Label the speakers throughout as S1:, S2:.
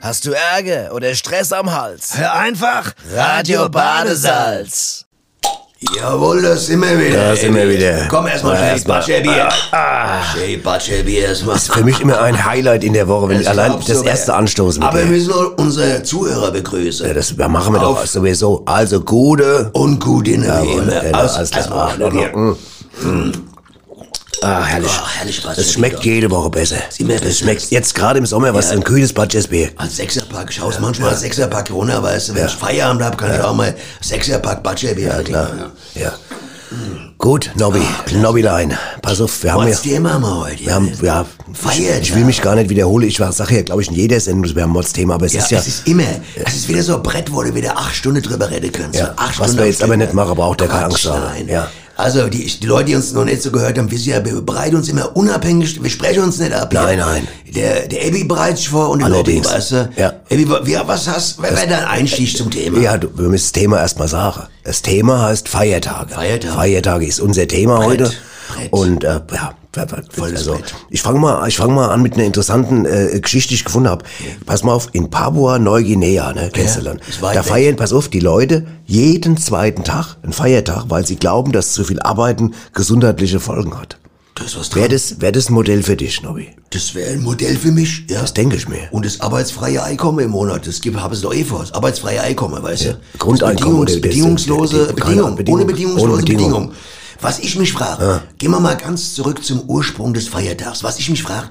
S1: Hast du Ärger oder Stress am Hals?
S2: Hör einfach
S1: Radio Badesalz.
S3: Jawohl, das sind wir wieder.
S2: Da sind wir wieder.
S3: Komm erstmal,
S2: Mach
S3: Shea
S2: erst mal. Ah,
S3: Batsche Bier. Shea Batsche Bier erstmal.
S2: Das ist für mich immer ein Highlight in der Woche, wenn
S3: Das
S2: ich allein
S3: glaubst
S2: das
S3: du, wer?
S2: erste Anstoßen
S3: Aber wir
S2: mit dir.
S3: müssen auch unsere Zuhörer
S2: Ja,
S3: begrüßen.
S2: das ja, machen wir doch
S3: Auf.
S2: sowieso. Also gute.
S3: Und gut in der ne? Also,
S2: Jawohl,
S3: Ehe.
S2: genau,
S3: Aus-
S2: alles klar.
S3: erstmal
S2: Ach,
S3: noch
S2: noch,
S3: hier. Hm.
S2: mm. Ah, herrlich.
S3: Ah, herrlich Batsche
S2: Das schmeckt
S3: Bier.
S2: jede Woche besser.
S3: immer
S2: Das
S3: besser.
S2: schmeckt jetzt gerade im Sommer was ein kühles Budgetbier.
S3: Als Sechserpack, schaust manchmal als Sechserpack runter, weißt du, wenn ich Feierabend hab, kann ich auch mal Sechserpack Batsche Bier ne? ja,
S2: klar. Ja. Gut, Nobby, Nobbylein. Pass auf, wir haben
S3: Was
S2: ja.
S3: Ah, Thema haben wir heute?
S2: Wir haben, ja,
S3: Feiert,
S2: ich will
S3: ja.
S2: mich gar nicht wiederholen. Ich sage ja, glaube ich, in jeder Sendung, wir haben Mods-Thema, aber es
S3: Ja,
S2: ist ja,
S3: es ist immer. Es ist wieder so ein Brett, wo du wieder acht Stunden drüber reden kannst.
S2: Ja,
S3: acht
S2: was
S3: Stunden
S2: wir
S3: am
S2: jetzt
S3: Stück.
S2: aber nicht machen, braucht der keine Angst haben.
S3: Nein.
S2: Ja.
S3: Also, die, die Leute, die uns noch nicht so gehört haben, wissen ja, wir bereiten uns immer unabhängig, wir sprechen uns nicht ab.
S2: Nein, nein.
S3: Der, der Ebi bereitet sich vor und der Lobby,
S2: Allerdings.
S3: weißt du?
S2: Ja.
S3: Ebi, wie, was hast, wer wäre dein Einstieg zum Thema?
S2: Ja, du, wir müssen das Thema erstmal sagen. Das Thema heißt Feiertage.
S3: Feiertage.
S2: Feiertage ist unser Thema heute.
S3: Brett.
S2: Und äh, ja, wer- wer-
S3: Volles
S2: also,
S3: Brett.
S2: ich fange mal, ich fang mal an mit einer interessanten äh, Geschichte, die ich gefunden habe. Pass mal auf, in Papua Neuguinea, ne, kennst
S3: Ja,
S2: du dann?
S3: ist weit
S2: Da
S3: weg.
S2: feiern, pass auf, die Leute jeden zweiten Tag einen Feiertag, weil sie glauben, dass zu viel Arbeiten gesundheitliche Folgen hat.
S3: Das ist was
S2: Wäre
S3: dran.
S2: das, wär das ein Modell für dich, Nobby?
S3: Das wäre ein Modell für mich, ja.
S2: Das denke ich mir.
S3: Und das arbeitsfreie Einkommen im Monat, das gibt, habe es doch eh vor. Das arbeitsfreie Einkommen, weißt du? Das
S2: Grundeinkommen
S3: Bedingungs
S2: oder-
S3: bedingungslose
S2: Keine
S3: Bedingung,
S2: Bedingung.
S3: ohne bedingungslose
S2: Ohne Bedingung.
S3: Bedingung. Was ich mich frage, gehen wir mal ganz zurück zum Ursprung des Feiertags. Was ich mich frage,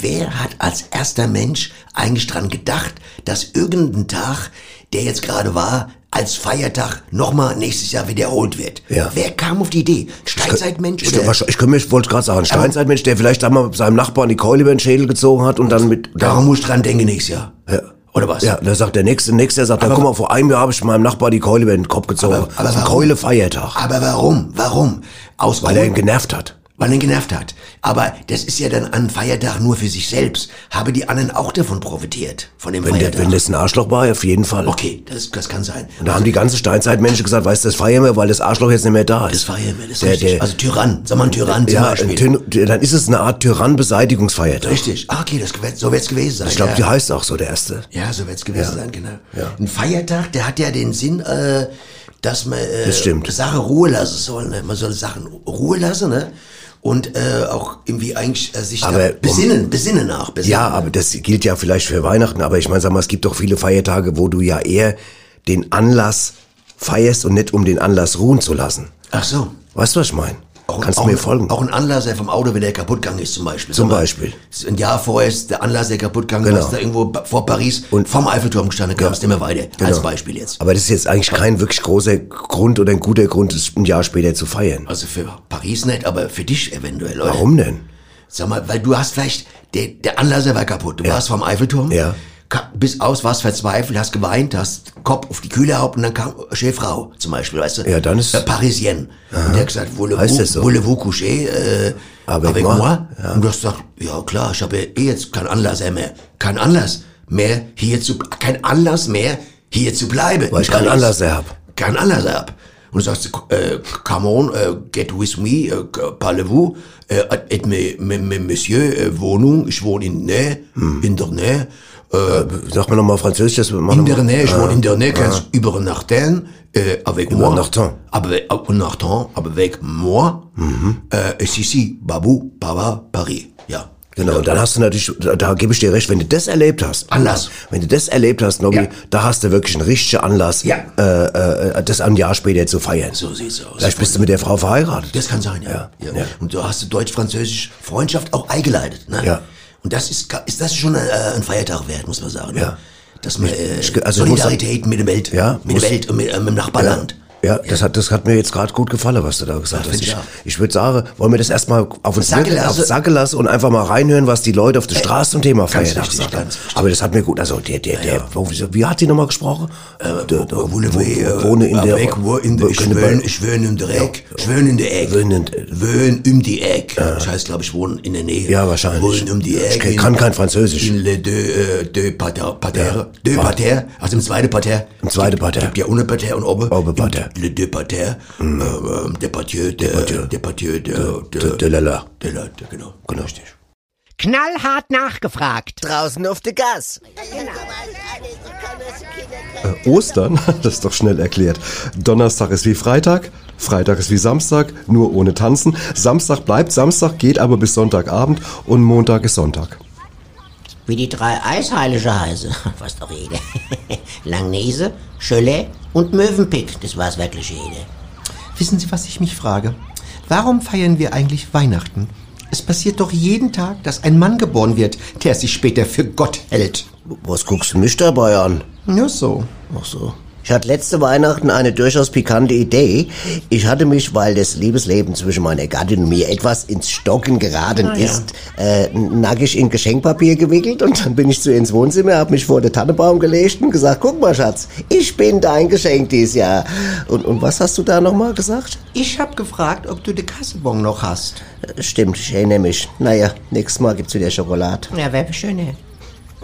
S3: wer hat als erster Mensch eigentlich dran gedacht, dass irgendein Tag, der jetzt gerade war, als Feiertag nochmal nächstes Jahr wiederholt wird?
S2: Ja.
S3: Wer kam auf die Idee? Steinzeitmensch
S2: Ich,
S3: oder?
S2: ich, ich könnte mir, wollte gerade sagen, ein Steinzeitmensch, der vielleicht einmal seinem Nachbarn die Keule über den Schädel gezogen hat und dann mit,
S3: Darum muss ich dran denken nächstes Jahr.
S2: Ja.
S3: Oder was?
S2: Ja, da sagt der Nächste, Nächster sagt, dann guck mal, vor einem Jahr habe ich meinem Nachbar die Keule über den Kopf gezogen.
S3: Aber- aber
S2: das ist ein
S3: warum?
S2: Keulefeiertag,
S3: Aber warum? Warum? Aus
S2: weil er ihn genervt hat.
S3: weil er ihn genervt hat. Aber das ist ja dann ein Feiertag nur für sich selbst. Habe die anderen auch davon profitiert, von dem
S2: Wenn, der,
S3: Feiertag?
S2: wenn das ein Arschloch war, auf jeden Fall.
S3: okay, das, das kann sein.
S2: Und da haben die ganze Steinzeitmenschen gesagt, weißt du, das feiern wir, weil das Arschloch jetzt nicht mehr da
S3: Das
S2: ist.
S3: war ja immer das
S2: Der-
S3: richtig.
S2: der-
S3: also Tyrann, sag mal ein Tyrann zum
S2: ja,
S3: Beispiel.
S2: ein Tyn- dann ist es eine Art Tyrann-Beseitigungsfeiertag.
S3: richtig. Ah, okay, das, gewä- so wird's gewesen sein.
S2: Ich glaube,
S3: ja.
S2: die heißt auch so, der Erste.
S3: ja, so wird's gewesen sein, genau. Ein Feiertag, der hat ja den Sinn, äh, dass man äh,
S2: Das stimmt.
S3: Sache Ruhe lassen soll. Ne? Man soll Sachen Ruhe lassen, ne? Und äh, auch irgendwie eigentlich äh, sich
S2: Aber-
S3: da besinnen, besinnen nach. Besinnen.
S2: Ja, aber das gilt ja vielleicht für Weihnachten, aber ich meine, sag mal, es gibt doch viele Feiertage, wo du ja eher den Anlass feierst und nicht um den Anlass ruhen zu lassen.
S3: Ach so.
S2: Weißt du, was ich meine?
S3: Auch-
S2: Kannst
S3: auch,
S2: du mir folgen?
S3: Auch ein Anlass, der vom Auto, wenn der kaputt gegangen ist, zum Beispiel.
S2: Zum
S3: Sag mal,
S2: Beispiel.
S3: ist Ein Jahr vorher ist der Anlass, der kaputt gegangen
S2: Genau.
S3: ist, da irgendwo ba- vor Paris
S2: Und- Genau.
S3: und vom Eiffelturm gestanden, kam es nicht mehr weiter. Als Beispiel jetzt.
S2: aber das ist jetzt eigentlich kein wirklich großer Grund oder ein guter Grund, es ein Jahr später zu feiern.
S3: Also für Paris nicht, aber für dich eventuell, oder?
S2: Warum denn?
S3: Sag mal, weil du hast vielleicht, der, der Anlass der war kaputt. Du warst vom Eiffelturm,
S2: Ja.
S3: ka- bis aus, warst verzweifelt, hast geweint, hast Kopf auf die Kühle haupt und dann kam Chefrau zum Beispiel, weißt du?
S2: Ja, dann ist-
S3: Äh, Parisienne. Und der hat gesagt,
S2: Heißt das so?
S3: voulez-vous coucher äh,
S2: Avec
S3: avec,
S2: moi?
S3: moi? Und du hast gesagt, ja klar, ich habe ja eh jetzt keinen Anlass mehr. Kein Anlass mehr hier zu, kein Anlass mehr hier zu bleiben.
S2: Weil ich keinen Anlass mehr hab.
S3: Kein Anlass mehr hab. Und du sagst, äh, come on, äh, get with me, äh, parlez-vous, äh, et me, me, me, monsieur, äh, Wohnung, ich wohne in der Nähe, in der Nähe, äh,
S2: Sag mir nochmal Französisch, das wir machen.
S3: in der Nähe, ich wohne in der Nähe, kannst übernachten, äh, euh, avec moi.
S2: Übernachten.
S3: Aber, äh, übernachten, aber avec moi, äh, Sisi, Babu, Baba, Paris, ja.
S2: Genau, dann hast du natürlich, da, da gebe ich dir recht, wenn du das erlebt hast.
S3: Anlass.
S2: Wenn du das erlebt hast, Nobby,
S3: Ja.
S2: da hast du wirklich einen richtigen Anlass,
S3: Ja.
S2: äh, äh, das ein Jahr später zu feiern.
S3: So sieht's aus.
S2: Vielleicht bist du mit der Frau verheiratet.
S3: Das kann sein, ja.
S2: Ja,
S3: ja,
S2: ja.
S3: Und du hast die deutsch-französische Freundschaft auch eingeleitet, ne?
S2: Ja.
S3: Und das ist, ga- ist das schon ein, äh, ein Feiertag wert, muss man sagen. ne?
S2: Ja.
S3: Dass man äh,
S2: ich- also ich muss
S3: Solidarität mit der Welt,
S2: Ja,
S3: mit
S2: muss-
S3: der Welt und mit, äh, mit dem Nachbarland.
S2: Ja, das hat, das hat mir jetzt gerade gut gefallen, was du da gesagt hast.
S3: find
S2: Ich,
S3: ich auch.
S2: ich würde sagen, wollen wir das erstmal auf uns
S3: Sacke
S2: wirken- auf
S1: also
S3: lassen.
S2: Sacke lassen und einfach mal reinhören, was die Leute auf
S1: Äh,
S2: der Straße zum Thema
S3: ganz
S2: Feiertag
S3: wichtig,
S2: sagen.
S3: ganz wichtig.
S2: Aber das hat mir gut, also der, der, der, wo- wieso- wie hat die nochmal gesprochen? Äh, der, der,
S3: Wohne, wo, äh,
S2: wohne in der,
S3: weg, wo in der, ich
S2: könnte
S3: wohne,
S2: bei-
S3: ich wohne in der Eck, ich wohne in der Eck,
S2: Wohne in der-
S3: wohne um die Eck. Das heißt, glaube ich, wohnen in der Nähe.
S2: Ja, wahrscheinlich.
S3: Wohnen um die
S2: Ich
S3: Eck.
S2: kenn- kann kein Französisch.
S1: Hm.
S3: In le deux, äh, deux Parterre, Parterre, deux
S2: Pa-
S3: Parterre, also im zweiten Parterre.
S2: Im zweiten
S3: Gibt-
S2: Parterre.
S3: Gibt ja ohne Parterre und oben.
S2: Oben Parterre.
S3: Le deux Parterre, ähm, ähm, Departieu, de- Departieu, de- de-
S2: de la la.
S3: de la, de- genau.
S2: Genau. Richtig.
S4: knallhart nachgefragt.
S1: Draußen auf der Gas.
S2: Äh, Ostern, das ist doch schnell erklärt. Donnerstag ist wie Freitag, Freitag ist wie Samstag, nur ohne Tanzen. Samstag bleibt Samstag, geht aber bis Sonntagabend und Montag ist Sonntag.
S5: Wie die drei Eisheilige heißen. Was doch jede. Langnese, Cholet und Möwenpick. Das war's wirklich jede.
S6: Wissen Sie, was ich mich frage? Warum feiern wir eigentlich Weihnachten? Es passiert doch jeden Tag, dass ein Mann geboren wird, der sich später für Gott hält.
S1: Was guckst du mich dabei an?
S6: Nur so.
S1: Ach so. Ich hatte letzte Weihnachten eine durchaus pikante Idee. Ich hatte mich, weil das Liebesleben zwischen meiner Gattin und mir etwas ins Stocken geraten ist, äh, nackig in Geschenkpapier gewickelt und dann bin ich zu ihr ins Wohnzimmer, hab mich vor den Tannenbaum gelegt und gesagt, guck mal Schatz, ich bin dein Geschenk dieses Jahr. Und, und was hast du da nochmal gesagt?
S6: Ich hab gefragt, ob du die Kassebon noch hast.
S1: Äh, Stimmt, ich erinnere mich. Naja, nächstes Mal gibt's wieder Schokolade.
S5: Ja, wäre schöne.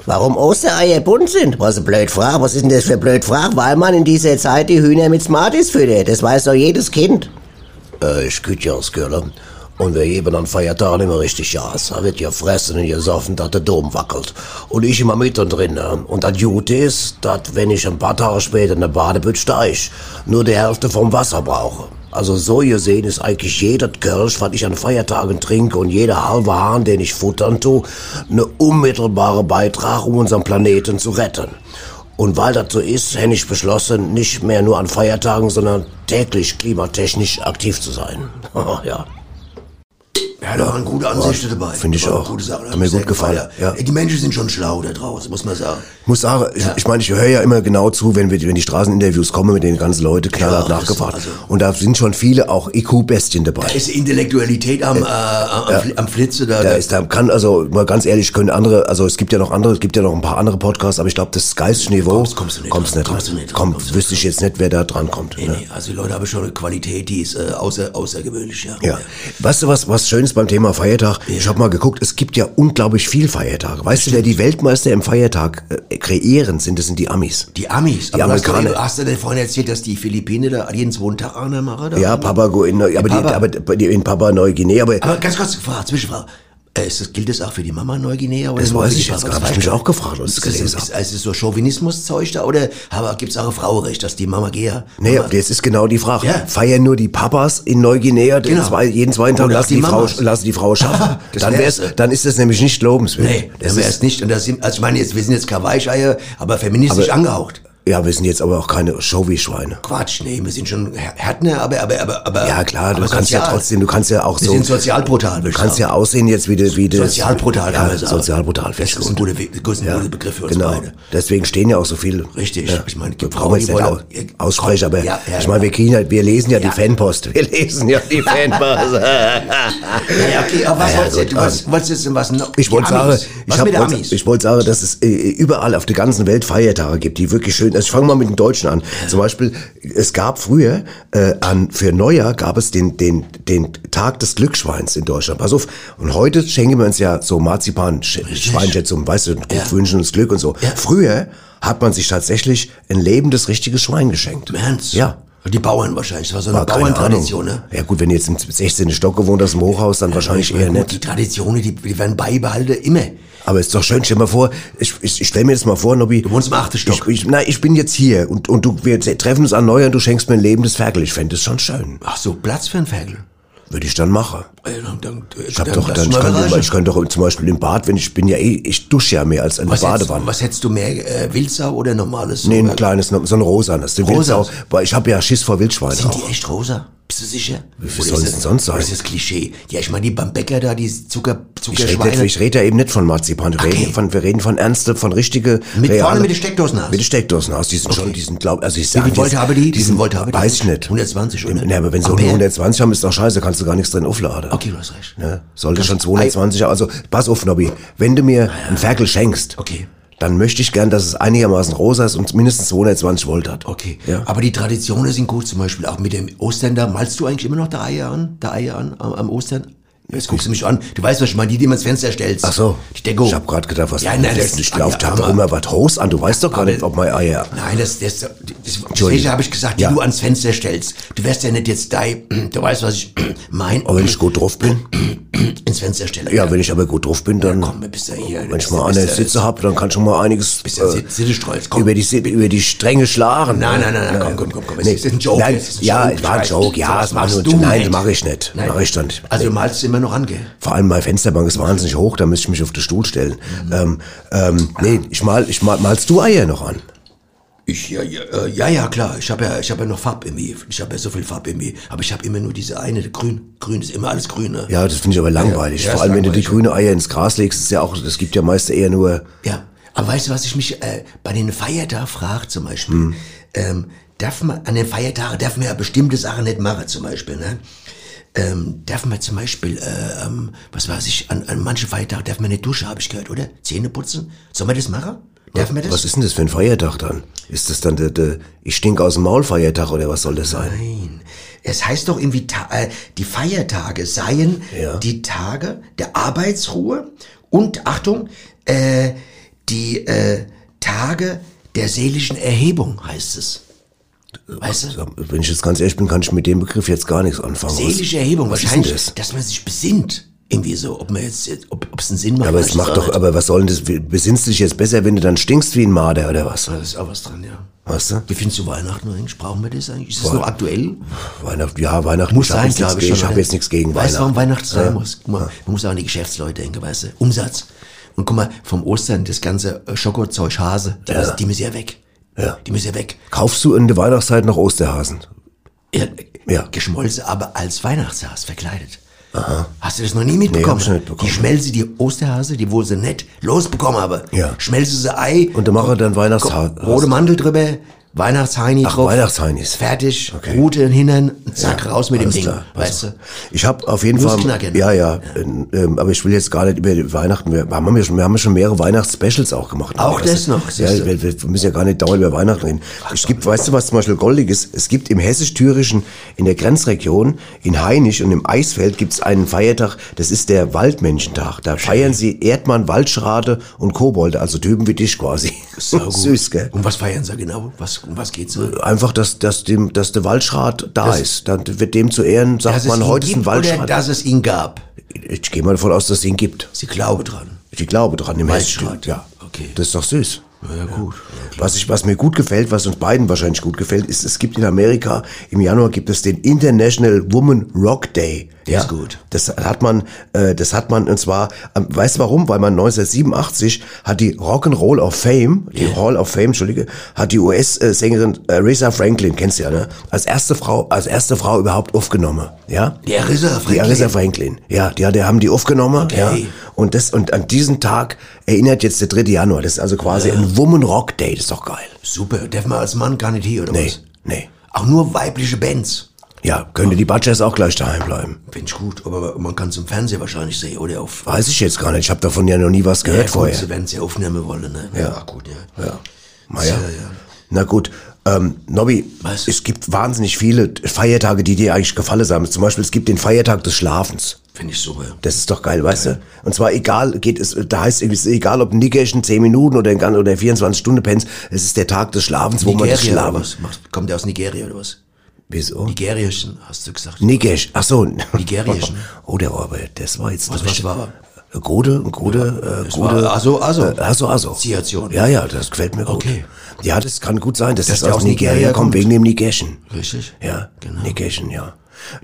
S1: Warum Ostereier bunt sind? Was eine blöd Frage. Was ist denn das für eine blöd Frage? Weil man in dieser Zeit die Hühner mit Smarties füttert. Das weiß doch jedes Kind.
S2: Äh, ich küt ja aus Köln. Und wir geben an Feiertagen immer richtig Gas. Da wird ja fressen und gesoffen, dass der Dom wackelt. Und ich immer mit und drin. ne? Und das Gute ist, dass wenn ich ein paar Tage später in der Badebütt steig, nur die Hälfte vom Wasser brauche. Also so gesehen ist eigentlich jeder Kölsch, was ich an Feiertagen trinke und jeder halbe Hahn, den ich futtern tu, ne unmittelbare Beitrag, um unseren Planeten zu retten. Und weil das so ist, hätte ich beschlossen, nicht mehr nur an Feiertagen, sondern täglich klimatechnisch aktiv zu sein.
S1: Oh,
S2: ja.
S3: Ja, da waren gute Ansichten dabei.
S2: Finde ich
S3: Da waren
S2: auch.
S3: Gute Sachen.
S2: Hat mir gut gefallen, ja.
S3: Die Menschen sind schon schlau da draußen, muss man sagen.
S2: Muss sagen, ich, ich meine, ich höre ja immer genau zu, wenn, wir, wenn die Straßeninterviews kommen mit den ganzen Leuten, knallhart
S3: Ja, das-
S2: nachgefragt.
S3: also-
S2: und da sind schon viele auch IQ-Bestien dabei.
S3: Ist Intellektualität am, äh, am, Fl- am Flitze da.
S2: Da ist, da kann, also mal ganz ehrlich, können andere, also es gibt ja noch andere, es gibt ja noch ein paar andere Podcasts, aber ich glaube, das geistige Niveau.
S3: Kommst- kommst du nicht
S2: kommst
S3: dran,
S2: nicht
S3: kommst
S2: dran.
S3: du nicht dran,
S2: Komm,
S3: kommst du
S2: wüsste ich jetzt nicht, wer da dran kommt.
S3: nee,
S2: ne?
S3: nee, also die Leute haben schon eine Qualität, die ist äh, außer, außergewöhnlich, ja.
S2: Ja. Weißt du was, was Schönes beim Thema Feiertag? Ich habe mal geguckt, es gibt ja unglaublich viel Feiertage. Weißt du, wer die Weltmeister im Feiertag äh, kreieren sind, das sind die Amis.
S3: Die Amis,
S2: Die
S3: hast du-
S2: Amerikaner.
S3: Hast du denn vorhin erzählt, dass die Philippiner da jeden zweiten Tag einer machen? da?
S2: Ja, Papua in, Neu- aber,
S3: Ah. Papua. Ah,
S2: Die, aber die, in Papua Neuguinea, aber,
S3: Aber ganz kurz gefragt, Zwischenfrage. Äh, Ist das, gilt das auch für die Mama Neuguinea? Oder
S2: Das
S3: nur für
S2: weiß
S3: die
S2: ich jetzt
S3: Papa?
S2: gar nicht.
S3: Das
S2: Hab ich
S3: weiß
S2: mich auch gefragt, als ich
S3: Ist,
S2: das
S3: ist,
S2: gelesen
S3: ist, ist es so Chauvinismus-Zeug da oder gibt es auch ein Frauenrecht, dass die Mama geht?
S2: nee,
S3: Mama-
S2: jetzt ist genau die Frage.
S3: Ja.
S2: Feiern nur die Papas in Neuguinea den
S3: Genau.
S2: zwei, jeden zweiten Tag,
S3: Oder
S2: lassen
S3: die
S2: die, Frau,
S3: Mamas.
S2: lassen die Frau schaffen.
S3: Das
S2: dann, wär's,
S3: wär's.
S2: dann ist das nämlich nicht lobenswert.
S3: Nee,
S2: das
S3: das wäre es
S2: ist,
S3: nicht. Und das sind, also ich meine, jetzt, wir sind jetzt keine Weicheier, aber feministisch
S2: Aber-
S3: angehaucht.
S2: ja, wir sind jetzt aber auch keine Showy-Schweine.
S3: Quatsch, nee, wir sind schon Här- Härtner, aber, aber, aber, aber.
S2: Ja klar, du
S3: aber
S2: kannst ja
S3: sozial.
S2: trotzdem, du kannst ja auch
S3: Wir
S2: so.
S3: sind sozial brutal,
S2: Du
S3: würde ich
S2: kannst ja
S3: sagen.
S2: aussehen jetzt wie du wie du-
S3: Sozial brutal, kann
S2: ja,
S3: man sagen.
S2: sozial brutal. finde ich
S3: Das ist ein
S2: gut.
S3: guter, We- das ist ein guter Begriff für uns
S2: genau.
S3: beide.
S2: Deswegen stehen ja auch so viele.
S3: Richtig.
S2: Ja.
S3: Ich meine, es
S2: wir
S3: gibt
S2: brauchen jetzt
S3: die
S2: nicht au-
S3: wollen- ihr-
S2: aussprechen, aber
S3: Ja, ja,
S2: ich meine, wir kriegen halt, wir lesen ja,
S3: Ja.
S2: die Fanpost. Wir lesen ja die Fanpost.
S3: Ja, ja, okay, aber was
S2: Ja, ja,
S3: wolltest du?
S2: gut,
S3: Du wolltest- wolltest jetzt was? noch-
S2: Ich wollte
S3: die
S2: sagen,
S3: Amis.
S2: ich,
S3: was
S2: hab-
S3: mit den
S2: wollte-
S3: Amis?
S2: ich wollte sagen, dass es äh, überall auf der ganzen Welt Feiertage gibt, die wirklich schön. Also ich fange mal mit den Deutschen an. Zum Beispiel, es gab früher äh, an für Neujahr gab es den den den Tag des Glücksschweins in Deutschland. Pass auf. Und heute schenken wir uns ja so Marzipan Schweinchen zum, weißt du, gut wünschen uns Glück und so. Früher hat man sich tatsächlich ein lebendes richtiges Schwein geschenkt.
S3: Im Ernst?
S2: Ja.
S3: Die Bauern wahrscheinlich. Das war so eine
S2: War keine Ahnung.
S3: Bauerntradition, ne?
S2: Ja gut, wenn du jetzt im 16. Stock gewohnt hast im Hochhaus, dann wahrscheinlich eher
S3: Gut,
S2: nicht.
S3: Die Traditionen, die, die werden beibehalten, immer.
S2: Aber ist doch schön, stell mal vor, ich, ich, ich stell mir jetzt mal vor, Nobby. Du
S3: wohnst im achten Stock.
S2: Ich, ich, nein, ich bin jetzt hier und, und du, wir treffen uns an Neujahr und du schenkst mir ein lebendes Ferkel. Ich fände es schon schön.
S3: Ach so, Platz für einen Ferkel.
S2: Würde ich dann machen.
S3: Äh, dann- dann-
S2: Ich hab
S3: dann
S2: doch,
S3: lass
S2: dann,
S3: mal
S2: ich könnte,
S3: überraschen.
S2: ich könnte doch zum Beispiel im Bad, wenn ich bin ja eh, ich dusche ja mehr als in der
S3: Was hättest,
S2: Badewanne.
S3: was hättest du mehr, äh, Wildsau oder normales?
S2: Nee, ein
S3: Oder-
S2: kleines, so ein rosanes. Den
S3: Rosa.
S2: Wildsaus, Weil ich habe ja Schiss vor Wildschweinen
S3: Sind die
S2: auch.
S3: echt rosa? Bist du sicher? Wie
S2: viel soll's denn sonst sein?
S3: Das ist das Klischee. Ja, ich meine, die beim Bäcker da, die Zucker,
S2: Ich rede, nicht-
S3: Zuckerschweine.
S2: ich rede ja eben nicht von Marzipan, wir reden, von, wir reden von ernste, von richtige
S3: Mit
S2: reale-
S3: vorne mit den Steckdosen hast.
S2: Mit den Steckdosen aus, die sind schon, die sind, glaub, also ich sag
S3: viel
S2: dir,
S3: Volt haben die?
S2: Die
S3: Wie
S2: sind,
S3: viel Volt haben die?
S2: weiß ich nicht.
S3: 120, oder?
S2: Ne, aber wenn sie
S3: Ampere?
S2: 120 haben, ist doch scheiße, kannst du gar nichts drin aufladen.
S3: Okay, du hast recht.
S2: Ne? Sollte schon 220, haben. also pass auf, Nobby, wenn du mir einen Ferkel schenkst,
S3: Ah, Okay.
S2: dann möchte ich gern, dass es einigermaßen rosa ist und mindestens 220 Volt hat.
S3: Okay.
S2: Ja.
S3: Aber die Traditionen sind gut, zum Beispiel auch mit dem Ostern da. Malst du eigentlich immer noch der Eier an? Der Eier an am, am Ostern? Jetzt guckst du mich an. Du weißt, was ich meine, die, die man ins Fenster stellt.
S2: Ach so.
S3: Die Deko.
S2: Ich habe gerade gedacht, was
S3: Ja, nein,
S2: das
S3: das
S2: ist. Ich glaube,
S3: ja,
S2: da hat doch
S3: aber-
S2: immer was Haus an. Du weißt doch gar
S3: aber-
S2: nicht, ob mein Eier.
S3: Nein, das, das, das, Deswegen habe ich gesagt, die du ans Fenster stellst. Du wärst ja nicht jetzt dein, du weißt, was ich mein,
S2: Aber wenn ich gut drauf bin,
S3: ins Fenster stellen.
S2: ja, wenn ich aber gut drauf bin, dann,
S3: Komm, bist ja hier.
S2: wenn ich mal eine Sitze hab, dann kann schon mal einiges äh,
S3: Sitze, Sitze streust, komm.
S2: über die Si- über die Stränge schlagen. ne?
S3: Nein, nein, nein, nein, komm, komm, komm, komm. Es
S2: Nee.
S3: ist ein Joke.
S2: Nein,
S3: es ist ein
S2: ja,
S3: Joke,
S2: es war ein
S3: ich weiß.
S2: Joke, ja,
S3: Sowas
S2: es war
S3: machst
S2: nur,
S3: du
S2: nein,
S3: nicht.
S2: das mache ich nicht, mache ich dann.
S3: Also du malst immer noch an, gell?
S2: Vor allem meine Fensterbank ist wahnsinnig hoch, da müsste ich mich auf den Stuhl stellen.
S3: Mhm.
S2: Ähm, ähm, nee, ich mal, ich mal, malst du Eier noch an?
S3: Ich, ja, ja, äh, ja, ja, klar. Ich habe ja, ich habe ja noch Farb in mir. Ich habe ja so viel Farb in mir. Aber ich habe immer nur diese eine, die grün. Grün ist immer alles grün, ne?
S2: Ja, das finde ich aber langweilig.
S3: ja,
S2: Vor
S3: ist
S2: allem, wenn du die
S3: langweilig.
S2: grüne Eier ins Gras legst, ist ja auch, es gibt ja meist eher nur,
S3: Ja. Aber weißt du, was ich mich äh, bei den Feiertagen frage zum Beispiel?
S2: Mhm.
S3: Ähm, darf man, an den Feiertagen darf man ja bestimmte Sachen nicht machen zum Beispiel, ne? Ähm, darf man zum Beispiel, äh, ähm, was weiß ich, an, an manchen Feiertagen darf man nicht duschen, habe ich gehört, oder? Zähne putzen? Soll man das machen? Darf man das?
S2: was ist denn das für ein Feiertag dann? Ist das dann der, der ich stink aus dem Maul Feiertag oder was soll das sein?
S3: Nein. Es heißt doch irgendwie, ta äh, die Feiertage seien
S2: Ja.
S3: die Tage der Arbeitsruhe und, Achtung, äh, die äh, Tage der seelischen Erhebung, heißt es.
S2: Äh,
S3: Weißt du?
S2: Wenn ich jetzt ganz ehrlich bin, kann ich mit dem Begriff jetzt gar nichts anfangen.
S3: Seelische Erhebung,
S2: was ist denn
S3: wahrscheinlich,
S2: das?
S3: dass man sich besinnt. Irgendwie so, ob man jetzt, jetzt- ob es einen Sinn macht.
S2: Aber
S3: weiß
S2: es
S3: ich auch
S2: macht doch,
S3: nicht.
S2: aber was soll denn das? Besinnst du dich jetzt besser, wenn du dann stinkst wie ein Marder oder was?
S3: Da ist auch was dran, ja.
S2: Weißt du?
S3: Wie findest du Weihnachten eigentlich? Brauchen wir das eigentlich? Ist das noch aktuell?
S2: Weihnachten, ja, Weihnachten
S3: Muss
S2: ich hab
S3: sein,
S2: jetzt nichts
S3: glaube
S2: gegen-
S3: ich. schon,
S2: Ich habe
S3: oder?
S2: jetzt nichts gegen
S3: weißt, du, warum
S2: Weihnachten.
S3: Weihnachten sein muss? Guck mal, man muss auch an die Geschäftsleute denken, weißt du? Umsatz. Und guck mal, vom Ostern das ganze äh, Schokozeug Hase, die, müssen, die müssen ja weg.
S2: Ja.
S3: Die müssen ja weg.
S2: Kaufst du in der Weihnachtszeit noch Osterhasen?
S3: Ja,
S2: Ja.
S3: Geschmolzen, aber als Weihnachtshaas verkleidet. Aha. Hast du das noch nie mitbekommen?
S2: Nee, hab ich nicht mitbekommen.
S3: Die schmelze die Osterhase, die wohl sie nett losbekommen habe.
S2: Ja.
S3: Schmelze sie Ei.
S2: Und dann mache dann Weihnachtshasen.
S3: Rote Mantel drüber, Weihnachtsheini
S2: Ach,
S3: drauf.
S2: Weihnachtsheinis.
S3: Fertig,
S2: Okay.
S3: Rute in den Hintern, zack, raus mit dem
S2: Alles
S3: Ding.
S2: klar.
S3: Weißt du?
S2: Ich habe auf jeden
S3: Muss
S2: Fall.
S3: knacken.
S2: Ja, ja. Ähm, aber ich will jetzt gar nicht über die Weihnachten. Wir haben, ja schon, wir haben ja schon mehrere Weihnachtsspecials auch gemacht.
S3: Auch
S2: Weißt
S3: das
S2: du?
S3: noch, siehst
S2: Ja,
S3: du.
S2: wir, wir müssen ja gar nicht dauernd über Weihnachten reden. Es gibt, weißt du, was zum Beispiel goldig ist? Es gibt im hessisch-thürischen, in der Grenzregion, in Hainich und im Eisfeld gibt's einen Feiertag. Das ist der Waldmenschentag. Da feiern sie Erdmann, Waldschrate und Kobolde, also Typen wie dich quasi. Süß, gell?
S3: Und was feiern sie genau? Was, um was geht's? so?
S2: Einfach, dass, dass, dem, dass der Waldschrat da ist. Dann wird dem zu Ehren, sagt
S3: Dass
S2: man,
S3: es ihn
S2: heute ist ein
S3: gibt Oder
S2: Waldschrat.
S3: dass es ihn gab.
S2: Ich gehe mal davon aus, dass es ihn gibt.
S3: Sie glauben dran.
S2: Ich glaube dran, im
S3: Waldschrat.
S2: Hessischen. Ja.
S3: Okay.
S2: Das ist doch süß.
S3: Ja, gut.
S2: Was, ich, was mir gut gefällt, was uns beiden wahrscheinlich gut gefällt, ist, es gibt in Amerika, im Januar gibt es den International Woman Rock Day. Der
S3: ist gut.
S2: Das hat man, äh, das hat man, und zwar, ähm, weißt du warum? Weil man 1987 hat die Rock'n'Roll of Fame, die Hall of Fame, Entschuldige, hat die US-Sängerin Aretha Franklin, kennst du ja, ne? Als erste Frau, als erste Frau überhaupt aufgenommen, ja?
S3: Die Arisa
S2: Die Arisa Franklin. Ja, die, die haben die aufgenommen. Ja. Und, das, und an diesen Tag erinnert jetzt der 3. Januar. Das ist also quasi ein Woman Rock Day. Das ist doch geil.
S3: Super. Darf man als Mann gar nicht hier, oder
S2: Nee,
S3: was?
S2: nee.
S3: Auch nur weibliche Bands.
S2: Ja, könnte die Butchers auch gleich daheim bleiben.
S3: Finde ich gut, aber man kann es im Fernsehen wahrscheinlich sehen, oder auf...
S2: Weiß ich jetzt gar nicht. Ich habe davon ja noch nie was gehört vorher.
S3: Sie werden sie aufnehmen wollen, ne?
S2: Ja.
S3: gut, ja.
S2: Ja. Naja.
S3: Ja, ja.
S2: Na gut. Ähm, Nobby,
S3: Was?
S2: es gibt wahnsinnig viele Feiertage, die dir eigentlich gefallen haben. Zum Beispiel, es gibt den Feiertag des Schlafens.
S3: Finde ich super.
S2: Das ist doch geil, weißt du? Und zwar egal, geht es, da heißt es ist egal, ob ein Nickerchen 10 Minuten oder, ein ganz- oder 24 Stunden pennst, es ist der Tag des Schlafens, wo
S3: Nigeria
S2: man
S3: oder
S2: das Schlafen.
S3: was? Macht- Kommt der aus Nigeria oder was?
S2: Wieso?
S3: Nigerischen, hast du gesagt.
S2: Nickerchen, ach so.
S3: Nigerierchen.
S2: Oh, der war aber, das war jetzt.
S3: Was-
S2: der
S3: was
S2: richtige-
S3: war?
S2: Gute, gute, äh,
S3: Das
S2: gute.
S3: war- also, also.
S2: Äh, also, also.
S3: Assoziation.
S2: Ja, ja, das gefällt mir gut.
S3: Okay.
S2: Ja, das kann gut sein, dass
S3: Dass
S2: das
S3: der
S2: aus
S3: aus
S2: Nigeria,
S3: Nigeria
S2: kommt,
S3: kommt.
S2: wegen dem Nickerchen.
S3: Richtig?
S2: Ja, genau. Nickerchen, ja.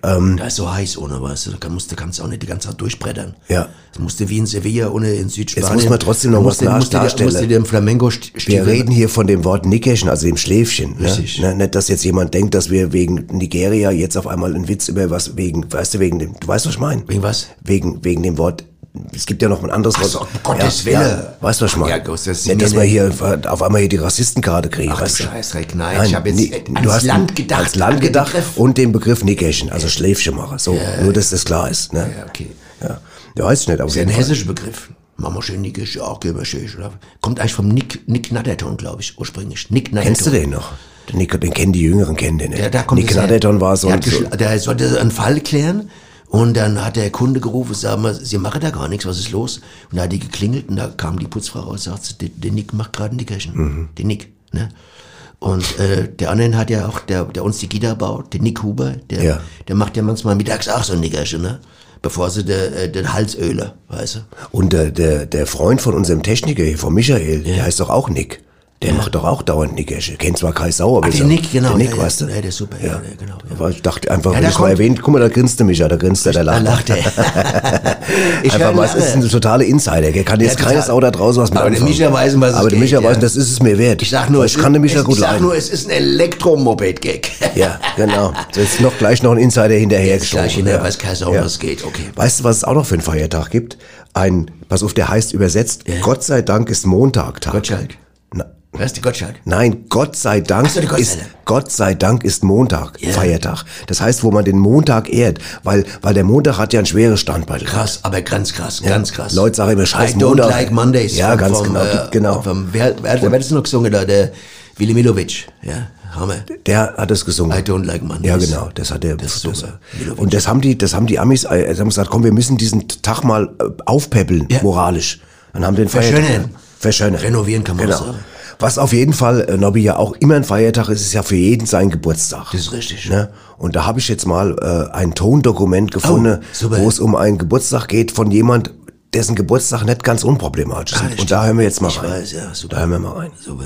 S3: Da ist so heiß ohne, weißt du, da musst du kannst auch nicht die ganze Zeit durchbrettern.
S2: Ja.
S3: Das musste wie in Sevilla ohne in Südspanien.
S2: muss man trotzdem noch
S3: Da
S2: was
S3: musst du- musst du dir-
S2: darstellen.
S3: Musst du dir im Flamengo
S2: Wir
S3: stehen.
S2: reden hier von dem Wort Nickerchen, also dem Schläfchen. Ne?
S3: Richtig.
S2: Ne, nicht, dass jetzt jemand denkt, dass wir wegen Nigeria jetzt auf einmal einen Witz über was wegen, weißt du, wegen dem, du weißt, was ich meine?
S3: Wegen was?
S2: Wegen, wegen dem Wort, es gibt ja noch ein anderes
S3: so,
S2: Wort.
S3: um Gottes
S2: ja,
S3: Wille.
S2: Ja, weißt du, was ich
S3: Ja,
S2: meine?
S3: Gott, das ist
S2: nicht,
S3: mir
S2: dass wir
S3: nicht-
S2: hier äh, auf einmal hier die Rassistenkarte kriegen.
S3: Ach, du
S2: weißt
S3: Scheißdreck, nein, ich hab jetzt
S2: nie-
S3: an das Land gedacht,
S2: Ans
S3: an
S2: Land
S3: den
S2: gedacht
S3: Begriff.
S2: und den Begriff Nickerchen, also Schläfchen mache. So, nur, dass das klar ist. Ne?
S3: Ja, okay.
S2: Ja. Ja, weiß ich nicht, auf
S3: Das ist ja ein
S2: jeden Fall.
S3: hessischer Begriff. Mama schön Nickisch, ja, gehen wir schön. oder? Kommt eigentlich vom Nick, Nick Natterton, glaube ich, ursprünglich. Nick Natterton.
S2: Kennst du den noch? Den, Nick- den kennen die Jüngeren, kennen den nicht.
S3: Ja, da kommt
S2: Nick
S3: das her.
S2: Natterton war so
S3: der,
S2: ein...
S3: hat geschl- der sollte einen Fall klären und dann hat der Kunde gerufen, sag mal, sie machen da gar nichts, was ist los? Und da hat die
S2: Mhm.
S3: geklingelt und da kam die Putzfrau raus und sagt, sie, der, der Nick macht gerade ein Nickerchen. Der Nick, ne? Und äh, der anderen hat ja auch, der, der uns die Gitter baut, der Nick Huber, der,
S2: Ja.
S3: der macht ja manchmal mittags auch so ein Nickerchen, ne? Bevor sie den äh, den Hals öle, weißt du?
S2: Und der, der, der Freund von unserem Techniker hier, von Michael, der heißt doch auch Nick. Der macht doch auch dauernd Nickersche. Kennt zwar Kai Sauer,
S3: der Nick, genau,
S2: Der Nick,
S3: ja, ja.
S2: weißt du?
S3: Ja, der ist super, ja, der, genau, ja.
S2: Aber ich dachte einfach, wenn
S3: der
S2: ich mal
S3: kommt-
S2: erwähnt, guck mal, da grinst der Micha, da grinst er, der lacht.
S3: lacht er. Ich
S2: einfach
S3: höre
S2: mal, es
S3: lange.
S2: ist ein totaler Insider, gell? Kann jetzt
S3: Ja,
S2: keine
S3: total.
S2: Sau da draußen was mit
S3: Aber der
S2: anfangen.
S3: Micha weiß, um was es
S2: Aber der
S3: geht,
S2: Micha
S3: ja.
S2: weiß, das ist es mir wert.
S3: Ich sag nur,
S2: ich kann den Micha
S3: es,
S2: gut
S3: ich sag
S2: leiden.
S3: nur, es ist ein Elektromoped-Gag.
S2: Ja, genau. Da ist noch gleich noch ein Insider hinterher
S3: Gleich
S2: geschoben.
S3: in der
S2: Ja.
S3: weiß keiner, Sau, um
S2: Ja.
S3: was geht, okay.
S2: Weißt du, was es auch noch für einen Feiertag gibt? Ein, pass auf, der heißt übersetzt, Gott sei Dank ist Montagtag.
S3: Gottschalk.
S2: Na,
S3: Wer ist die Gottschalk?
S2: Nein, Gott sei Dank
S3: Ach so, die Gott sei
S2: ist
S3: Dank.
S2: Gott sei Dank ist Montag Feiertag. Das heißt, wo man den Montag ehrt, weil weil der Montag hat ja ein schweres Standbein.
S3: Krass, aber ganz krass, ganz krass.
S2: Leute sagen immer Scheiß
S3: I don't
S2: Montag.
S3: like Mondays.
S2: Ja,
S3: vom-
S2: ganz
S3: vom,
S2: genau,
S3: äh,
S2: genau.
S3: Vom, wer, wer, wer hat das noch gesungen da? Der Willi Milovic. Ja, Hammer.
S2: Der hat das gesungen.
S3: I don't like Mondays.
S2: Ja, genau, das hat er. Das
S3: ist super.
S2: und das haben die, das haben die Amis, äh, sie haben gesagt, komm, wir müssen diesen Tag mal äh, aufpäppeln,
S3: Ja.
S2: moralisch. Dann haben den Feiertag.
S3: Verschönern.
S2: Verschönern.
S3: Renovieren kann man auch
S2: genau.
S3: sagen.
S2: Was auf jeden Fall, äh, Nobby, ja auch immer ein Feiertag ist, ist ja für jeden sein Geburtstag.
S3: Das ist richtig.
S2: Ne? Und da habe ich jetzt mal äh, ein Tondokument gefunden,
S3: Oh, super.
S2: wo es um einen Geburtstag geht von jemand, dessen Geburtstag nicht ganz unproblematisch ist.
S3: Ah, das
S2: und da
S3: stimmt.
S2: hören wir jetzt mal
S3: Ich
S2: rein.
S3: weiß, ja, super.
S2: Da hören wir mal rein.
S3: Super.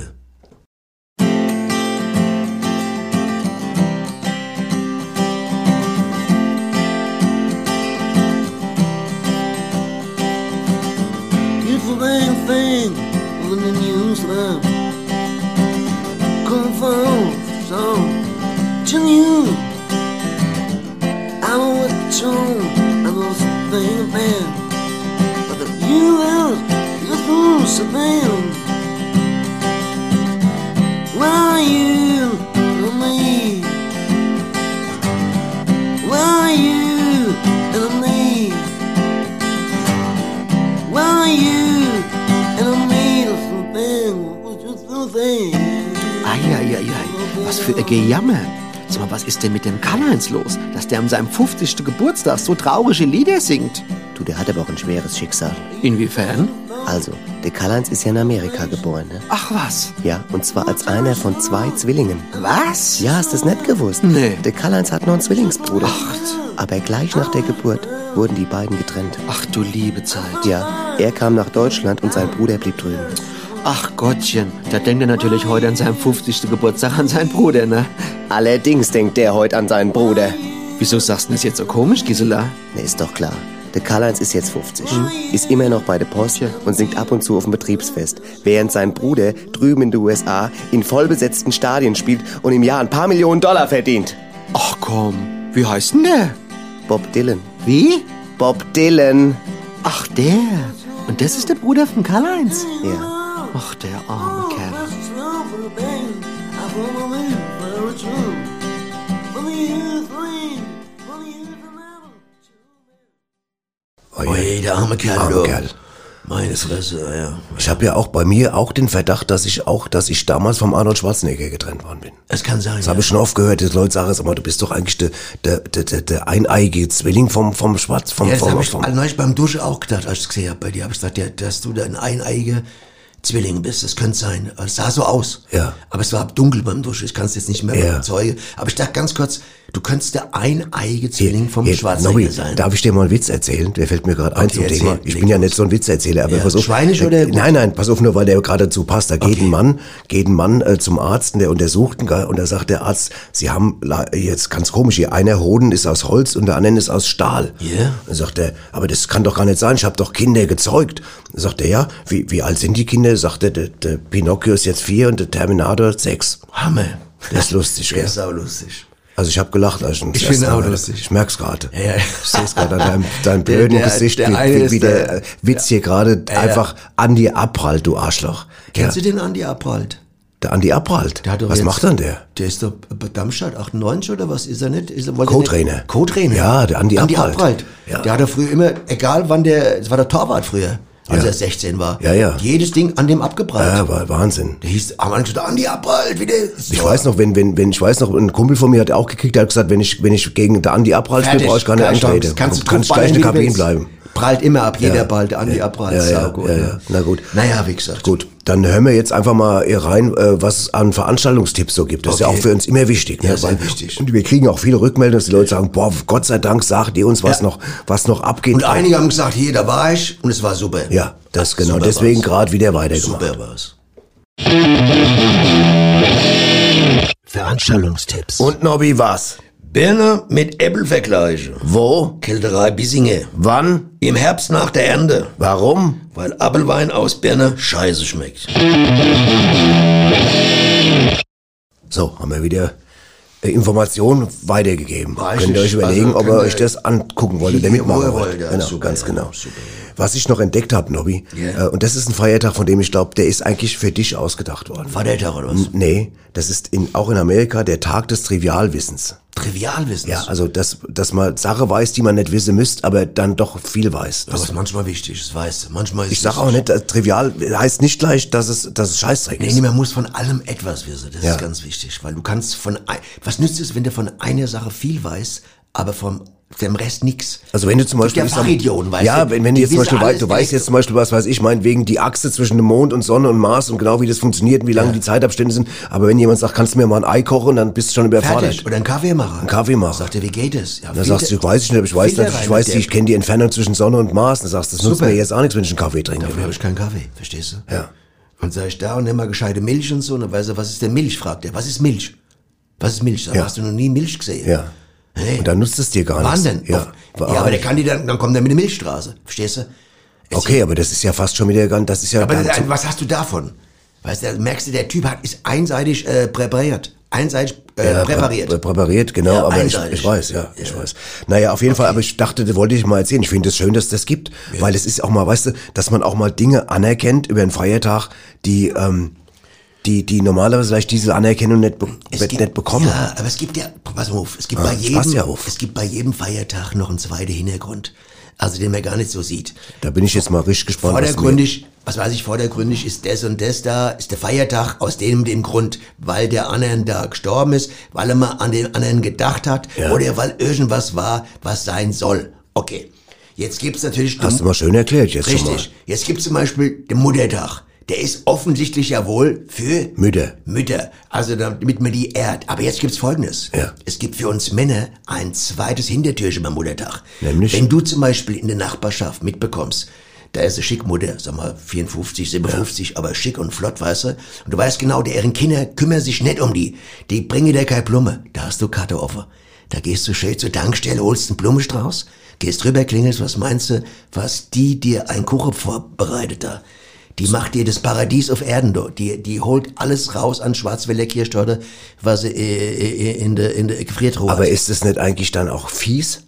S6: It's the real thing on the news love. Come from some to you. I was torn, I was thinking bad. But the you out, you fool so bad. Where are you and me? Where are you and me? Well, you and I made a something. What you something?
S7: Eieiei, was für ein Gejammer. Sag mal, was ist denn mit dem Karl-Heinz los, dass der an seinem 50. Geburtstag so traurige Lieder singt?
S1: Du, der hat aber auch ein schweres Schicksal.
S7: Inwiefern?
S1: Also, der Karl-Heinz ist ja in Amerika geboren, ne?
S7: Ach was.
S1: Ja, und zwar als einer von zwei Zwillingen.
S7: Was?
S1: Ja, hast du das nicht gewusst?
S7: Nee.
S1: Der Karl-Heinz hat noch einen Zwillingsbruder. Aber gleich nach der Geburt wurden die beiden getrennt.
S7: Ach du liebe Zeit.
S1: Ja, er kam nach Deutschland und sein Bruder blieb drüben.
S7: Ach Gottchen, da denkt er natürlich heute an seinem 50. Geburtstag an seinen Bruder, ne?
S1: Allerdings denkt der heute an seinen Bruder.
S7: Wieso sagst du das jetzt so komisch, Gisela?
S1: Na, ist doch klar. Der Karl-Heinz ist jetzt 50, ist immer noch bei der Post und singt ab und zu auf dem Betriebsfest, während sein Bruder drüben in den USA in vollbesetzten Stadien spielt und im Jahr ein paar Millionen Dollar verdient.
S7: Ach komm, wie heißt denn der?
S1: Bob Dylan.
S7: Wie?
S1: Bob Dylan.
S7: Ach der. Und das ist der Bruder von Karl-Heinz.
S1: Ja.
S7: Ach der arme Kerl.
S3: Oje, der arme Kerl,
S2: Arme
S3: du.
S2: Kerl.
S3: Meine Fresse, ja.
S2: Ich habe ja auch bei mir auch den Verdacht, dass ich auch, dass ich damals vom Arnold Schwarzenegger getrennt worden bin.
S3: Es kann sein.
S2: Das habe ich schon oft gehört, dass Leute sagen, sag mal, du bist doch eigentlich der, der, der, der, der eineige Zwilling vom, vom Schwarz, vom,
S3: Ja, das
S2: vom,
S3: habe ich
S2: vom.
S3: neulich beim Duschen auch gedacht, als ich es gesehen habe. Bei dir habe ich gedacht, ja, dass du da ein eineiiger Zwilling bist. Das könnte sein. Aber Es sah so aus.
S2: Ja.
S3: Aber es war dunkel beim Duschen. Ich kann es jetzt nicht mehr
S2: Ja.
S3: bezeugen. Aber ich dachte ganz kurz, du könntest der eineige Zwilling vom
S2: Hier,
S3: Schwarzenegger
S2: Nobby,
S3: Um sein.
S2: darf ich dir mal einen Witz erzählen? Der fällt mir gerade ein zum
S3: erzähl.
S2: Thema. Ich
S3: Leg
S2: bin ja
S3: los.
S2: nicht so ein Witzerzähler, aber
S3: Ja,
S2: pass auf.
S3: schweinisch oder gut?
S2: Nein, nein, pass auf, nur weil der gerade dazu passt. Da geht ein Mann, geht ein Mann äh, zum Arzt, und der untersucht ihn, gell, und da sagt der Arzt, sie haben, la- jetzt ganz komisch, hier einer Hoden ist aus Holz und der andere ist aus Stahl.
S3: Ja.
S2: Dann sagt er, aber das kann doch gar nicht sein, ich habe doch Kinder gezeugt. Dann sagt er, ja, wie, wie alt sind die Kinder? Sagt er, der, der Pinocchio ist jetzt vier und der Terminator sechs.
S3: Hammer.
S2: Das ist lustig,
S3: Der
S2: gell?
S3: ist auch lustig.
S2: Also ich habe gelacht. Als ich
S3: Ich
S2: das
S3: finde
S2: erste
S3: auch
S2: Mal-
S3: lustig.
S2: Ich merk's gerade.
S3: Ja, ja.
S2: Ich sehe es gerade an deinem, deinem
S3: Der-
S2: blöden
S3: der-
S2: Gesicht,
S3: der eine
S2: wie, wie,
S3: ist
S2: wie der,
S3: der-
S2: äh, Witz hier gerade einfach an dir abprallt, du Arschloch.
S3: Kennst
S2: ja.
S3: du den Andi Abhold?
S2: Der an dir abprallt.
S3: Der hat doch
S2: Was
S3: jetzt-
S2: macht denn der?
S3: Der ist doch bei Darmstadt 98 oder was ist er nicht? Ist er, wollte er
S2: Co-Trainer.
S3: nicht- Co-Trainer.
S2: Ja, der Andi Abbreit.
S3: Abbreit.
S2: Ja.
S3: Der hat er früher immer, egal wann der, es war der Torwart früher, als
S2: Ja.
S3: er 16 war.
S2: Ja, ja.
S3: Jedes Ding an dem abgeprallt.
S2: Ja, war Wahnsinn.
S3: Der hieß, am Anfang gesagt, Andi Abbreit, wie der
S2: Ich weiß noch, wenn, wenn, wenn, ich weiß noch, ein Kumpel von mir hat auch gekickt, der hat gesagt, wenn ich, wenn ich gegen der Andi abprallt spiele,
S3: Fertig.
S2: brauche ich gar nicht
S3: Gleich
S2: antreten.
S3: raus. Kannst du
S2: kann ich gleich in
S3: draufballen,
S2: der
S3: wie du
S2: Kabine
S3: willst.
S2: bleiben.
S6: prallt immer ab, jeder prallt an, die abprallt.
S2: Ja, ja,
S6: Saugut,
S2: ja,
S6: ne?
S2: ja. Na gut.
S6: Naja, wie gesagt.
S2: Gut, dann hören wir jetzt einfach mal hier rein, äh, was es an Veranstaltungstipps so gibt. Das ist ja
S6: Okay.
S2: auch für uns immer wichtig.
S6: Ja, sehr wichtig.
S2: Und wir kriegen auch viele Rückmeldungen, dass die Leute sagen, boah, Gott sei Dank sagt ihr uns, was, noch, was noch abgeht.
S3: Und einige haben gesagt, hier, da war ich und es war super.
S2: ja, das genau.
S3: Super
S2: Deswegen
S3: war's.
S2: gerade wieder weitergemacht.
S3: Super war's.
S2: Veranstaltungstipps. Und Nobby, was?
S3: Birne mit Äppel vergleiche.
S2: Wo?
S3: Kälterei Bissinge.
S2: Wann?
S3: Im Herbst nach der Ernte,
S2: Warum?
S3: weil Appelwein aus Birne scheiße schmeckt.
S2: So, haben wir wieder äh, Informationen weitergegeben.
S3: Weiß
S2: könnt ihr euch
S3: nicht.
S2: überlegen,
S3: Also
S2: ob ihr
S3: können wir-
S2: euch das angucken wollt oder
S3: Hier, wo
S2: mitmachen
S3: ihr
S2: wollt.
S3: wollt, ja,
S2: genau,
S3: super,
S2: ganz
S3: ja,
S2: genau. Was ich noch entdeckt habe, Nobby,
S3: Ja.
S2: äh, und das ist ein Feiertag, von dem ich glaube, der ist eigentlich für dich ausgedacht worden.
S3: Vatertag oder was?
S2: N- Nee, das ist in, auch in Amerika der Tag des Trivialwissens.
S3: Trivialwissen.
S2: Ja, also dass, dass man Sache weiß, die man nicht wissen müsst, aber dann doch viel weiß. Das,
S3: was manchmal wichtig ist, weißt du. Manchmal ist
S2: ich sag auch nicht, dass trivial heißt nicht gleich, dass es, dass es Scheißdreck
S3: Nee,
S2: ist.
S3: nee, man muss von allem etwas wissen. Das
S2: Ja.
S3: ist ganz wichtig, weil du kannst von ein, was nützt es, wenn du von einer Sache viel weißt, aber vom dem Rest nix.
S2: Also wenn du zum
S3: Gibt
S2: Beispiel...
S3: ja
S2: ich sag-
S3: Fachidioten, weißt
S2: ja,
S3: du?
S2: wenn, wenn du
S3: Die
S2: jetzt zum
S3: wissen
S2: Beispiel weißt,
S3: alles
S2: du weißt
S3: direkt.
S2: jetzt zum Beispiel was, weiß ich, meinetwegen die Achse zwischen dem Mond und Sonne und Mars und genau wie das funktioniert und wie lange die Zeitabstände sind. Aber wenn jemand sagt, kannst du mir mal ein Ei kochen, dann bist du schon überfordert.
S3: Fertig. Oder einen Kaffee machen. Ein
S2: Kaffee machen.
S3: Sagt er, wie geht es? Ja,
S2: Dann sagst du, weiß ich nicht, aber ich weiß
S3: Filter
S2: natürlich, ich
S3: rein
S2: weiß
S3: mit
S2: nicht, ich
S3: der-
S2: kenne die Entfernung zwischen Sonne und Mars. Dann sagst du, das nutzt
S3: Super.
S2: mir jetzt auch nichts, wenn ich einen Kaffee trinke.
S3: Dafür habe ich keinen Kaffee, verstehst du?
S2: Ja.
S3: Und sag ich da und nimm mal gescheite Milch und so. Und dann weiß er, was ist denn Milch? Fragt er. Was ist Milch? Was ist Milch? Sag,
S2: Ja.
S3: Hast du noch nie Milch gesehen?
S2: Ja.
S3: Hey.
S2: Und dann nutzt es dir gar nichts.
S3: Wann denn?
S2: Ja,
S3: ja
S2: Wahnsinn.
S3: aber der kann die dann, dann kommt er mit der Milchstraße. Verstehst du?
S2: Okay, aber das ist ja fast schon wieder ganz, das ist ja
S3: Aber
S2: ganz,
S3: das, was hast du davon? Weißt du, merkst du, der Typ hat, ist einseitig äh, präpariert. Einseitig äh,
S2: Ja, prä-
S3: präpariert.
S2: prä- Präpariert, genau,
S3: Ja,
S2: aber ich,
S3: einseitig.
S2: ich weiß, ja, ich weiß. Naja, auf jeden Fall, aber ich dachte, das wollte ich mal erzählen. Ich finde es das schön, dass das gibt, weil es ist auch mal, weißt du, dass man auch mal Dinge anerkennt über einen Feiertag, die, ähm, die, die normalerweise vielleicht diese Anerkennung nicht, be
S3: Es gibt-
S2: nicht bekommen.
S3: Ja, aber es gibt ja, pass mal auf, es gibt
S2: Ah,
S3: bei
S2: pass
S3: jedem,
S2: ja auf.
S3: es gibt bei jedem Feiertag noch einen zweiten Hintergrund. Also den man gar nicht so sieht.
S2: Da bin ich jetzt mal richtig gespannt. was mir-
S3: Vordergründig, was weiß ich, vordergründig ist das und das da, ist der Feiertag aus dem und dem Grund, weil der anderen da gestorben ist, weil er mal an den anderen gedacht hat
S2: Ja.
S3: oder weil irgendwas war, was sein soll. Okay. Jetzt gibt's natürlich
S2: Hast du mal schön erklärt jetzt schon mal.
S3: Richtig. Jetzt gibt's zum Beispiel den Muttertag. Der ist offensichtlich ja wohl für
S2: Mütter.
S3: Mütter. Also damit man die ehrt. Aber jetzt gibt's Folgendes.
S2: Ja.
S3: Es gibt für uns Männer ein zweites Hintertürchen beim Muttertag.
S2: Nämlich?
S3: Wenn du zum Beispiel in der Nachbarschaft mitbekommst, da ist eine Schickmutter, sag mal 54, 57, aber schick und flott, weißt du? Und du weißt genau, deren Kinder kümmern sich nicht um die. Die bringen dir keine Blume. Da hast du Karte offen. Da gehst du schön zur Tankstelle, holst einen Blumenstrauß, gehst rüber, klingelst, was meinst du, was die dir ein Kuchen vorbereitet da? Die macht dir das Paradies auf Erden dort. Die, die holt alles raus an Schwarzwälder Kirschtorte, was sie äh, äh, in der in der Gefriertruhe
S2: Aber
S3: hat.
S2: ist es nicht eigentlich dann auch fies?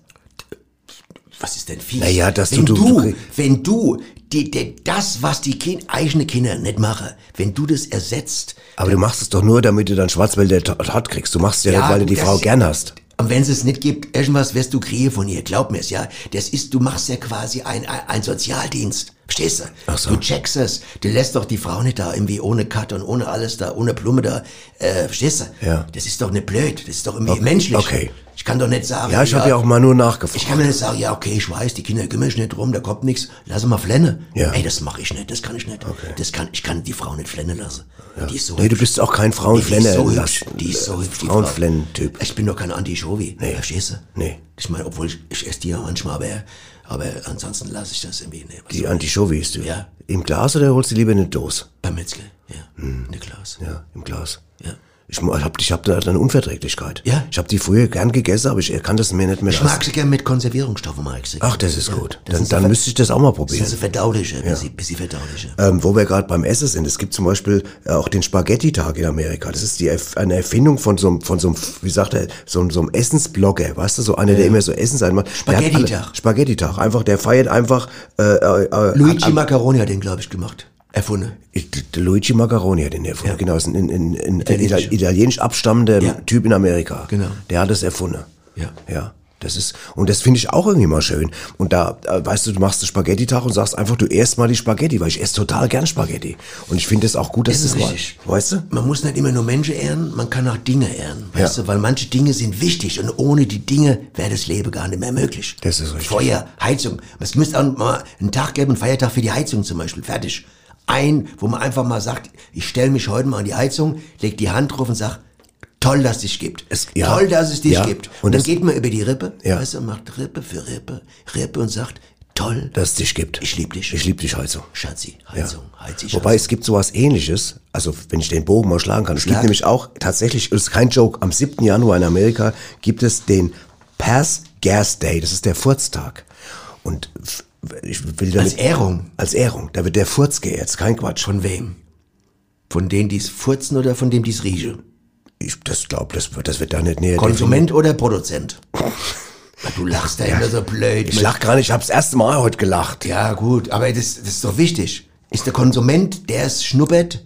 S3: Was ist denn fies?
S2: Naja, dass
S3: wenn
S2: du-
S3: du,
S2: du- du krieg-
S3: wenn du die, die, das, was die kind, eigene Kinder nicht machen, wenn du das ersetzt,
S2: Aber du machst es doch nur, damit du dann Schwarzwälder Tat kriegst. Du machst es ja,
S3: Ja,
S2: nicht, weil du
S3: gut,
S2: die
S3: das-
S2: Frau gern hast.
S3: und wenn es es nicht gibt, irgendwas wirst du kriegen von ihr, glaub mir's, ja. Das ist, du machst ja quasi ein, ein, ein Sozialdienst, verstehst du?
S2: Ach so.
S3: Du checkst es, du lässt doch die Frau nicht da, irgendwie ohne Cut und ohne alles da, ohne Blume da, äh, verstehst du?
S2: Ja.
S3: Das ist doch nicht blöd, das ist doch irgendwie menschlich.
S2: okay.
S3: Ich kann doch nicht sagen,
S2: Ja, ich habe ja auch mal nur nachgefragt.
S3: Ich kann mir nicht sagen, ja, okay, ich weiß, die Kinder kümmern sich nicht drum, da kommt nichts, lass mal flenne.
S2: Ja.
S3: Ey, das mache ich nicht, das kann ich nicht. Das kann, ich kann die Frau nicht flenne lassen. Die ist so
S2: Nee, du
S3: hübsch.
S2: bist auch kein
S3: Die ist
S2: Frauenflenner.
S3: so
S2: Lass-
S3: hübsch, die ist so hübsch. die Frau.
S2: Frauenflennen-Typ.
S3: Ich bin doch kein Anti-Jovi,
S2: Nee.
S3: verstehst du?
S2: Nee.
S3: Ich meine, obwohl ich, ich esse die ja manchmal, aber, aber ansonsten lasse ich das irgendwie. Nee, was
S2: Die
S3: soll-
S2: Antischovi ist du.
S3: Ja.
S2: Im Glas oder holst du lieber eine Dose?
S3: Beim Metzger, ja. Niklas.
S2: Hm. Ja, im Glas.
S3: Ja.
S2: Ich mu- hab, ich hab da eine Unverträglichkeit.
S3: Ja.
S2: Ich hab die früher gern gegessen, aber ich kann das mir nicht mehr
S3: Ich
S2: lassen.
S3: mag sie gern mit Konservierungsstoffen, mag ich sie.
S2: Ach, das ist gut.
S3: das
S2: Dann,
S3: ist so
S2: dann
S3: ver-
S2: müsste ich das auch mal
S3: Bisschen
S2: probieren.
S3: so verdaulicher, bisschen, bisschen verdaulicher.
S2: Ähm, wo wir gerade beim Essen sind, es gibt zum Beispiel äh, auch den Spaghetti-Tag in Amerika. Das ist die Erf eine Erfindung von so einem, von so einem, wie sagt er, so, einem- so einem Essensblogger, weißt du, so einer, der immer so Essens einmacht. Der hat alle-
S3: Spaghetti-Tag.
S2: Spaghetti-Tag. Einfach, der feiert einfach äh, äh, äh,
S3: Luigi Macaroni hat den, glaube ich, gemacht. Erfunden.
S2: Ich- d- d- Luigi Macaroni hat den erfunden. Genau, ist ein, ein, ein, ein
S3: Italienisch.
S2: italienisch. italienisch abstammender
S3: Ja.
S2: Typ in Amerika.
S3: Genau.
S2: Der hat es erfunden.
S3: Ja.
S2: Ja. Das ist, und das finde ich auch irgendwie mal schön. Und da, äh, weißt du, du machst den Spaghetti-Tag und sagst einfach, du erst mal die Spaghetti, weil ich esse total gern Spaghetti. Und ich finde es auch gut, dass
S3: Das
S2: es
S3: ist
S2: mal,
S3: richtig.
S2: weißt du?
S3: Man muss nicht immer nur Menschen ehren, man kann auch Dinge ehren.
S2: Ja.
S3: Weißt du, weil manche Dinge sind wichtig und ohne die Dinge wäre das Leben gar nicht mehr möglich.
S2: Das ist richtig.
S3: Feuer, Heizung. Es müsste auch mal einen Tag geben, einen Feiertag für die Heizung zum Beispiel. Fertig. Ein, wo man einfach mal sagt, ich stelle mich heute mal an die Heizung, leg die Hand drauf und sag, toll, dass es dich gibt.
S2: Es- ja.
S3: Toll, dass es dich
S2: Ja.
S3: gibt. Und,
S2: Und
S3: dann
S2: das-
S3: geht man über die Rippe,
S2: Ja.
S3: weißt du, macht Rippe für Rippe, Rippe und sagt, toll,
S2: Dass es dich gibt.
S3: ich liebe dich.
S2: Ich liebe dich, Heizung.
S3: Schatzi,
S2: Ja.
S3: Heizung, Heizi,
S2: Wobei es gibt sowas ähnliches, also wenn ich den Bogen mal schlagen kann, es gibt
S3: Schlag.
S2: nämlich auch tatsächlich, das ist kein Joke, am 7. Januar in Amerika gibt es den Pass Gas Day, das ist der Furztag. Und f- ich will damit,
S3: Als Ehrung.
S2: als Ehrung, da wird der Furz geehrt, kein Quatsch.
S3: Von wem? Von denen, die es furzen oder von dem, die es riechen?
S2: Ich das glaube, das, wird- das wird da nicht näher
S3: Konsument oder Produzent? Du lachst da immer so blöd.
S2: definiert. Ich lach gar nicht, ich habe das erste Mal heute gelacht.
S3: Ja, gut, aber das, das ist doch wichtig. Ist der Konsument, der es schnuppert,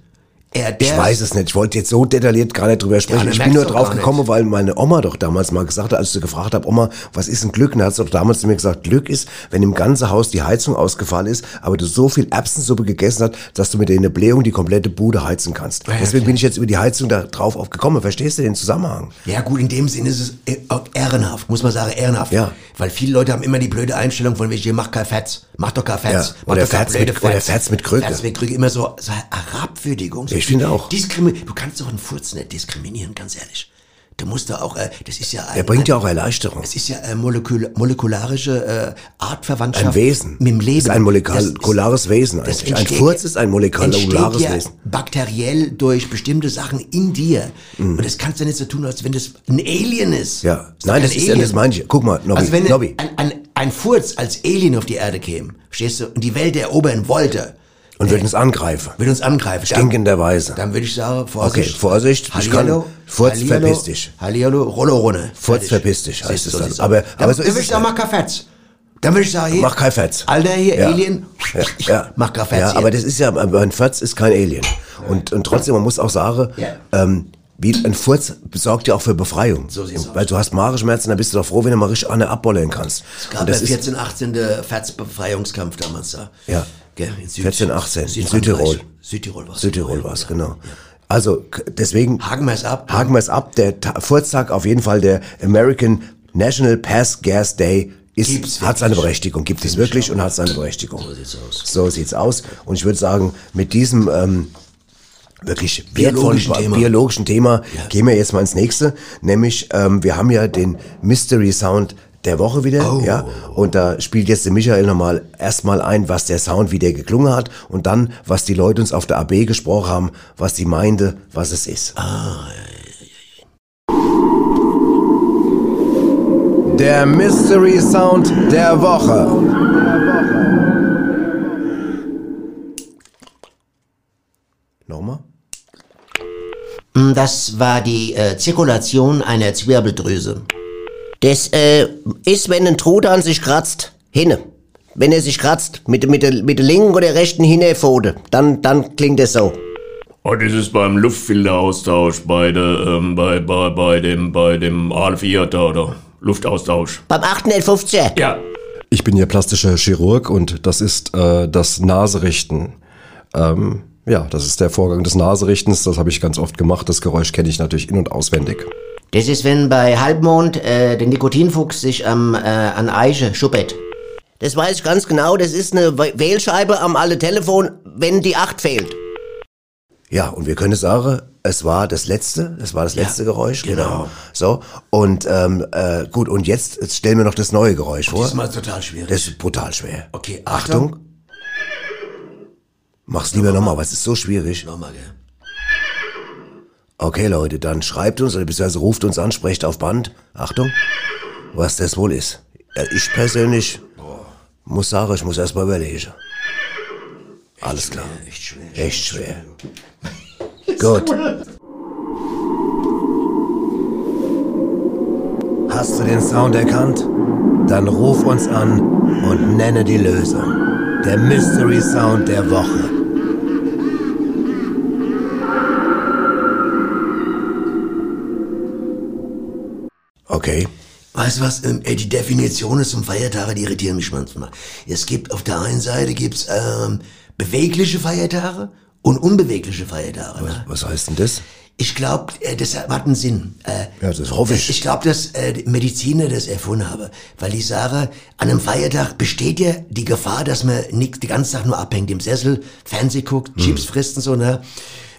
S3: er der.
S2: Ich weiß es nicht, ich wollte jetzt so detailliert gar nicht drüber sprechen.
S3: dann
S2: ich bin
S3: merkst
S2: nur
S3: du
S2: drauf
S3: gar nicht.
S2: gekommen, weil meine Oma doch damals mal gesagt hat, als ich sie gefragt habe, Oma, was ist ein Glück? Und dann hat sie doch damals zu mir gesagt, Glück ist, wenn im ganzen Haus die Heizung ausgefallen ist, aber du so viel Erbsensuppe gegessen hast, dass du mit der Blähung die komplette Bude heizen kannst.
S3: ja,
S2: Deswegen bin ich jetzt über die Heizung da drauf aufgekommen. Verstehst du den Zusammenhang?
S3: Ja, gut, in dem Sinne ist es eh- auch ehrenhaft, muss man sagen, ehrenhaft.
S2: Ja.
S3: Weil viele Leute haben immer die blöde Einstellung von, ich mach kein Fetz, mach doch kein Fetz,
S2: Ja,
S3: mach
S2: oder
S3: doch kein
S2: Fetz mit- oder Fetz mit Krücke.
S3: Fetz mit Krücke, immer so, so Herabwürdigung. So
S2: Ich finde auch.
S3: Diskrimi du kannst doch einen Furz nicht diskriminieren, ganz ehrlich. Du musst da auch, äh, das ist ja ein,
S2: Der bringt ja auch Erleichterung.
S3: Es ist ja eine molekul molekularische äh, Artverwandtschaft.
S2: Ein Wesen.
S3: Mit dem Leben.
S2: Ist ein
S3: Das ist-
S2: molekulares Wesen
S3: das
S2: eigentlich. Ein
S3: entsteht-
S2: Furz ist ein molekulares
S3: entsteht ja
S2: Wesen.
S3: bakteriell durch bestimmte Sachen in dir. Und das kannst du nicht so tun, als wenn das ein Alien ist.
S2: Mhm. Ja.
S3: doch
S2: Nein,
S3: kein
S2: das ist ja das manche. Guck mal, Nobby.
S3: eh Also wenn
S2: Nobby.
S3: ein, ein, ein Furz als Alien auf die Erde käme, verstehst du, und die Welt erobern wollte,
S2: Und würden es angreifen.
S3: würde uns angreifen.
S2: Stinkenderweise.
S3: Dann, dann würde ich sagen, Vorsicht.
S2: genau. Okay, Vorsicht, ich
S3: Hallihallo,
S2: kann- Furz,
S3: Hallihallo,
S2: verpiss dich.
S3: Hallihallo, Rollo runne.
S2: Furz,
S3: Fertig.
S2: verpiss dich, heißt
S3: Siehst
S2: es
S3: du,
S2: dann.
S3: siehst du.
S2: Aber- aber
S3: dann,
S2: so
S3: dann
S2: ist
S3: würde
S2: es
S3: ich sagen,
S2: ja.
S3: mach kein Fetz. Dann würde ich sagen, hier,
S2: Mach kein Fetz.
S3: Alter, hier,
S2: Ja.
S3: Alien,
S2: Ja, ja.
S3: mach kein Fetz
S2: Ja,
S3: hier.
S2: aber das ist ja, aber ein Furz ist kein Alien. Und, und trotzdem, man muss auch sagen,
S3: Ja.
S2: ähm, wie ein Furz sorgt ja auch für Befreiung.
S3: So sieht's aus.
S2: Weil du hast Magenschmerzen, dann bist du doch froh, wenn du mal richtig eine abbollen kannst.
S3: Es gab
S2: Und das
S3: der
S2: ist
S3: 14, 18. Fetzbefreiungskampf damals da.
S2: Ja.
S3: Gell, in Süd
S2: 14, 18, in
S3: Südfrankreich.
S2: Südtirol.
S3: Südtirol war es.
S2: Südtirol war's, genau. Also, k- deswegen.
S3: Haken wir es ab.
S2: Haken wir es ab. Der Ta Furztag, auf jeden Fall der American National Pass Gas Day,
S3: Gibt's
S2: ist, hat
S3: wirklich.
S2: seine Berechtigung. Gibt es wirklich und hat seine Berechtigung. So sieht's aus. So sieht's aus. Und ich würde sagen, mit diesem ähm, wirklich wertvollen
S3: Biologischen Thema.
S2: biologischen Thema gehen wir jetzt mal ins nächste. Nämlich, ähm, wir haben ja den Mystery Sound der Woche wieder.
S3: Oh.
S2: Ja, und da spielt jetzt der Michael nochmal erstmal ein, was der Sound, wie der geklungen hat und dann, was die Leute uns auf der AB gesprochen haben, was sie meinte, was es ist. Der Mystery Sound der Woche. Nochmal?
S1: Hm,
S3: Das war die äh, Zirkulation einer Zwirbeldrüse.
S1: Das äh, ist, wenn ein Truthahn sich kratzt, hinne. Wenn er sich kratzt, mit, mit, der- mit der linken oder rechten Hinterpfote, dann, dann klingt es so.
S8: Und es Oh, ist beim Luftfilteraustausch bei, der, ähm, bei, bei, bei dem, bei dem A4 da, oder Luftaustausch.
S1: Beim 850er.
S8: Ja.
S9: Ich bin ja plastischer Chirurg und das ist äh, das Naserichten. Ähm, ja, das ist der Vorgang des Naserichtens. Das habe ich ganz oft gemacht. Das Geräusch kenne ich natürlich in- und auswendig.
S4: Das ist, wenn bei Halbmond äh, der Nikotinfuchs sich am, äh, an Eiche schuppert.
S1: Das weiß ich ganz genau, das ist eine We- Wählscheibe am alle Telefon, wenn die 8 fehlt.
S2: Ja, und wir können sagen, es war das letzte, es war das letzte Geräusch. Genau. So, und ähm, äh, gut, und jetzt, jetzt stellen wir noch das neue Geräusch vor.
S3: Das ist total schwierig.
S2: Das ist brutal schwer.
S3: okay,
S2: Achtung. Mach's lieber nochmal, weil es ist so schwierig.
S3: Nochmal, gell.
S2: Okay, Leute, dann schreibt uns oder beziehungsweise ruft uns an, sprecht auf Band. Achtung, was das wohl ist. Ja, ich persönlich muss sagen, ich muss erst mal überlegen. Alles klar. Echt schwer. Echt schwer. Gut. Hast du den Sound erkannt? Dann ruf uns an und nenne die Lösung. Der Mystery Sound der Woche. Okay.
S3: Weißt du was? Ähm, ey, die Definitionen zum Feiertage, die irritieren mich manchmal. Es gibt auf der einen Seite gibt's ähm, bewegliche Feiertage und unbewegliche Feiertage. Ne?
S2: Was heißt denn das?
S3: Ich glaube, äh, das hat einen Sinn. Äh,
S2: Ja, das hoffe ich.
S3: ich glaube, dass äh, Mediziner das erfunden haben, weil die Sache, an einem Feiertag besteht ja die Gefahr, dass man nicht den ganzen Tag nur abhängt im Sessel, Fernseh guckt,
S2: Hm.
S3: Chips frisst und so, ne?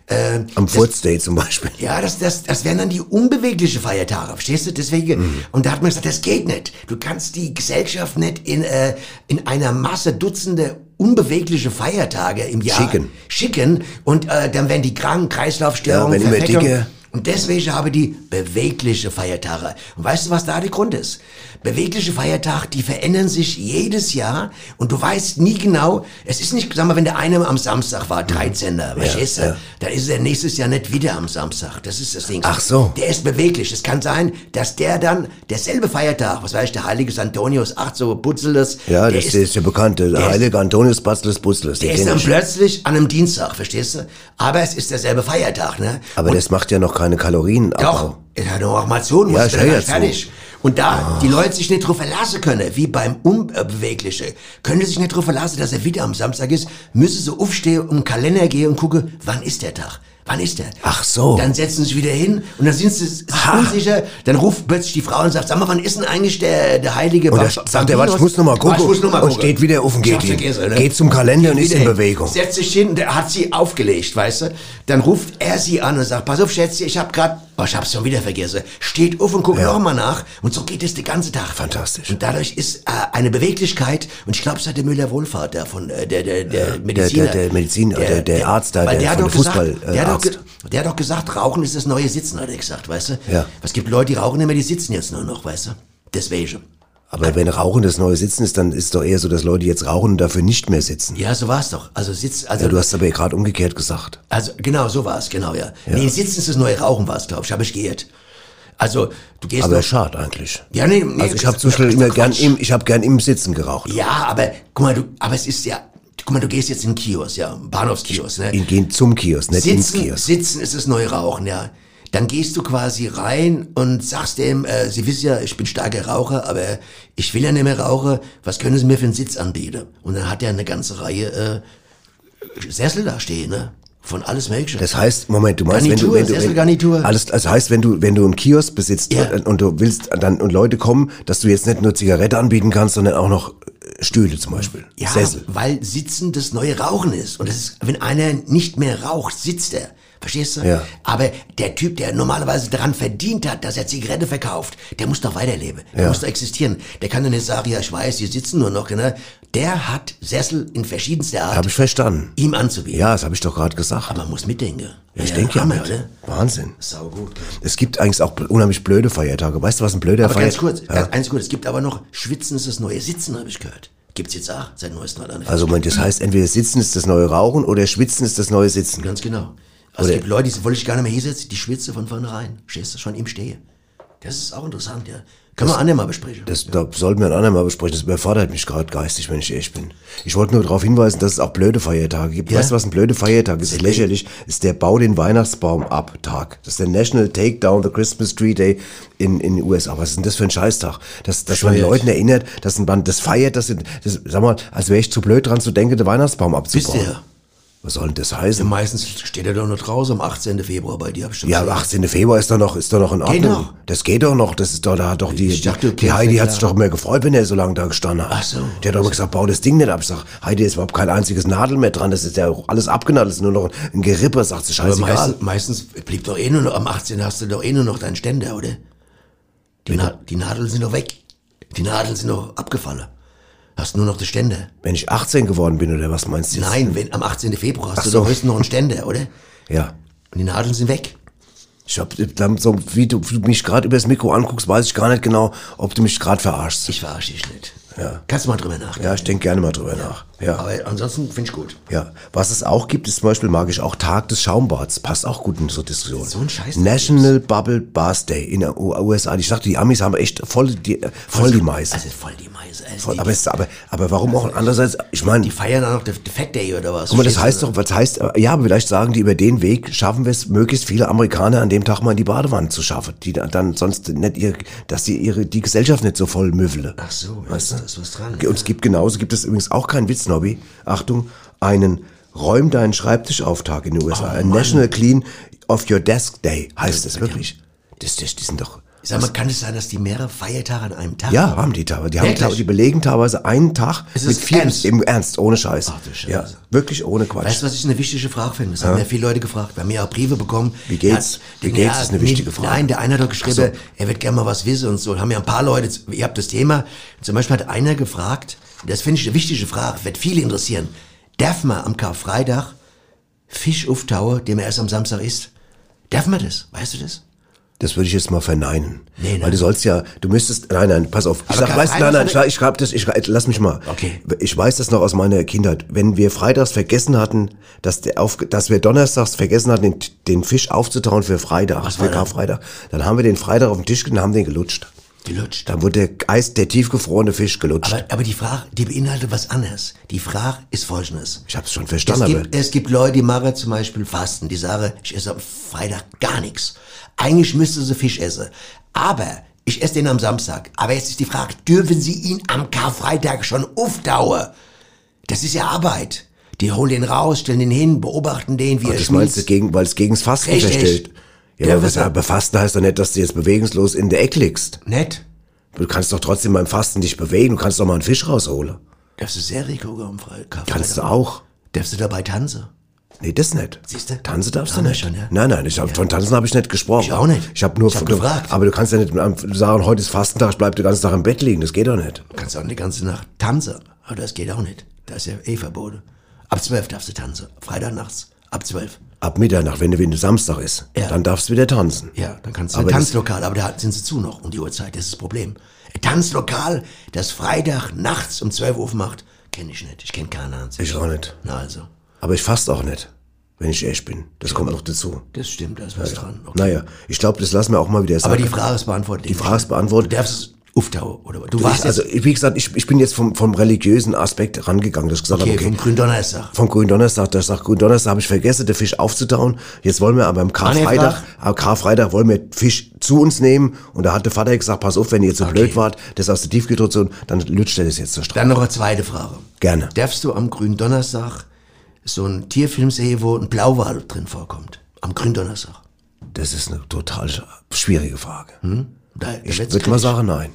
S3: Ähm,
S2: Am Foot's Day zum Beispiel.
S3: ja, das, das, das wären dann die unbeweglichen Feiertage, verstehst du? Deswegen,
S2: Mhm.
S3: und da hat man gesagt, das geht nicht. Du kannst die Gesellschaft nicht in, äh, in einer Masse Dutzende unbewegliche Feiertage im Jahr
S2: Schicken.
S3: schicken und äh, dann werden die krank,
S2: Ja,
S3: Kreislaufstörungen,
S2: wenn immer
S3: Verfettung.
S2: dicke.
S3: Und deswegen habe die bewegliche Feiertage. Und weißt du, was da der Grund ist? Bewegliche Feiertage, die verändern sich jedes Jahr und du weißt nie genau, es ist nicht, sag mal, wenn der eine am Samstag war, 13. verstehst du?
S2: Mhm. ja.
S3: Dann ist er nächstes Jahr nicht wieder am Samstag. Das ist das Ding.
S2: Ach so.
S3: Der ist beweglich. Es kann sein, dass der dann derselbe Feiertag, was weiß ich, der heilige Santonius, ach so, Butzeles.
S2: Ja,
S3: der
S2: das ist, ja bekannt. Der,
S3: der ist-
S2: heilige Antonius Batzles Butzles. den
S3: der ist
S2: kenn
S3: dann
S2: ich.
S3: plötzlich an einem Dienstag, verstehst du? Aber es ist derselbe Feiertag, ne?
S2: Aber das macht ja noch keine Kalorien.
S3: Doch, es hat auch mal zu,
S2: Ja, ich
S3: muss
S2: höre ja zu.
S3: fertig. Und
S2: Ah.
S3: da die Leute sich nicht drauf verlassen können, wie beim Unbeweglichen, können sie sich nicht drauf verlassen, dass er wieder am Samstag ist, müssen sie aufstehen und im Kalender gehen und gucken, wann ist der Tag? Wann ist der?
S2: Ach so.
S3: Dann setzen sie sich wieder hin und dann sind sie s- unsicher. Dann ruft plötzlich die Frau und sagt, sag mal, wann ist denn eigentlich der, der heilige
S2: Und
S3: Ba-
S2: dann sagt er, was, ich muss noch mal gucken.
S3: Ah, ich muss noch mal
S2: Und
S3: gucken.
S2: steht wieder auf dem
S3: Ich hab's
S2: Gehweg.
S3: vergessen, ne?
S2: Geht zum Kalender und ist
S3: wieder
S2: in
S3: hin.
S2: Bewegung.
S3: Setzt sich hin, der hat sie aufgelegt, weißt du? Dann ruft er sie an und sagt, pass auf, Schätzchen, ich hab grad, oh, ich hab's schon wieder vergessen. Steht auf und guckt noch mal nach. Und so geht es den ganzen Tag. Fantastisch. Und dadurch ist äh, eine Beweglichkeit, und ich glaube, es hat der Müller-Wohlfahrt davon, äh, der, der, der Mediziner.
S2: der- der Mediziner, der- der Arzt da, der
S3: weil der, hat
S2: von
S3: doch
S2: dem
S3: gesagt,
S2: Fußball, äh,
S3: der, hat doch ge-
S2: Arzt.
S3: der hat doch gesagt, Rauchen ist das neue Sitzen, hat er gesagt, weißt du?
S2: Ja.
S3: Es gibt Leute, die rauchen immer, die sitzen jetzt nur noch, weißt du? Deswegen.
S2: Aber wenn Rauchen das neue Sitzen ist, dann ist doch eher so, dass Leute jetzt rauchen und dafür nicht mehr sitzen.
S3: Ja, so war's doch. Also sitzt, also
S2: Ja, du hast aber ja gerade umgekehrt gesagt.
S3: Also genau, so war es, genau, ja. Nee, sitzen ist das neue Rauchen war es, glaube ich, habe ich geirrt. Also, du gehst
S2: Aber
S3: noch-
S2: schade eigentlich.
S3: Ja, nee, nee,
S2: also ich habe
S3: das-
S2: zum Beispiel
S3: das-
S2: immer
S3: das-
S2: gern im, ich habe gern im Sitzen geraucht.
S3: Ja, aber guck mal, du, aber es ist ja, guck mal, du gehst jetzt in den Kiosk, ja, einen Bahnhofskiosk, ne?
S2: In, gehen zum Kiosk, nicht ins
S3: sitzen,
S2: Kiosk.
S3: sitzen ist das neue Rauchen, ja. Dann gehst du quasi rein und sagst dem, äh, Sie wissen ja, ich bin starker Raucher, aber ich will ja nicht mehr rauchen. Was können Sie mir für einen Sitz anbieten? Und dann hat er eine ganze Reihe äh, Sessel da stehen, ne? Von alles Mögliche.
S2: Das heißt, Moment, du meinst, wenn du,
S3: Garnitur,
S2: wenn du,
S3: Sesselgarnitur.
S2: wenn, alles, das heißt, wenn du, wenn du einen Kiosk besitzt
S3: Ja.
S2: und, und du willst dann und Leute kommen, dass du jetzt nicht nur Zigarette anbieten kannst, sondern auch noch äh, Stühle zum Beispiel,
S3: Ja,
S2: Sessel.
S3: weil Sitzen das neue Rauchen ist. Und das ist, wenn einer nicht mehr raucht, sitzt er. Verstehst du?
S2: Ja.
S3: Aber der Typ, der normalerweise daran verdient hat, dass er Zigarette verkauft, der muss doch weiterleben. Der
S2: Ja.
S3: muss doch existieren. Der kann doch nicht sagen, ja, ich weiß, die sitzen nur noch. Ne? Der hat Sessel in verschiedenster Art
S2: Habe ich verstanden?
S3: ihm anzubieten.
S2: Ja, das habe ich doch gerade gesagt.
S3: Man muss mitdenken.
S2: ja, ich denke ja,
S3: Hammer,
S2: mit.
S3: oder?
S2: Wahnsinn.
S3: Sau gut.
S2: Es gibt eigentlich auch unheimlich blöde Feiertage. Weißt du, was ein blöder
S3: Aber ganz
S2: Feiertag?
S3: kurz,
S2: Ja.
S3: ganz, eins kurz, es gibt aber noch, Schwitzen ist das neue Sitzen, habe ich gehört. Gibt's jetzt auch, seit neuestem hat einer
S2: Also Moment, das heißt, entweder Sitzen ist das neue Rauchen oder Schwitzen ist das neue Sitzen.
S3: Ganz genau. Also es
S2: Oder-
S3: gibt Leute, die wollte ich gar nicht mehr hinsetzen, die schwitze von vornherein. Stehst du schon im Stehe. Das ist auch interessant, ja. Können wir andere mal besprechen.
S2: Das, da sollten wir ein andermal besprechen. Das überfordert mich gerade geistig, wenn ich ehrlich bin. Ich wollte nur darauf hinweisen, dass es auch blöde Feiertage gibt.
S3: Ja.
S2: Weißt du, was ein blöde Feiertag ist? Das ist lächerlich. Ist der Bau den Weihnachtsbaum ab Tag. Das ist der National Takedown the Christmas Tree Day in, in den USA. Was ist denn das für ein Scheißtag? Dass, dass man
S3: Schwierig.
S2: Leuten erinnert, dass man das feiert, dass sie, das, sag mal, als wäre ich zu blöd dran zu denken, den Weihnachtsbaum
S3: Wisst
S2: abzubauen.
S3: ihr?
S2: Was soll denn das
S3: Ja,
S2: heißen?
S3: meistens steht er doch nur draußen am 18. Februar bei dir. Hab ich schon
S2: Ja,
S3: gesehen.
S2: 18. Februar ist doch noch, ist doch noch in Ordnung.
S3: noch.
S2: Das geht doch noch. Das ist doch, da hat doch die,
S3: Ich dachte,
S2: die, die
S3: okay,
S2: Heidi
S3: ja,
S2: hat sich
S3: klar.
S2: doch mehr gefreut, wenn er so lange da gestanden hat.
S3: Ach so.
S2: Der hat doch immer gesagt, bau das Ding nicht ab. Ich sag, Heidi ist überhaupt kein einziges Nadel mehr dran. Das ist ja alles abgenadelt. Das ist nur noch ein Gerippe, sagt sie,
S3: Aber
S2: scheißegal.
S3: Also meistens, meistens blieb doch eh nur noch, am 18. hast du doch eh nur noch deinen Ständer, oder? Die, Na, die Nadeln sind doch weg. Die Nadeln sind doch abgefallen. Hast nur noch den Ständer.
S2: Wenn ich 18 geworden bin, oder was meinst du? jetzt?
S3: Nein, wenn, am 18. Februar hast
S2: Ach
S3: du
S2: so.
S3: doch höchstens noch einen Ständer, oder?
S2: Ja.
S3: Und die Nadeln sind weg.
S2: Ich hab, so, wie du wie du mich gerade übers Mikro anguckst, weiß ich gar nicht genau, ob du mich gerade verarschst.
S3: Ich verarsche dich nicht. Kannst du mal drüber nachdenken.
S2: Ja, ich denke gerne mal drüber nach.
S3: Ja. Aber ansonsten finde ich gut.
S2: Ja, was es auch gibt, ist zum Beispiel magisch auch Tag des Schaumbads. Passt auch gut in so Diskussion. So
S3: ein Scheiß.
S2: National Bubble Bath Day in den USA. Ich dachte, die Amis haben echt voll die, äh, voll die Meise.
S3: Also voll die Meise. Also
S2: Voll,
S3: die, Also
S2: aber, es, aber, aber warum auch andererseits, ich meine,
S3: die feiern dann noch den Fat Day oder was?
S2: guck mal, das
S3: Verstehst
S2: heißt doch, was heißt, äh, ja, aber vielleicht sagen die über den Weg, schaffen wir es, möglichst viele Amerikaner an dem Tag mal in die Badewanne zu schaffen, die da- dann sonst nicht ihre, dass die ihre, die Gesellschaft nicht so voll müffle.
S3: Ach so, weißt du, da ist was dran.
S2: Und es gibt genauso, gibt es übrigens auch keinen Witz, Nobby. Achtung, einen Räum deinen Schreibtisch auf Tag in den
S3: Oh,
S2: USA. Ein National Clean of Your Desk Day heißt es wirklich. Das, das, die sind doch.
S3: Sag mal, kann es sein, dass die mehrere Feiertage an einem Tag
S2: Ja, haben die teilweise. Die, haben,
S3: Wirklich?
S2: teilweise- die belegen teilweise einen Tag
S3: Ist
S2: mit
S3: es
S2: vier.
S3: ernst?
S2: Im Ernst, ohne Scheiß. Ja, wirklich ohne Quatsch.
S3: Weißt du, was ich eine wichtige Frage finde? Das haben
S2: Ja.
S3: ja viele Leute gefragt. Wir haben ja auch Briefe bekommen.
S2: Wie geht's?
S3: Ja,
S2: Wie geht's? Das ist eine
S3: nee,
S2: wichtige Frage.
S3: Nein, der eine hat doch geschrieben,
S2: Ach so.
S3: er wird gerne mal was wissen und so. Haben ja ein paar Leute, ihr habt das Thema. Zum Beispiel hat einer gefragt, und das finde ich eine wichtige Frage, wird viele interessieren. Darf man am Karfreitag Fisch auftauen, den man erst am Samstag isst? Darf man das? Weißt du das?
S2: Das würde ich jetzt mal verneinen.
S3: Nee, ne?
S2: Weil du sollst ja, du müsstest, nein, nein, pass auf. Ich
S3: Aber
S2: sag, weißt, nein, nein,
S3: Karfreitag-
S2: ich schreib das, ich, schrei- lass mich mal.
S3: Okay.
S2: Ich weiß das noch aus meiner Kindheit. Wenn wir freitags vergessen hatten, dass, der auf, dass wir donnerstags vergessen hatten, den, den Fisch aufzutauen für Freitag, für Karfreitag, dann haben wir den Freitag auf den Tisch gelegt und haben den gelutscht.
S3: Gelutscht.
S2: Dann wurde der, Eis, der tiefgefrorene Fisch gelutscht.
S3: Aber, aber die Frage, die beinhaltet was anderes. Die Frage ist folgendes.
S2: ich hab's schon verstanden,
S3: es
S2: aber.
S3: gibt, es gibt Leute, die machen zum Beispiel Fasten. Die sagen, ich esse am Freitag gar nichts. Eigentlich müsste sie Fisch essen. Aber ich esse den am Samstag. Aber jetzt ist die Frage, dürfen sie ihn am Karfreitag schon aufdauern? Das ist ja Arbeit. Die holen den raus, stellen den hin, beobachten den, wie
S2: Ach,
S3: er
S2: das meinst du,
S3: schmilzt.
S2: gegen, weil es gegen das Fasten
S3: Richtig.
S2: verstellt.
S3: Ja,
S2: Ja, aber,
S3: was-
S2: was, aber Fasten heißt doch nicht, dass du jetzt bewegungslos in der Ecke liegst.
S3: Nett.
S2: Du kannst doch trotzdem beim Fasten dich bewegen, du kannst doch mal einen Fisch rausholen.
S3: Darfst du Serie gucken am Fre- Karfreitag?
S2: Kannst du auch.
S3: Darfst du dabei tanzen?
S2: Nee, das nicht.
S3: Siehst du?
S2: Tanzen darfst du
S3: Haben wir
S2: nicht.
S3: schon, ja.
S2: Nein, nein, ich hab, von Tanzen habe ich nicht gesprochen.
S3: Ich auch nicht.
S2: Ich habe nur
S3: Ich hab
S2: du-
S3: gefragt.
S2: Aber du kannst ja nicht am- sagen, heute ist Fastentag, ich bleib den ganzen Tag im Bett liegen. Das geht doch nicht.
S3: Du kannst auch die ganze Nacht tanzen. Aber das geht auch nicht. Da ist ja eh verboten. Ab 12 darfst du tanzen. Freitag nachts. Ab 12.
S2: Ab Mitternacht, wenn der Winter Samstag ist,
S3: Ja.
S2: dann darfst du wieder tanzen.
S3: Ja, dann kannst du
S2: Aber
S3: ein
S2: das-
S3: Tanzlokal, aber da sind sie zu noch um die Uhrzeit, das ist das Problem. Ein Tanzlokal, das Freitag nachts um 12 Uhr macht, kenne ich nicht. Ich kenne keinen einzigen.
S2: Ich auch nicht.
S3: Na also,
S2: Aber ich faste auch nicht, wenn ich ehrlich bin. Das kommt noch dazu.
S3: das stimmt, da ist was dran. Okay.
S2: Naja, ich glaube, das lassen wir auch mal wieder sagen.
S3: aber die Frage ist beantwortet.
S2: Die Frage ist beantwortet.
S3: Du darfst es auftauen, oder was? Du
S2: Ich-
S3: warst
S2: also,
S3: jetzt,
S2: wie gesagt, ich, ich bin jetzt vom, vom religiösen Aspekt rangegangen, dass ich gesagt
S3: okay,
S2: habe, okay,
S3: vom Gründonnerstag.
S2: vom grünen Donnerstag, da sagt grünen Donnerstag habe ich vergessen, den Fisch aufzutauen. Jetzt wollen wir aber am Karfreitag, am Karfreitag wollen wir Fisch zu uns nehmen. Und da hat der Vater gesagt, pass auf, wenn ihr zu blöd wart, das aus der Tiefgedrucktion, dann lutscht er das jetzt zur Straße.
S3: Dann noch eine zweite Frage.
S2: Gerne.
S3: Darfst du am Gründonnerstag so einen Tierfilm sehen, wo ein Blauwal drin vorkommt? Am Gründonnerstag.
S2: Das ist eine total sch- schwierige Frage.
S3: Hm? Da, da
S2: Ich
S3: wird's
S2: würde mal
S3: kritisch.
S2: sagen, nein.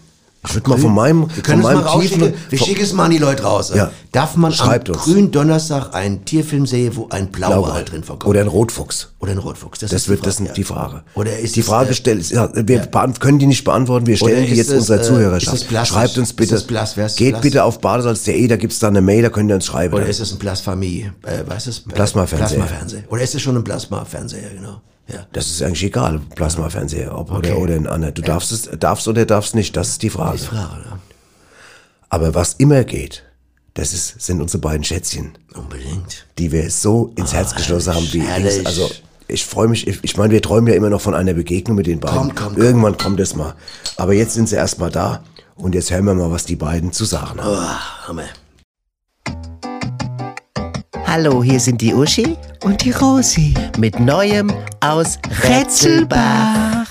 S2: Ich würde mal von meinem,
S3: Wir
S2: von
S3: können es mal
S2: meinem tiefen,
S3: rausschicken. Wir
S2: von-
S3: schicken es mal an die Leute raus.
S2: Ja.
S3: Darf man
S2: Schreibt
S3: am
S2: uns.
S3: grünen Donnerstag einen Tierfilm sehen, wo ein Blauwal drin vorkommt?
S2: oder ein Rotfuchs.
S3: Oder ein Rotfuchs?
S2: Das
S3: ist
S2: wird, das
S3: Frage,
S2: sind die
S3: ja.
S2: Frage.
S3: Oder ist
S2: die
S3: es,
S2: Frage
S3: äh,
S2: stellt, ja, wir beant- können die nicht beantworten, wir stellen
S3: Oder
S2: die
S3: ist
S2: jetzt
S3: es,
S2: unserer
S3: äh, ist
S2: Zuhörerschaft.
S3: es plastisch?
S2: Schreibt uns bitte,
S3: Ist es blass? Wär's
S2: geht
S3: blass?
S2: bitte auf badesalz.de, da gibt's dann eine Mail, da könnt ihr uns schreiben.
S3: Oder ist es ein Plasmamie? Äh, was ist
S2: Plasmafernseher.
S3: Plasmafernseher. Oder ist es schon ein Plasmafernseher, genau. Ja.
S2: das ist eigentlich egal, Plasmafernseher, ob
S3: Okay.
S2: oder, oder in Anne. Du darfst es, darfst oder darfst nicht, das ist die Frage.
S3: Die Frage, ne?
S2: Aber was immer geht, das ist, sind unsere beiden Schätzchen,
S3: Unbedingt.
S2: die wir so ins Herz geschlossen haben, wie
S3: Ah, herrlich.
S2: Dings. also, ich freue mich, ich, ich meine, wir träumen ja immer noch von einer Begegnung mit den beiden.
S3: Komm, komm, komm.
S2: Irgendwann kommt es mal. Aber jetzt sind sie erstmal da und jetzt hören wir mal, was die beiden zu sagen haben.
S3: Ah, Hammer.
S1: Hallo, hier sind die Uschi
S10: Und die Rosi.
S1: mit Neuem aus Rätselbach.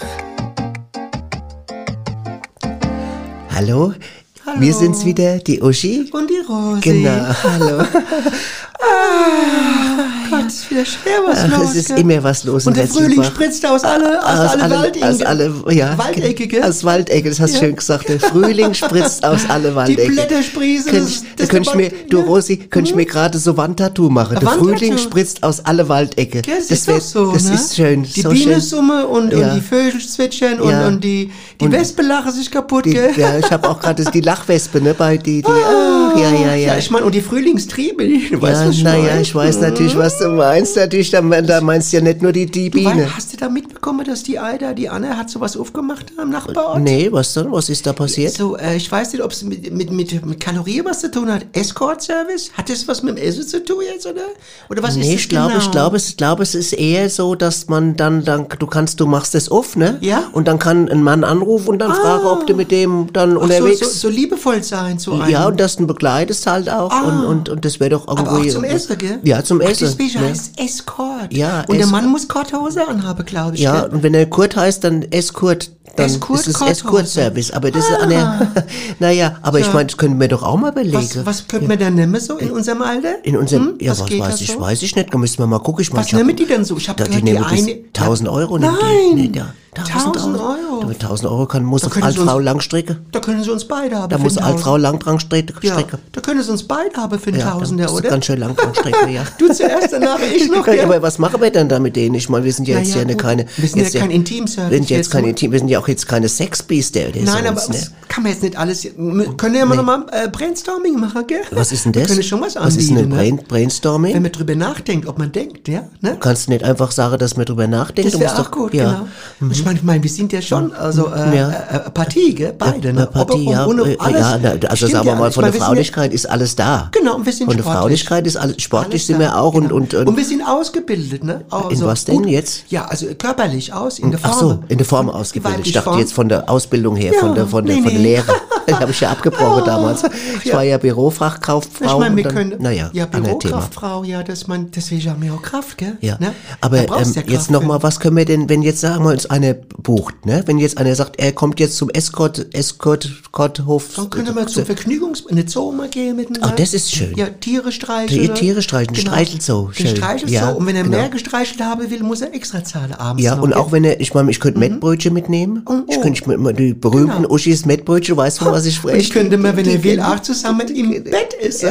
S1: Hallo, wir sind's wieder, die Uschi.
S10: Und die Rosi.
S1: Genau, hallo.
S10: Gott, ist wieder schwer was
S1: Ach,
S10: los.
S1: es ist
S10: gell?
S1: immer was los in
S10: Und der
S1: Rätselbach.
S10: Frühling spritzt aus alle, aus alle, Waldecken.
S1: aus alle, ja, genau.
S10: Waldecke, gell?
S1: Aus Waldecke, das hast du
S10: Ja.
S1: schön gesagt. Der Frühling spritzt aus alle Waldecke.
S10: Blätter sprießen,
S1: Könnt
S10: das-
S1: ich,
S10: das
S1: da könnte ich mir,
S10: Wald-
S1: du
S10: ja. Mhm.
S1: Rosi, könnte ich mir gerade so Wandtattoo machen. Der
S10: Wandtattoo.
S1: Frühling spritzt aus alle Waldecke.
S10: Gell, das, ist
S1: wär-
S10: doch so,
S1: Das
S10: ne?
S1: ist schön.
S10: Die
S1: so
S10: Biene
S1: schön.
S10: summe und,
S1: Ja.
S10: und die Vögel zwitschern und,
S1: Ja.
S10: und die, die
S1: Und-
S10: Wespe lachen sich kaputt,
S1: Die,
S10: gell?
S1: ja, ich habe auch gerade die Lachwespe, ne, bei die, die, ah, ja, ja, ja.
S6: ich meine, und die Frühlingstriebe, du weißt,
S1: Ja,
S6: was ich
S1: naja,
S6: meine.
S1: ich
S10: Mhm.
S1: weiß natürlich, was du meinst. Natürlich, da, mein- da meinst du ja nicht nur die, die
S6: Du
S1: Biene.
S6: weißt, hast du da mitbekommen, dass die Eider, die Anne, hat sowas aufgemacht am Nachbarort?
S1: Nee, was denn? Was ist da passiert?
S6: So, äh, ich weiß nicht, ob es mit, mit, mit, mit Kalorien was zu tun hat. Escort-Service? Hat das was mit dem Essen zu tun jetzt, oder? Oder was ist
S1: nee,
S6: das
S1: ich glaube,
S6: genau?
S1: ich glaube, es, ich glaube, es ist eher so, dass man dann, dann, du kannst, du machst es auf, ne? Ja. Und dann kann ein Mann anrufen und dann fragen, ob du mit dem dann
S6: Ah. Ach,
S1: unterwegs.
S6: So, so, so liebevoll sein zu einem.
S1: ja, und dass du ihn begleitest halt auch.
S6: Ah.
S1: Und, und, und das wäre doch
S6: Aber auch
S1: irgendwie-
S6: zum Essen, gell?
S1: ne? Ja, zum
S6: Ach,
S1: Essen.
S6: Deswegen
S1: ne?
S6: heißt es Escort.
S1: Ja,
S6: Und der
S1: Escort.
S6: Mann muss Korthose anhaben, glaube ich.
S1: Ja,
S6: gell?
S1: und wenn er Kurt heißt, dann Eskurt. Dann
S6: Eskurt,
S1: ist es
S6: Korthose.
S1: Escort-Service. Aber das ist an der, naja, aber
S6: Ah. Ja.
S1: ich meine, das können wir doch auch mal überlegen.
S6: Was, was könnte man da nehmen so in unserem Alter?
S1: Äh, In unserem,
S6: Hm?
S1: ja, was,
S6: geht da
S1: weiß ich,
S6: so?
S1: weiß ich nicht. Da müssen wir mal gucken. Ich mein,
S6: Was
S1: ich hab-
S6: nehmen die denn so? Ich habe
S1: da, die
S6: gehört, die
S1: nehmen das
S6: eine...
S1: 1000 Euro. nimmt
S6: Nein,
S1: Die. Nee, da, 1000,
S6: 1000
S1: Euro.
S6: Euro.
S1: Mit 1000 Euro kann, muss
S6: Da können Sie uns-
S1: Altfrau Langstrecke.
S6: Da können sie uns beide haben.
S1: Da
S6: für
S1: muss
S6: 1000.
S1: Altfrau Langstrecke. Strecke.
S6: Da können sie uns beide haben für einen
S1: Ja, da
S6: Tausender,
S1: bist du
S6: oder?
S1: Ganz schön Langstrecke, ja.
S6: Du zuerst, danach ich noch.
S1: Ja,
S6: gell?
S1: aber was machen wir denn da mit denen? Ich meine, wir sind ja
S6: Na
S1: jetzt
S6: ja,
S1: ja, eine
S6: gut.
S1: keine.
S6: Wir sind
S1: jetzt
S6: ja kein Intimservice
S1: Wir sind jetzt
S6: jetzt,
S1: kein
S6: ne?
S1: Intim, wir sind ja auch jetzt keine Sexbiester. oder
S6: Nein,
S1: so,
S6: aber
S1: ne?
S6: das kann man jetzt nicht alles. wir Können ja mal nochmal äh, Brainstorming machen, gell?
S1: Was ist denn
S6: Wir
S1: das?
S6: können schon was
S1: Was ist denn ein
S6: anbieten, ne?
S1: Brain Brainstorming?
S6: Wenn man drüber nachdenkt, ob man denkt, ja? Ne?
S1: Du kannst nicht einfach sagen, dass man drüber nachdenkt. Du
S6: Das
S1: musst
S6: wäre auch
S1: doch-
S6: gut,
S1: ja. Mhm.
S6: genau. Ich meine, ich mein, wir sind ja schon, also äh,
S1: Ja.
S6: äh, äh, Partie, gell? Beide, ne?
S1: Partie,
S6: Ob- ob-
S1: ja,
S6: ohne
S1: äh,
S6: alles-
S1: ja, na, also
S6: stimmt
S1: sagen
S6: ja
S1: wir mal,
S6: alles.
S1: von
S6: Ich
S1: der
S6: mein, wir sind ja-
S1: Fraulichkeit ist alles da.
S6: Genau, und wir sind
S1: Von der
S6: sportlich. Genau.
S1: Fraulichkeit ist alles, sportlich sind wir auch und, und,
S6: Und
S1: und,
S6: wir sind ausgebildet, ne?
S1: in
S6: Also
S1: was denn
S6: gut-
S1: jetzt?
S6: Ja, also körperlich aus, in der Form.
S1: Ach so, in der Form ausgebildet. Ich
S6: weibliche
S1: dachte
S6: Form.
S1: jetzt von der Ausbildung her,
S6: Ja,
S1: von der, von der,
S6: nee,
S1: von der
S6: nee.
S1: Lehre. Das habe ich ja abgebrochen damals. Ich war ja Bürofachkauffrau.
S6: ich meine,
S1: und
S6: wir
S1: dann-
S6: können.
S1: Naja,
S6: ja,
S1: anderes Thema.
S6: Bürokraftfrau, ja, dass man, deswegen haben wir auch Kraft, gell?
S1: Ja,
S6: Ne?
S1: aber
S6: Da brauchst
S1: ähm,
S6: du ja
S1: jetzt
S6: Kraft für.
S1: nochmal, was können wir denn, wenn jetzt, sagen wir, uns einer bucht, ne? Wenn jetzt einer sagt, er kommt jetzt zum Escort, Escort, Escorthof.
S6: Dann könnte man zum Vergnügungs-, in eine Zoo mal gehen miteinander.
S1: Also- Ah, das ist schön.
S6: Ja, Tiere streicheln. Genau.
S1: Die Tiere streicheln, Streichelzoo,
S6: Den
S1: schön.
S6: Streichelzoo.
S1: Ja,
S6: und wenn er
S1: genau.
S6: mehr gestreichelt haben will, muss er extra zahlen abends.
S1: Ja,
S6: noch,
S1: und
S6: gell?
S1: auch wenn er, ich meine, ich könnte Mettbrötchen mitnehmen. Ich könnte ich mir immer die berühmten
S6: Mhm. Oh, Genau.
S1: Uschis Mettbrötchen, weißt du, von was ich
S6: Und
S1: spreche?
S6: ich könnte mal, wenn
S1: Die-
S6: er will,
S1: die-
S6: auch zusammen im Bett essen.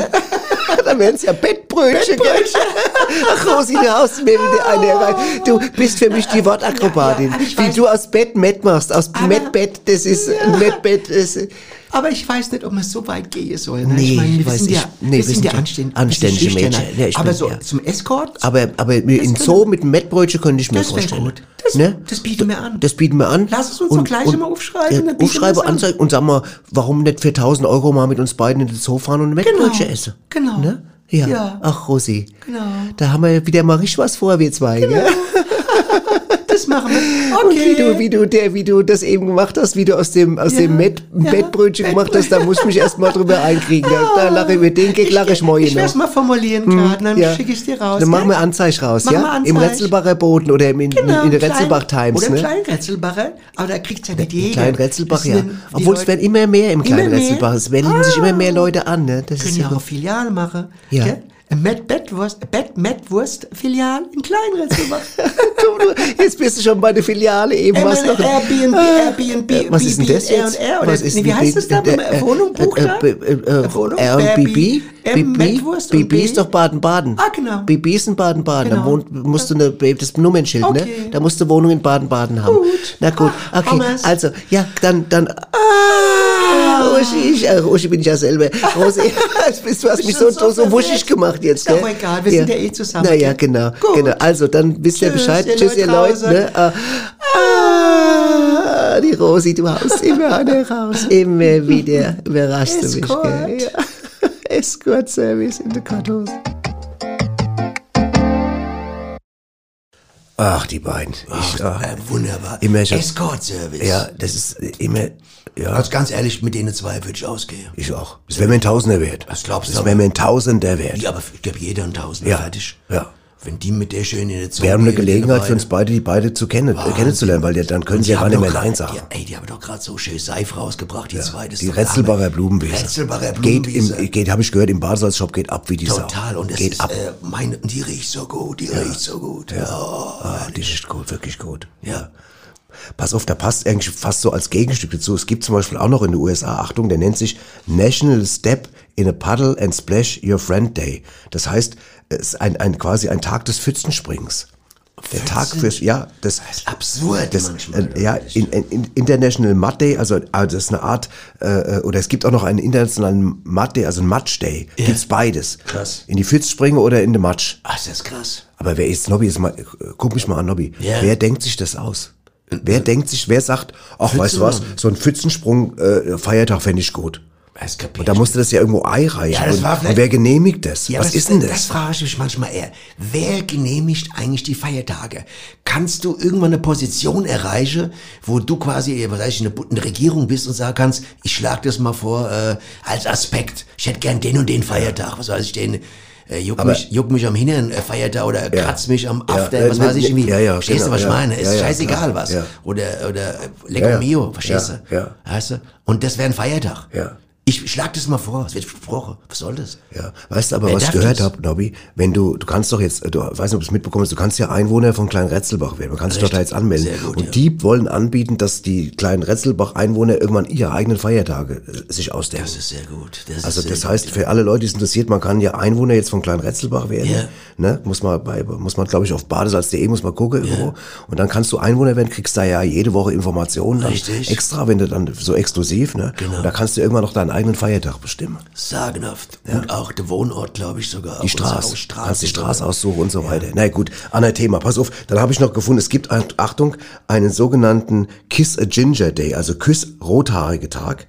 S1: Dann wären es ja Bettbrötchen, gell? Ach, Rosi, da haust du mir wieder eine rein. Du bist für mich die Wortakrobatin. Wie du aus Bett Mett machst. Aus Mettbett, das ist ein Mettbett. Das ist,
S6: Aber ich weiß nicht, ob man so weit gehen soll. Ne?
S1: Nee,
S6: ich meine, wir
S1: weiß
S6: sind
S1: ich-
S6: ja,
S1: nee,
S6: wir sind ja anständige,
S1: anständige Mädchen. Ja, ich
S6: aber
S1: bin-
S6: so
S1: ja.
S6: zum Escort,
S1: aber aber in Zoo mit einem Mettbrötchen könnte ich mir
S6: Das wär
S1: vorstellen.
S6: gut.
S1: Das, ne?
S6: das bieten wir an.
S1: das bieten wir an.
S6: Lass es uns doch gleich mal aufschreiben, dann bieten wir
S1: aufschreibe,
S6: das an.
S1: anzeigen und sag mal, warum nicht für 1000 Euro mal mit uns beiden in den Zoo fahren und ein Mettbrötchen essen?
S6: Genau.
S1: Ne? Ja.
S6: Ja.
S1: Ach, Rosi.
S6: Genau.
S1: Da haben wir wieder mal richtig was vor, wir zwei. Gell?
S6: Das machen wir.
S1: Und wie du, wie du, der, wie du das eben gemacht hast, wie du aus dem, aus dem Met, Bettbrötchen gemacht hast, da muss ich mich erstmal drüber einkriegen. Da, da lache ich mir den Gag, lache ich morgen
S6: Ah. Oh. Ich werde es mal formulieren gerade, dann
S1: Hm, ja.
S6: schicke ich dir raus.
S1: Dann machen
S6: gell?
S1: wir Anzeige raus,
S6: Mach
S1: ja?
S6: mal
S1: Im
S6: Anzeige.
S1: Retzelbacher Boden oder im, in, in der
S6: Genau, klein-
S1: Retzelbach Times,
S6: Oder
S1: ne?
S6: klein Retzelbacher, aber da kriegt ja nicht
S1: Im
S6: jeder.
S1: kleinen Retzelbach,
S6: Das
S1: ja.
S6: sind die
S1: Obwohl es
S6: Leute-
S1: werden immer mehr im kleinen
S6: Immer mehr? Ah. Genau.
S1: Retzelbach. Es werden sich immer mehr Leute an, ne? Das ist
S6: können ja
S1: ja
S6: auch Filiale machen.
S1: Ja.
S6: gell? Ein Met- Bettwurst- Bet- Mettwurst-Filial in kleinen Retzelbach.
S1: Jetzt bist du schon bei der Filiale eben
S6: Airbnb,
S1: was noch.
S6: Airbnb,
S1: Äh, was ist denn das
S6: B&B,
S1: jetzt?
S6: R&R, oder
S1: was ist
S6: nee, wie
S1: denn
S6: heißt das da?
S1: äh,
S6: Äh, Wohnung bucht da?
S1: äh, äh, äh,
S6: Wohnung,
S1: R und BB?
S6: Airbnb, Mettwurst und
S1: BB ist doch Baden-Baden.
S6: Ah, genau.
S1: BB ist in Baden-Baden. Da
S6: Genau.
S1: wohnt, musst du eine, das Nummernschild, ne?
S6: Okay.
S1: Da musst du Wohnung in Baden-Baden haben.
S6: Gut.
S1: Na gut,
S6: Ah,
S1: okay.
S6: Pommes.
S1: Also, ja, dann, dann. Ah, Uschi, ich, äh, Uschi bin ich ja selber. Rosi, das bist- du hast
S6: Bist
S1: mich so,
S6: schon
S1: so,
S6: so
S1: so wuschig
S6: verwirrt.
S1: gemacht jetzt,
S6: Ist doch egal, wir sind ja eh zusammen,
S1: Naja,
S6: gell?
S1: genau. genau. Also, dann wisst ihr
S6: Tschüss,
S1: Bescheid.
S6: ihr
S1: Tschüss, ihr
S6: Leute
S1: Leute. Ne? Ah, Ah, die Rosi, du haust immer eine raus. Immer wieder überraschst du mich. Gell? Ja. Escort-Service in der Kartos.
S2: Ach, die beiden. Ich, ach,
S3: äh, wunderbar.
S2: Immer ich hab-
S3: Escort-Service.
S2: Ja, das ist äh, immer. Ja.
S3: Also ganz ehrlich, mit denen zwei würde ich ausgehen.
S2: Ich auch. Das wäre mir ein Tausender wert. Was
S3: glaubst du
S2: Das
S3: aber?
S2: wäre mir ein Tausender wert.
S3: Ja, aber ich gebe jeder einen Tausender
S2: Ja.
S3: fertig.
S2: Ja.
S3: Wenn die mit der schön in der Zone
S2: Wir haben eine
S3: gehen, die
S2: Gelegenheit
S3: beiden.
S2: für uns beide, die beide zu kennen, äh, kennenzulernen, weil ja, dann können
S3: Und
S2: sie ja gar
S3: haben
S2: nicht mehr
S3: doch
S2: Nein
S3: grad-
S2: sagen.
S3: Die, ey, die haben doch gerade so schön Seife rausgebracht, die zwei. Das
S2: Die
S3: ist doch der
S2: Retzelbacher
S3: Hammer.
S2: Blumenwiese.
S3: Retzelbacher
S2: Geht,
S3: Blumenwiese.
S2: im, geht habe ich gehört, im Badesalzshop geht ab wie die Sau.
S3: Total. Und das
S2: geht
S3: ist,
S2: ab.
S3: Äh, meine, die riecht so gut, die riecht so gut.
S2: Ja.
S3: Oh.
S2: ah, die ist gut, wirklich gut.
S3: Ja.
S2: Pass auf, da passt eigentlich fast so als Gegenstück dazu. Es gibt zum Beispiel auch noch in den USA, Achtung, der nennt sich National Step in a Puddle and Splash Your Friend Day. Das heißt, es ist ein, ein, quasi ein Tag des Pfützenspringens. Der Tag fürs, ja, das, ist
S3: absurd
S2: Das, äh, ja, in, in, International Mud Day, also, also das ist eine Art, äh, oder es gibt auch noch einen internationalen Mud Day, also einen Matsch Day. Gibt's beides.
S3: Krass.
S2: In die Pfütze springen oder in den Matsch.
S3: Ach, das ist krass.
S2: Aber wer ist Nobby? Ist mal, guck mich mal an, Nobby.
S3: Ja.
S2: Wer denkt sich das aus? Wer denkt sich, wer sagt, ach, weißt du was,
S3: Pfützenmann.
S2: so ein Pfützensprung, äh, Feiertag fände ich gut.
S3: Das kapier
S2: Und da musste das ja irgendwo einreichen.
S3: Ja, das
S2: und,
S3: war vielleicht-
S2: und wer genehmigt das?
S3: Ja,
S2: was
S3: aber
S2: ist denn das?
S3: Das frage ich mich manchmal eher. Wer genehmigt eigentlich die Feiertage? Kannst du irgendwann eine Position erreichen, wo du quasi ja, weiß ich, eine, Bu- eine Regierung bist und sagen kannst, ich schlage das mal vor äh, als Aspekt. Ich hätte gern den und den Feiertag. Was weiß ich, den äh, juck,
S2: Aber-
S3: mich, juck mich am Hintern äh, Feiertag oder kratz mich am
S2: Ja,
S3: After.
S2: äh,
S3: was weiß ich irgendwie.
S2: ja, ja,
S3: Verstehst du,
S2: genau,
S3: was
S2: ja.
S3: ich meine? Ist
S2: Ja, ja,
S3: scheißegal
S2: klar,
S3: was.
S2: ja.
S3: Oder, oder äh, Lego
S2: Ja, ja.
S3: Mio, verstehst
S2: Ja,
S3: du?
S2: ja.
S3: Weißt du? Und das wäre ein Feiertag.
S2: Ja.
S3: Ich schlag das mal vor, es wird gesprochen. Was soll das?
S2: Ja, weißt du aber,
S3: Wer
S2: was ich
S3: darf
S2: gehört
S3: das?
S2: habe, Nobby? Wenn du, du kannst doch jetzt, du weißt nicht, ob du es mitbekommen hast, du kannst ja Einwohner von Kleinretzelbach werden. Du kannst dich doch da jetzt anmelden. und die wollen anbieten, dass die Kleinretzelbach-Einwohner irgendwann ihre eigenen Feiertage äh, sich ausdenken. Das
S3: ist sehr gut. Das ist
S2: also
S3: sehr
S2: das
S3: gut,
S2: heißt, für alle Leute, die es interessiert, man kann ja Einwohner jetzt von Kleinretzelbach werden.
S3: Ja.
S2: Ne? Muss man bei, muss man, glaube ich, auf badesalz.de muss man gucken irgendwo. Und dann kannst du Einwohner werden, kriegst da ja jede Woche Informationen. Dann
S3: Richtig.
S2: Extra, wenn du dann so exklusiv, ne?
S3: Genau.
S2: Und da kannst du irgendwann noch deinen eigenen Feiertag bestimmen.
S3: Sagenhaft. Und auch der Wohnort, glaube ich, sogar.
S2: Die
S3: Und Oh,
S2: Straße.
S3: auch
S2: Kannst die
S3: sogar.
S2: Straße aussuchen und so weiter. Na gut, anderes Thema. Pass auf, dann habe ich noch gefunden, es gibt, ein- Achtung, einen sogenannten Kiss a Ginger Day, also Küss rothaarige Tag.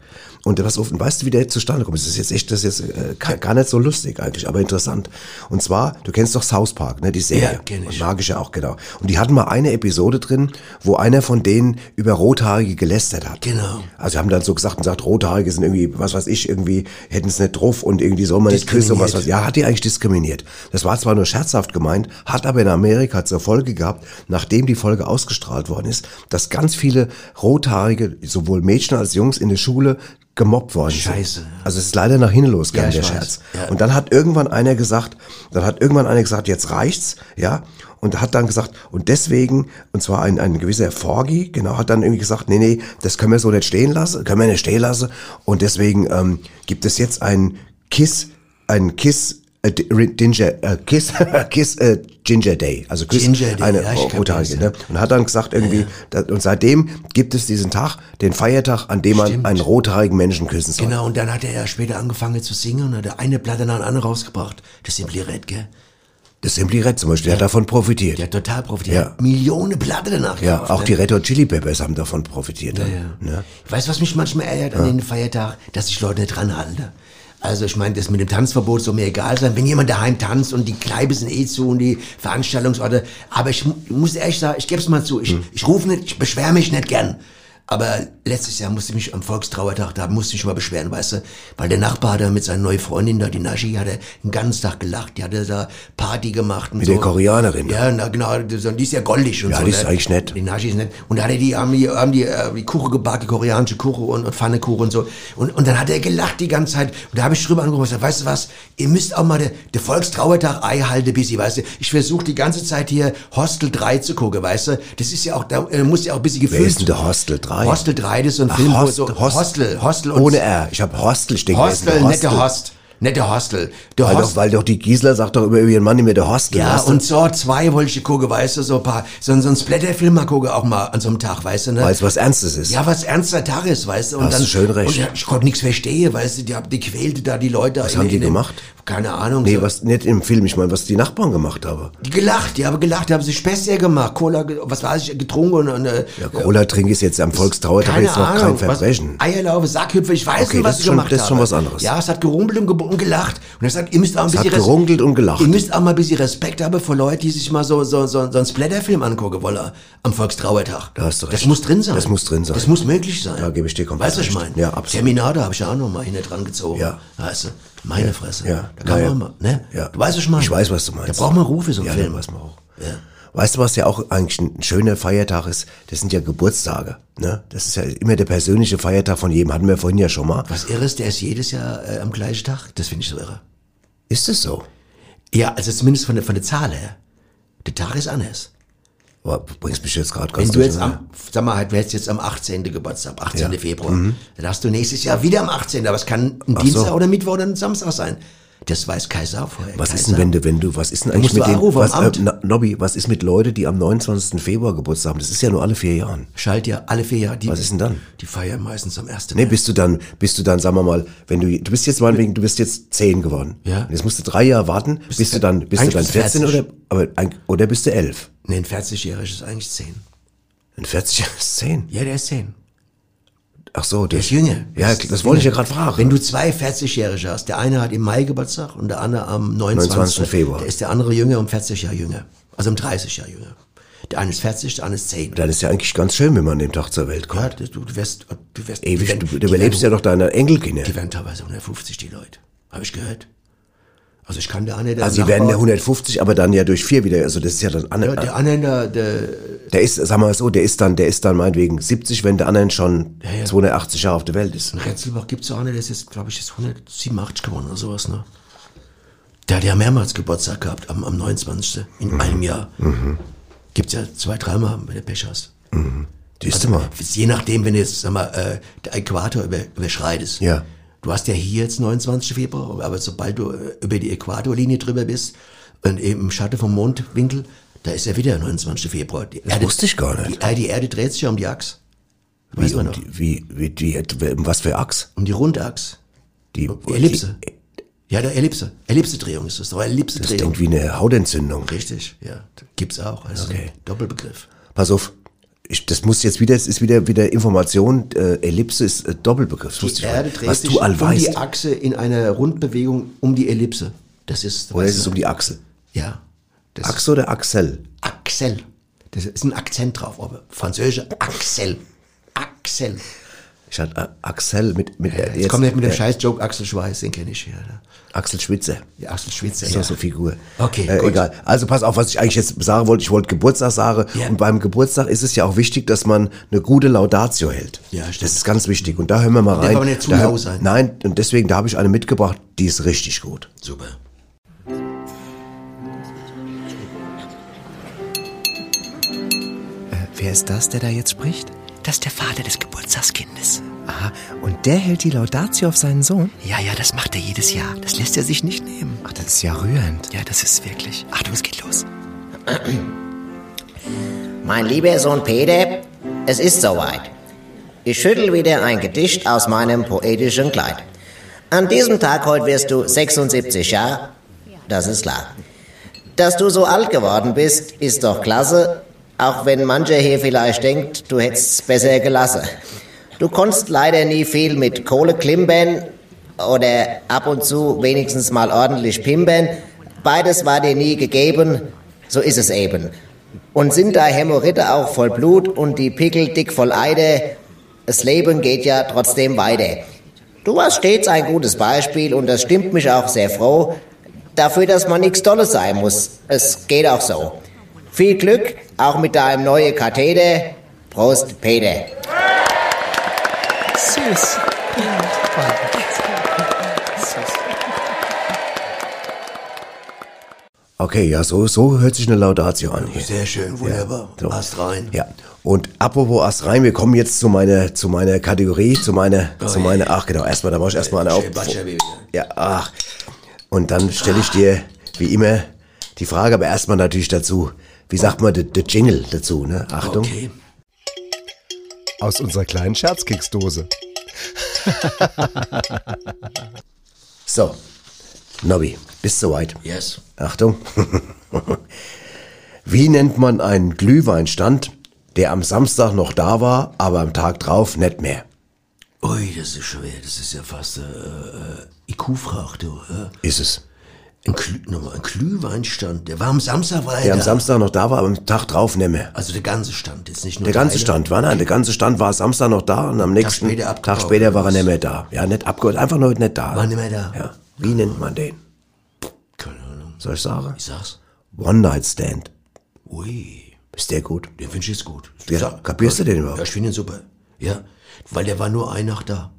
S2: Und pass auf, und weißt du, wie der zustande kommt? Das ist jetzt echt, das ist jetzt äh, gar- gar nicht so lustig eigentlich, aber interessant. Und zwar, du kennst doch South Park, ne, die Serie.
S3: Ja, kenn
S2: Und
S3: ich.
S2: Magische auch, genau. Und die hatten mal eine Episode drin, wo einer von denen über Rothaarige gelästert hat.
S3: Genau.
S2: Also haben dann so gesagt und sagt, Rothaarige sind irgendwie, was weiß ich, irgendwie hätten es nicht drauf und irgendwie soll man nicht küssen und was weiß ich. Ja, hat die eigentlich diskriminiert. Das war zwar nur scherzhaft gemeint, hat aber in Amerika zur Folge gehabt, nachdem die Folge ausgestrahlt worden ist, dass ganz viele Rothaarige, sowohl Mädchen als Jungs in der Schule, gemobbt worden
S3: Scheiße,
S2: sind. Also es ist leider nach hinten losgegangen,
S3: Ja,
S2: der
S3: ich weiß.
S2: Scherz.
S3: Ja.
S2: Und dann hat irgendwann einer gesagt, dann hat irgendwann einer gesagt, jetzt reicht's, ja. Und hat dann gesagt, und deswegen, und zwar ein, ein gewisser Forgi, genau, hat dann irgendwie gesagt, nee, nee, das können wir so nicht stehen lassen, können wir nicht stehen lassen. Und deswegen ähm, gibt es jetzt einen Kiss, einen Kiss, äh, Ginger, äh, Kiss, Kiss äh, Ginger Day. Also Küss,
S3: Ginger Day,
S2: eine
S3: ja, ich glaub,
S2: Rothaarige,
S3: das,
S2: ne? Und hat dann gesagt irgendwie, da- und seitdem gibt es diesen Tag, den Feiertag, an dem man einen rothaarigen Menschen küssen soll.
S3: Genau, und dann hat er ja später angefangen zu singen und hat er eine Platte nach der anderen rausgebracht. Das Simply Red, gell?
S2: Das Simply Red zum Beispiel, der hat davon profitiert.
S3: Der hat total profitiert.
S2: Ja.
S3: Millionen Platte danach
S2: Ja,
S3: gekauft,
S2: auch
S3: ne?
S2: die Red Hot Chili Peppers haben davon profitiert.
S3: Ja,
S2: dann,
S3: ja.
S2: Ne?
S3: Weißt du, was mich manchmal ärgert an
S2: Ja.
S3: den Feiertag? Dass sich Leute nicht ranhalten. Also ich meine, das mit dem Tanzverbot soll mir egal sein. Wenn jemand daheim tanzt und die Kneipe sind eh zu und die Veranstaltungsorte. Aber ich mu- muss ehrlich sagen, ich gebe es mal zu. Ich,
S2: Hm.
S3: ich rufe nicht, ich beschwere mich nicht gern. Aber letztes Jahr musste ich mich am Volkstrauertag, da musste ich mich mal beschweren, weißt du, weil der Nachbar hat da mit seiner neuen Freundin da, die Naschi, hat er den ganzen Tag gelacht, die hat da Party gemacht und
S2: Mit
S3: so.
S2: der Koreanerin.
S3: Ja, na, genau, die ist die ist ja goldig und
S2: Ja,
S3: so.
S2: die ist
S3: ne?
S2: eigentlich nett.
S3: Die Naschi ist nett. Und da hat er die, haben die, haben die, äh, die Kuche gebacken, die koreanische Kuche und, und Pfannekuchen und so. Und, und dann hat er gelacht die ganze Zeit. Und da habe ich drüber angerufen und gesagt, weißt du was, ihr müsst auch mal der der Volkstrauertag Ei halte busy, weißt du. Ich versuche die ganze Zeit hier Hostel 3 zu gucken, weißt du. Das ist ja auch, da äh, muss ja auch ein bisschen gefüllt
S2: Wer ist denn der Hostel 3?
S3: Hostel 3, das ist so ein
S2: Ach,
S3: Film,
S2: Host-
S3: wo so
S2: Host-
S3: Hostel, Hostel
S2: Ohne R. Ich habe Hostel, ich denke, wer ist
S3: Hostel,
S2: denn der
S3: nette Host. Nette Hostel. Der
S2: weil, doch,
S3: Hostel-
S2: weil doch die Gisela sagt doch immer über ihren Mann immer der Hostel.
S3: Ja,
S2: Hostel.
S3: und Saw 2 wollte ich gucken, weißt du, so ein paar, so, ein- so ein Splatterfilm mal gucken, auch mal an so einem Tag, weißt du, ne?
S2: weil es was Ernstes ist.
S3: Ja, was ernster Tag ist, weißt du.
S2: Hast du schön recht.
S3: Und ja, ich konnte nichts verstehen, weißt du, die, haben- die quälte da die Leute.
S2: was
S3: in-
S2: haben die
S3: in dem-
S2: gemacht?
S3: Keine Ahnung.
S2: Nee,
S3: so.
S2: was nicht im Film, ich meine, was die Nachbarn gemacht haben.
S3: Die gelacht, die haben gelacht, die haben sich Späße gemacht, Cola, ge- was weiß ich, getrunken und, und äh,
S2: Ja, Cola trinken ist jetzt am Volkstrauertag
S3: keine
S2: jetzt noch kein
S3: Ahnung,
S2: Verbrechen.
S3: Was, Eierlaufe, Sackhüpfe, ich weiß
S2: Okay,
S3: nicht,
S2: das
S3: was
S2: ist
S3: ich
S2: schon-
S3: gemacht
S2: das ist schon
S3: habe.
S2: was anderes.
S3: Ja, es hat gerumpelt und, ge und gelacht. Und er sagt, ihr müsst auch ein
S2: Es hat
S3: bisschen
S2: gerunkelt und gelacht.
S3: Ihr müsst auch mal ein bisschen Respekt haben vor Leuten, die sich mal so, so, so, so einen Splatterfilm angucken wollen am Volkstrauertag.
S2: Da hast du recht.
S3: Das muss drin sein.
S2: Das muss drin sein.
S3: Das muss möglich sein.
S2: Da gebe ich dir komplett
S3: Weißt du, was ich
S2: recht.
S3: meine?
S2: Ja, absolut.
S3: Terminator habe ich ja auch noch mal hinter dran gezogen.
S2: Ja.
S3: Weißt du? Meine
S2: Ja.
S3: Fresse.
S2: Ja.
S3: Da kann
S2: Naja.
S3: man auch mal, ne?
S2: Ja.
S3: Du weißt, was ich meine?
S2: Ich weiß, was du meinst.
S3: Da braucht man Rufe, so ein
S2: ja,
S3: Film.
S2: Da weiß man auch.
S3: Ja.
S2: Weißt du, was ja auch eigentlich ein schöner Feiertag ist? Das sind ja Geburtstage. Ne? Das ist ja immer der persönliche Feiertag von jedem. Hatten wir vorhin ja schon mal.
S3: Was irre ist, der ist jedes Jahr äh, am gleichen Tag. Das finde ich so irre.
S2: Ist es so?
S3: Ja, also zumindest von der, von der Zahl her. Der Tag ist anders.
S2: Aber bringst mich jetzt gerade
S3: Wenn
S2: ganz
S3: du jetzt
S2: durcheinander.
S3: am, sag mal, halt, du hättest jetzt am 18. Geburtstag, 18.
S2: Ja.
S3: Februar,
S2: Mhm.
S3: dann hast du nächstes Jahr wieder am 18., aber es kann ein
S2: Ach
S3: Dienstag
S2: so.
S3: oder Mittwoch oder ein Samstag sein. Das weiß Kaiser vorher.
S2: Was ist
S3: Kaiser.
S2: denn, wenn du, wenn du, was ist denn
S3: Da
S2: eigentlich
S3: musst
S2: mit
S3: du
S2: den,
S3: anrufen am
S2: was, äh,
S3: Amt.
S2: na, Nobby, was ist mit Leuten, die am 29. Februar Geburtstag haben? Das ist ja nur alle vier Jahren.
S3: Schalt ja alle vier Jahre. Die,
S2: Was ist denn dann?
S3: Die feiern meistens am 1.
S2: Nee, bist du dann, bist du dann, sagen wir mal, wenn du, du bist jetzt meinetwegen, du bist jetzt zehn geworden.
S3: Ja.
S2: Und Jetzt musst du drei Jahre warten, bist, du dann, bist du
S3: eigentlich
S2: dann
S3: bist
S2: 14
S3: du 40.
S2: oder, aber, ein- oder bist du elf?
S3: Nee, ein 40-Jähriger ist eigentlich 10.
S2: Ein 40 ist 10.
S3: Ja, der ist 10.
S2: Ach so,
S3: Der ist jünger.
S2: Ja,
S3: Der ist
S2: das wollte ich ja
S3: jünger.
S2: gerade fragen.
S3: Wenn du zwei 40-Jährige hast, der eine hat im Mai Geburtstag und der andere am 29.
S2: 29. Februar.
S3: Da ist der andere jünger um 40 Jahre jünger. Also um 30 Jahre jünger. Der eine ist 40, der andere ist 10.
S2: Dann ist ja eigentlich ganz schön, wenn man an dem Tag zur Welt kommt.
S3: Ja, das- du, du wirst, du wirst
S2: Ewig,
S3: die werden-
S2: du- du
S3: die
S2: überlebst
S3: werden-
S2: ja doch deine Enkelkinder.
S3: Die werden teilweise 150, die Leute. Habe ich gehört. Also ich kann der eine, der
S2: Also die
S3: Nachbar-
S2: werden ja 150, aber dann ja durch vier wieder, also das ist ja dann
S3: Ja,
S2: andere.
S3: der Anhänger, der,
S2: der ist, sagen wir mal so, der ist dann, der ist dann meinetwegen 70, wenn der anderen schon
S3: Ja, Hm. ja.
S2: 280 Jahre auf der Welt ist.
S3: in Retzelbach gibt es so einen, der ist jetzt, glaube ich, jetzt 187 geworden oder sowas, ne? Der hat ja mehrmals Geburtstag gehabt, am, am 29. in einem Jahr.
S2: Mhm.
S3: Gibt's ja zwei, dreimal, wenn du Pech hast.
S2: Mhm. Siehst du mal.
S3: Je nachdem, wenn du jetzt, sag mal, äh, der Äquator über, überschreitest.
S2: Ja.
S3: Du hast ja hier jetzt 29. Februar, aber sobald du äh, über die Äquatorlinie drüber bist und eben im Schatten vom Mondwinkel, da ist ja wieder 29. Februar. Die
S2: Das wusste ich gar nicht.
S3: Die, äh, die Erde dreht sich ja um die Achse.
S2: Wie, um die, wie, wie, die, um was für Achs?
S3: Um die Rundachs.
S2: Die
S3: Ellipse. ja, der Ellipse. Ellipsedrehung ist das. Aber
S2: Das
S3: Ellipsedrehung.
S2: klingt wie eine Hautentzündung.
S3: Richtig, ja. Gibt's auch. Also
S2: Okay.
S3: Doppelbegriff.
S2: Pass auf. Ich, das muss jetzt wieder, es ist wieder wieder Information, äh, Ellipse ist äh, Doppelbegriff. Das wusste
S3: Die
S2: ich gar
S3: Erde
S2: nicht.
S3: dreht
S2: was
S3: sich
S2: du all
S3: um
S2: weißt.
S3: die Achse in einer Rundbewegung um die Ellipse. Das ist.
S2: Oder
S3: weißt
S2: ist es
S3: du?
S2: um die Achse?
S3: Ja.
S2: Achse oder Axel?
S3: Axel. Das ist ein Akzent drauf, aber französische Axel. Axel.
S2: Ich hatte äh, Axel mit, mit
S3: Ja,
S2: äh,
S3: jetzt, kommt nicht mit dem Scheiß-Joke Axel Schweiß, den kenne ich hier. Ne?
S2: Axel Schwitzer.
S3: Ja, Axel Schwitzer.
S2: Das ist
S3: ja.
S2: doch so eine Figur.
S3: Okay,
S2: äh,
S3: gut.
S2: egal. Also pass auf, was ich eigentlich jetzt sagen wollte. Ich wollte Geburtstag sagen.
S3: Ja.
S2: Und beim Geburtstag ist es ja auch wichtig, dass man eine gute Laudatio hält.
S3: Ja,
S2: Das ist ganz wichtig. Und da hören wir mal
S3: Darf
S2: rein.
S3: aber nicht zu
S2: da,
S3: lau sein.
S2: Nein, und deswegen, da habe ich eine mitgebracht, die ist richtig gut.
S3: Super.
S5: Äh, wer ist das, der da jetzt spricht?
S11: Das ist der Vater des Geburtstagskindes.
S5: Aha, und der hält die Laudatio auf seinen Sohn?
S11: Ja, ja, das macht er jedes Jahr. Das lässt er sich nicht nehmen.
S5: Ach, das ist ja rührend.
S11: Ja, das ist wirklich. Achtung, es geht los.
S12: Mein lieber Sohn Peter, es ist soweit. Ich schüttel wieder ein Gedicht aus meinem poetischen Kleid. An diesem Tag heute wirst du 76 Jahre, das ist klar. Dass du so alt geworden bist, ist doch klasse, auch wenn mancher hier vielleicht denkt, du hättst's besser gelassen. Du konntest leider nie viel mit Kohle klimpern oder ab und zu wenigstens mal ordentlich pimpern. Beides war dir nie gegeben, so ist es eben. Und sind da Hämorrhoide auch voll Blut und die Pickel dick voll Eide, das Leben geht ja trotzdem weiter. Du warst stets ein gutes Beispiel und das stimmt mich auch sehr froh, dafür, dass man nichts Tolles sein muss. Es geht auch so. Viel Glück, auch mit deinem neuen Katheter. Prost, Peter.
S11: Süß.
S2: Okay, ja, so, so hört sich eine Laudatio an. Hier.
S3: Sehr schön, wunderbar.
S2: So.
S3: Ast rein.
S2: Ja. Und apropos Ast rein, wir kommen jetzt zu meiner, zu meiner Kategorie, zu meiner,
S3: Oh
S2: zu meiner, ach genau, erstmal, da mach ich
S3: Äh,
S2: erstmal eine auf. Ja, ach. Und dann stelle ich dir, wie immer, die Frage, aber erstmal natürlich dazu, wie sagt man, der Jingle dazu, ne? Achtung.
S9: Okay. Aus unserer kleinen Scherzkeksdose.
S2: So, Nobby, bist soweit?
S3: Yes.
S2: Achtung. Wie nennt man einen Glühweinstand, der am Samstag noch da war, aber am Tag drauf nicht mehr?
S3: Ui, das ist schwer. Das ist ja fast äh, äh, IQ-Frage, du. Äh.
S2: Ist es.
S3: Ein, Glüh, nochmal, ein Glühweinstand. Der war am Samstag, war er
S2: Der am
S3: da.
S2: Samstag noch da war, aber am Tag drauf nicht mehr.
S3: Also der ganze Stand, jetzt nicht nur
S2: Der ganze
S3: eine.
S2: Stand war, nein, der ganze Stand war Samstag noch da und am nächsten
S3: später
S2: Tag
S3: abgebaut,
S2: später war
S3: oder
S2: er
S3: was?
S2: nicht mehr da. Ja, nicht abgeholt, einfach nur nicht da.
S3: War nicht mehr da.
S2: Ja. Wie nennt man den? Keine Ahnung. Soll ich sagen?
S3: Ich sag's.
S2: One-Night-Stand.
S3: Ui.
S2: Ist der gut?
S3: Den finde ich jetzt gut.
S2: Ja, kapierst du den überhaupt?
S3: Ja, ich finde ihn super. Ja, weil der war nur eine Nacht da.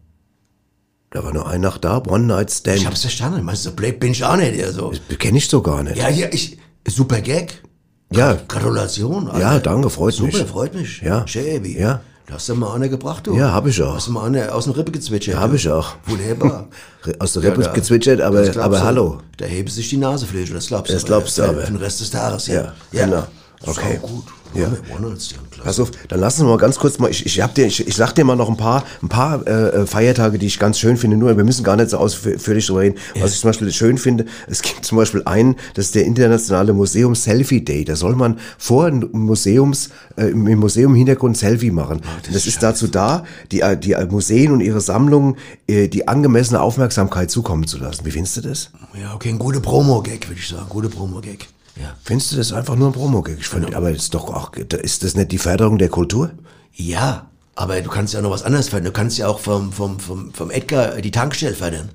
S2: Da war nur eine Nacht da, One-Night-Stand.
S3: Ich hab's verstanden. Meinst du, so blöd bin ich auch nicht. Also.
S2: Das kenne ich so gar nicht.
S3: Ja, ja, ich, super Gag.
S2: Ja.
S3: Gratulation.
S2: Ja, danke, freut mich.
S3: Super, freut mich.
S2: Ja.
S3: Schäbi.
S2: Ja.
S3: Du hast ja mal eine gebracht, du.
S2: Ja, hab ich auch.
S3: Hast du mal eine aus der Rippe gezwitschert.
S2: Ja, hab ich auch.
S3: Wunderbar.
S2: Aus der Rippe gezwitschert, aber-
S3: das glaubst
S2: aber
S3: du.
S2: hallo.
S3: Da hebt sich die Nasefläche, das glaubst du.
S2: Das glaubst du
S3: ja.
S2: aber.
S3: Für den Rest des Tages,
S2: Ja, genau. Okay.
S3: Sau gut.
S2: Ja.
S3: McDonald's, ja.
S2: Pass auf, dann lassen wir mal ganz kurz mal, ich, ich, hab dir, ich, ich sag dir mal noch ein paar, ein paar äh, äh, Feiertage, die ich ganz schön finde, nur wir müssen gar nicht so ausführlich drüber reden. Was ich zum Beispiel schön finde, es gibt zum Beispiel einen, das ist der internationale Museum-Selfie-Day. Da soll man vor n- Museums, äh, im im Museum im Hintergrund Selfie machen. das das ist dazu da, die, äh, die äh, Museen und ihre Sammlungen äh, die angemessene Aufmerksamkeit zukommen zu lassen. Wie findest du das?
S3: Ja, okay, ein guter Promo-Gag, würde ich sagen. Gute Promo-Gag. Ja.
S2: Findest du das einfach nur ein Promo-Gag? Ich finde, aber ist doch auch, ist das nicht die Förderung der Kultur?
S3: Ja, aber du kannst ja auch noch was anderes fördern. Du kannst ja auch vom, vom, vom, vom Edgar die Tankstelle fördern.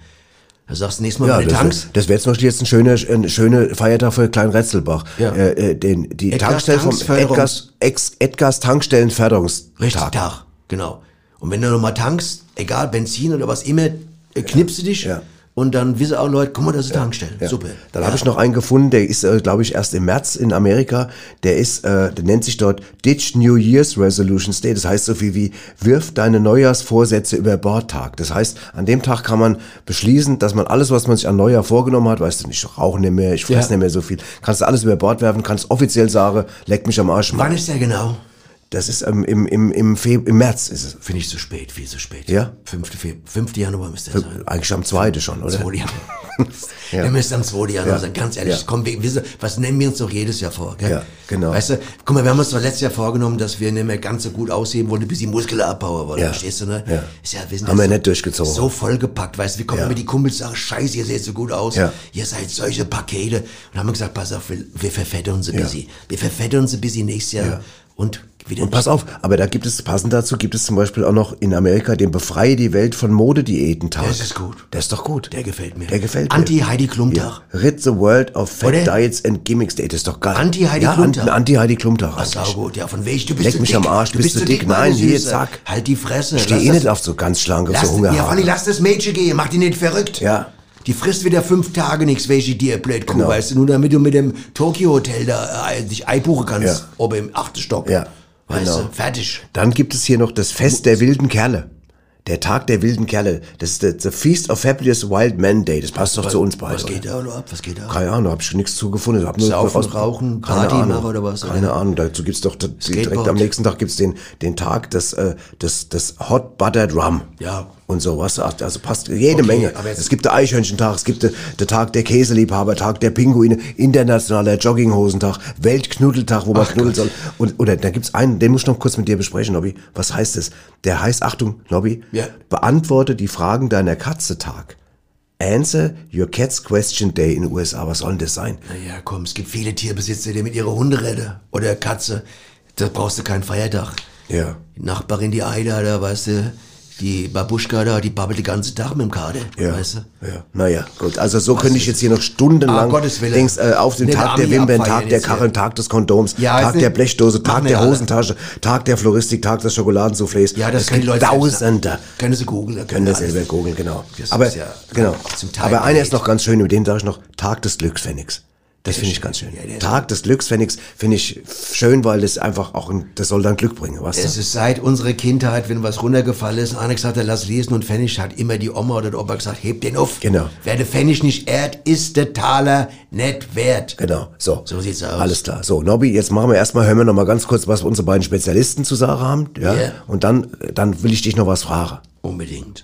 S3: Da sagst du nächstes Mal,
S2: Ja,
S3: meine Tanks.
S2: das, das wäre zum Beispiel jetzt ein schöner, ein schöner Feiertag für Klein Retzelbach.
S3: Ja.
S2: Äh, äh, den, die
S3: Edgars
S2: Tankstelle vom
S3: Tanksförderungs-
S2: Edgars, Ex, Edgars Tankstellenförderungstag.
S3: Richtig, Tag, genau. Und wenn du nochmal tankst, egal, Benzin oder was immer, äh, knipst du dich und dann wissen auch Leute, guck mal, das ist Tankstellen. Super.
S2: Dann habe ich noch einen gefunden, der ist, äh, glaube ich, erst im März in Amerika. Der ist, äh, der nennt sich dort Ditch New Year's Resolutions Day. Das heißt so viel wie Wirf deine Neujahrsvorsätze über Bord Tag. Das heißt, an dem Tag kann man beschließen, dass man alles, was man sich an Neujahr vorgenommen hat, weißt du, ich rauche nicht mehr, ich fresse
S3: Ja.
S2: nicht mehr so viel, kannst du alles über Bord werfen, kannst offiziell sagen, leck mich am Arsch.
S3: Wann ist der genau?
S2: Das ist ähm, im, im, im, Feb im März ist es.
S3: Finde ich zu spät, viel zu spät.
S2: Ja?
S3: 5. Februar, 5. Januar müsste er
S2: Fünf-
S3: sein.
S2: Eigentlich am 2. schon, oder?
S3: 2. Januar. Der müsste am 2. Januar
S2: Ja.
S3: sein, ganz ehrlich.
S2: Ja.
S3: Komm, wir, wir, was nehmen wir uns doch jedes Jahr vor? Gell?
S2: Ja, genau.
S3: Weißt du, guck mal, wir haben uns doch letztes Jahr vorgenommen, dass wir nicht mehr ganz so gut ausheben wollten, bis die Muskeln abbauen wollen.
S2: Ja.
S3: Verstehst du, ne?
S2: Ja.
S3: Ist ja, wir sind
S2: Haben
S3: ja
S2: wir
S3: so-
S2: nicht durchgezogen.
S3: So vollgepackt, weißt du, wir kommen
S2: Ja.
S3: immer die Kumpels sagen, scheiße, ihr seht so gut aus,
S2: Ja.
S3: ihr seid solche Pakete. Und haben wir gesagt, pass auf, wir, wir verfetten uns ein
S2: Ja.
S3: bisschen. Wir verfetten uns ein bisschen nächstes Jahr. Und wieder
S2: Und pass auf, aber da gibt es, passend dazu, gibt es zum Beispiel auch noch in Amerika den Befreie die Welt von Modediäten-Tag.
S3: Das ist gut.
S2: Der ist doch gut. Der
S3: gefällt mir.
S2: Der gefällt mir.
S3: Anti-Heidi-Klum-Tag.
S2: Rid the world of fat
S3: Oder?
S2: diets and gimmicks. Day. Das ist doch geil.
S3: Anti-Heidi
S2: ja,
S3: Klum-Tag.
S2: An, Anti-Heidi Klumtag.
S3: Ach, sau gut, ja, von welchem? Du bist
S2: Leck
S3: zu
S2: mich
S3: dick.
S2: am Arsch,
S3: Du
S2: bist
S3: bist
S2: du
S3: zu
S2: dick?
S3: dick,
S2: Nein,
S3: meine
S2: hier,
S3: Süße.
S2: zack.
S3: Halt die Fresse.
S2: Steh
S3: Lass
S2: eh
S3: das-
S2: nicht auf so ganz schlanke,
S3: Lass,
S2: so Hunger
S3: ja, Fanny,
S2: haben.
S3: lass das Mädchen gehen, mach die nicht verrückt.
S2: Ja.
S3: Die frisst wieder fünf Tage nichts, welche dir blöd Kuh,
S2: Genau.
S3: weißt du, nur damit du mit dem Tokyo Hotel da äh, dich einbuchen kannst,
S2: Ja.
S3: ob im achten Stock.
S2: Ja,
S3: Weißt
S2: genau.
S3: du, fertig.
S2: Dann gibt es hier noch das Fest der wilden Kerle. Der Tag der wilden Kerle. Das ist der the Feast of Fabulous Wild Man Day. Das passt doch zu uns beiden.
S3: Was
S2: oder?
S3: geht da noch ab? Was geht da ab?
S2: Keine Ahnung, habe ich nichts zugefunden. Hab nur
S3: Saufen,
S2: raus-
S3: rauchen,
S2: Keine
S3: Party
S2: Ahnung.
S3: machen oder was?
S2: Keine Ahnung, dazu gibt's doch direkt
S3: Skateboard.
S2: am nächsten Tag gibt's den, den Tag des, äh, des, des Hot Buttered Rum.
S3: Ja.
S2: Und sowas. Also passt jede
S3: Okay,
S2: Menge.
S3: aber jetzt-
S2: Es gibt den Eichhörnchentag, es gibt den, den Tag der Käseliebhaber, Tag der Pinguine, internationaler Jogginghosentag, Weltknuddeltag, wo man knuddeln soll. Und, oder da gibt's einen, den muss ich noch kurz mit dir besprechen, Nobby. Was heißt es? Der heißt, Achtung, Nobby,
S3: Ja.
S2: beantworte die Fragen deiner Katze Tag. Answer Your Cat's Question Day in den USA. Was soll denn das sein?
S3: Naja, komm, es gibt viele Tierbesitzer, die mit ihrer Hunde rennen oder Katze. Da brauchst du keinen Feiertag.
S2: Ja.
S3: Die Nachbarin, die Eider, da, weißt du, die Babuschka da, die babbelt den ganzen Tag mit dem Kader,
S2: Ja.
S3: weißt du.
S2: Ja. Naja, gut. Also so könnte ich jetzt hier noch stundenlang
S3: Ah, Gottes Willen.
S2: Dings, äh, auf den
S3: Nicht
S2: Tag der
S3: Ami
S2: Wimpern,
S3: abfeiern
S2: Tag der
S3: jetzt hier.
S2: Karren, Tag des Kondoms,
S3: Ja,
S2: Tag
S3: ist
S2: der
S3: nicht-
S2: Blechdose,
S3: Machen
S2: Tag
S3: nicht
S2: der
S3: alle.
S2: Hosentasche, Tag der Floristik, Tag des Schokoladensoufflés.
S3: Ja, das
S2: Es
S3: können die
S2: gibt
S3: Leute selbst-
S2: Tausende.
S3: Können sie googeln. da
S2: Können das
S3: alles.
S2: selber googeln, genau.
S3: Das
S2: Aber,
S3: ist ja
S2: genau.
S3: zum Teil
S2: Aber einer
S3: geht.
S2: ist noch ganz schön, über den sage ich noch, Tag des Glückspfennigs. Das finde ich ganz schön. Tag des Glückspfennigs finde ich schön, weil das einfach auch, ein, das soll dann Glück bringen, was?
S3: Es ist seit unserer Kindheit, wenn was runtergefallen ist, einer gesagt hat, lass lesen und Pfennig hat immer die Oma oder der Opa gesagt, heb den auf.
S2: Genau.
S3: Wer den Pfennig nicht ehrt, ist der Taler nicht wert.
S2: Genau, so.
S3: So sieht's aus.
S2: Alles klar. So, Nobby, jetzt machen wir erstmal, hören wir noch mal ganz kurz, was unsere beiden Spezialisten zu sagen haben. Ja.
S3: Ja.
S2: Und dann, dann will ich dich noch was fragen.
S3: Unbedingt.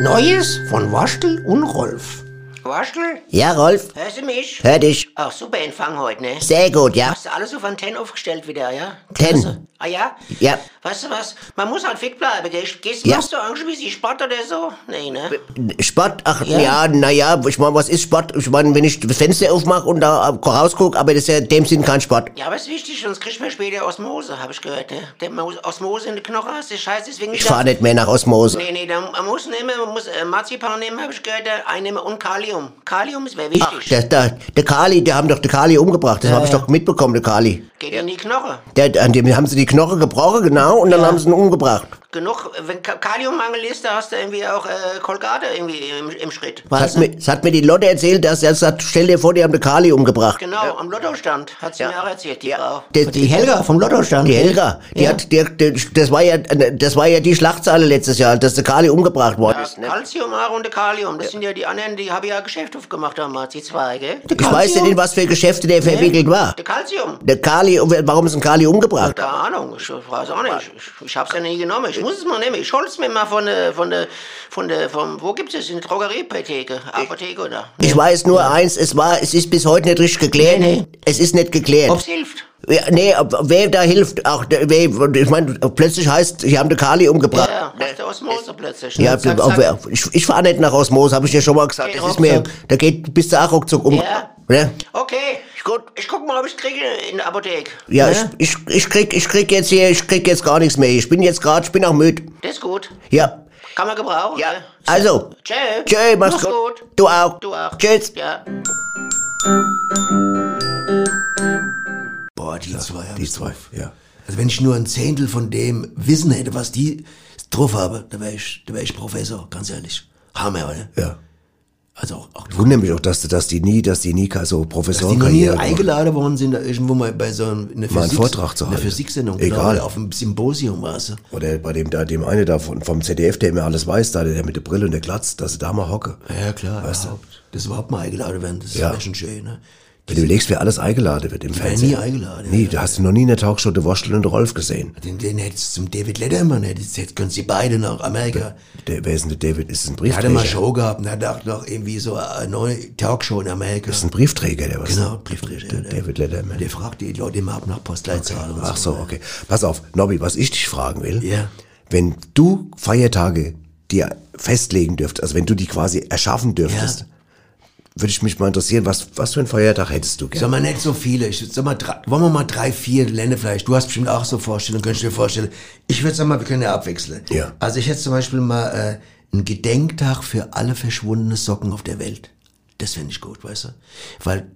S13: Neues von Waschtel und Rolf.
S4: Waschel?
S13: Ja, Rolf?
S4: Hörst du mich?
S13: Hör dich.
S4: Ach, super Empfang heute, ne?
S13: Sehr gut, ja.
S4: Hast du alles auf Antennen aufgestellt wieder, ja?
S13: Ten.
S4: Klasse. Ah ja?
S13: Ja.
S4: Weißt du was? Man muss halt fit bleiben, gell? Gehst,
S13: Ja.
S4: Machst du irgendwie bisschen Sport oder so? Nee, ne?
S1: Sport, ach
S4: Ja.
S1: ja, naja, ich meine, was ist Sport? Ich meine, wenn ich das Fenster aufmache und da äh, rausgucke, aber das ist ja in dem Sinn kein Sport.
S4: Ja, aber ist wichtig, sonst kriegt man später Osmose, habe ich gehört, ne? Der Mo- Osmose in den Knochen hast, ist scheiße, deswegen...
S1: Ich fahre nicht mehr nach Osmose.
S4: Nee, nee, da man muss nehmen, man muss äh, Marzipan nehmen, habe ich gehört, äh, einnehmen und Kalium. Kalium ist mir wichtig.
S1: Ach, der, der, der Kali, die haben doch den Kali umgebracht. Das
S4: Ja,
S1: habe ich
S4: ja.
S1: doch mitbekommen, der Kali.
S4: Geht in die Knochen.
S1: Der, an dem haben sie die Knochen gebrochen, genau, und dann haben sie ihn umgebracht.
S4: genug, wenn Ka- Kaliummangel ist, da hast du irgendwie auch äh, Kolgate irgendwie im, im Schritt.
S1: Was hat, mir, das hat mir die Lotte erzählt, dass er sagt, stell dir vor, die haben den Kali umgebracht.
S4: Genau, am Lottostand, hat sie mir auch erzählt, die Frau.
S1: Die,
S4: die Helga vom Lottostand.
S1: Die Helga, die
S4: Ja.
S1: hat, die, die, das war ja, das war ja die Schlachtzeile letztes Jahr, dass der Kali umgebracht worden ist. ne?
S4: Calcium, Aaron und Kalium, das sind ja die anderen, die habe ich ja Geschäft aufgemacht damals, die zwei, gell?
S1: Ich weiß nicht, in was für Geschäfte der verwickelt war.
S4: Der Calcium.
S1: Der Kali, warum ist ein Kali umgebracht?
S4: Keine Ahnung, ich weiß auch nicht. Ich, ich- ich hab's ja nie genommen. Ich muss es mal nehmen. Ich hol's mir mal von der, von der, von der, vom, wo gibt's es? In der Drogerieapotheke. Apotheke oder?
S1: Ich weiß nur eins, es war, es ist bis heute nicht richtig geklärt. Es ist nicht geklärt.
S4: Ob's hilft.
S1: Ja, nee, ob- wer da hilft, auch, der- wer, ich meine, plötzlich heißt, sie haben den Kali umgebracht.
S4: Ja, aus der Osmose plötzlich.
S1: Ja,
S4: Zack, zack,
S1: ob-
S4: zack.
S1: ich, ich fahre nicht nach Osmose, habe ich dir schon mal gesagt. Das ist mir, da geht bis zur ruckzuck um.
S4: Ja.
S1: Ne?
S4: Okay, ich guck, ich guck mal, ob ich kriege in der Apotheke.
S1: Ja,
S4: Ne?
S1: ich, ich, ich krieg, ich krieg jetzt hier, ich krieg jetzt gar nichts mehr. Ich bin jetzt gerade, ich bin auch müde.
S4: Das ist gut.
S1: Ja,
S4: Kann man gebrauchen. Ja. Ne?
S1: also.
S4: Tschö.
S1: Tschö, mach's gut. Du auch.
S4: Du auch.
S1: Tschüss.
S4: Ja.
S3: Boah, die zwei. Die zwei, ja. Also wenn ich nur ein Zehntel von dem Wissen hätte, was die drauf habe, dann wäre ich, dann wär ich Professor, ganz ehrlich. Hammer, oder?
S2: Ja.
S3: Also auch, auch
S2: Ich wundere mich auch, dass, dass die nie, dass die nie so
S3: dass die noch nie
S2: Professorenkarriere machen.
S3: eingeladen worden sind, da irgendwo mal bei so einem eine
S2: Mal einen Vortrag zu
S3: eine
S2: halten.
S3: Physiksendung,
S2: Egal.
S3: Genau, auf einem Symposium war es.
S2: Oder bei dem, da, dem eine da von, vom ZDF, der immer alles weiß, da, der mit der Brille und der Glatz, dass sie da mal hocke.
S3: Ja, klar,
S2: Weißt du?
S3: überhaupt. Das überhaupt mal eingeladen werden, das
S2: Ja.
S3: ist schon schön. Ne?
S2: Wenn du überlegst, wer alles eingeladen wird im
S3: Die werden
S2: Fernsehen.
S3: nie eingeladen,
S2: Nee, da hast du noch nie eine Talkshow der Waschel und Rolf gesehen.
S3: Den, den hättest du zum David Letterman, hättest, jetzt können sie beide nach Amerika.
S2: Der, wer ist denn der David? Ist es ein
S3: Der
S2: Briefträger?
S3: hatte mal Show gehabt und hat auch noch irgendwie so eine neue Talkshow in Amerika.
S2: Ist ein Briefträger, der was?
S3: Genau, Briefträger. Der,
S2: David Letterman.
S3: Der fragt die Leute immer ab nach Postleitzahl und
S2: Ach so, okay. Pass auf, Nobby, was ich dich fragen will.
S3: Ja.
S2: Wenn du Feiertage dir festlegen dürftest, also wenn du die quasi erschaffen dürftest, würde ich mich mal interessieren, was, was für einen Feiertag hättest du
S3: Sag
S2: gerne?
S3: mal, nicht so viele. Ich, sag mal, drei, wollen wir mal drei, vier Länder vielleicht. Du hast bestimmt auch so Vorstellungen, könntest du dir vorstellen. Ich würde sagen mal, wir können ja abwechseln.
S2: Ja.
S3: Also ich hätte zum Beispiel mal äh, einen Gedenktag für alle verschwundene Socken auf der Welt. Das finde ich gut, weißt du? Weil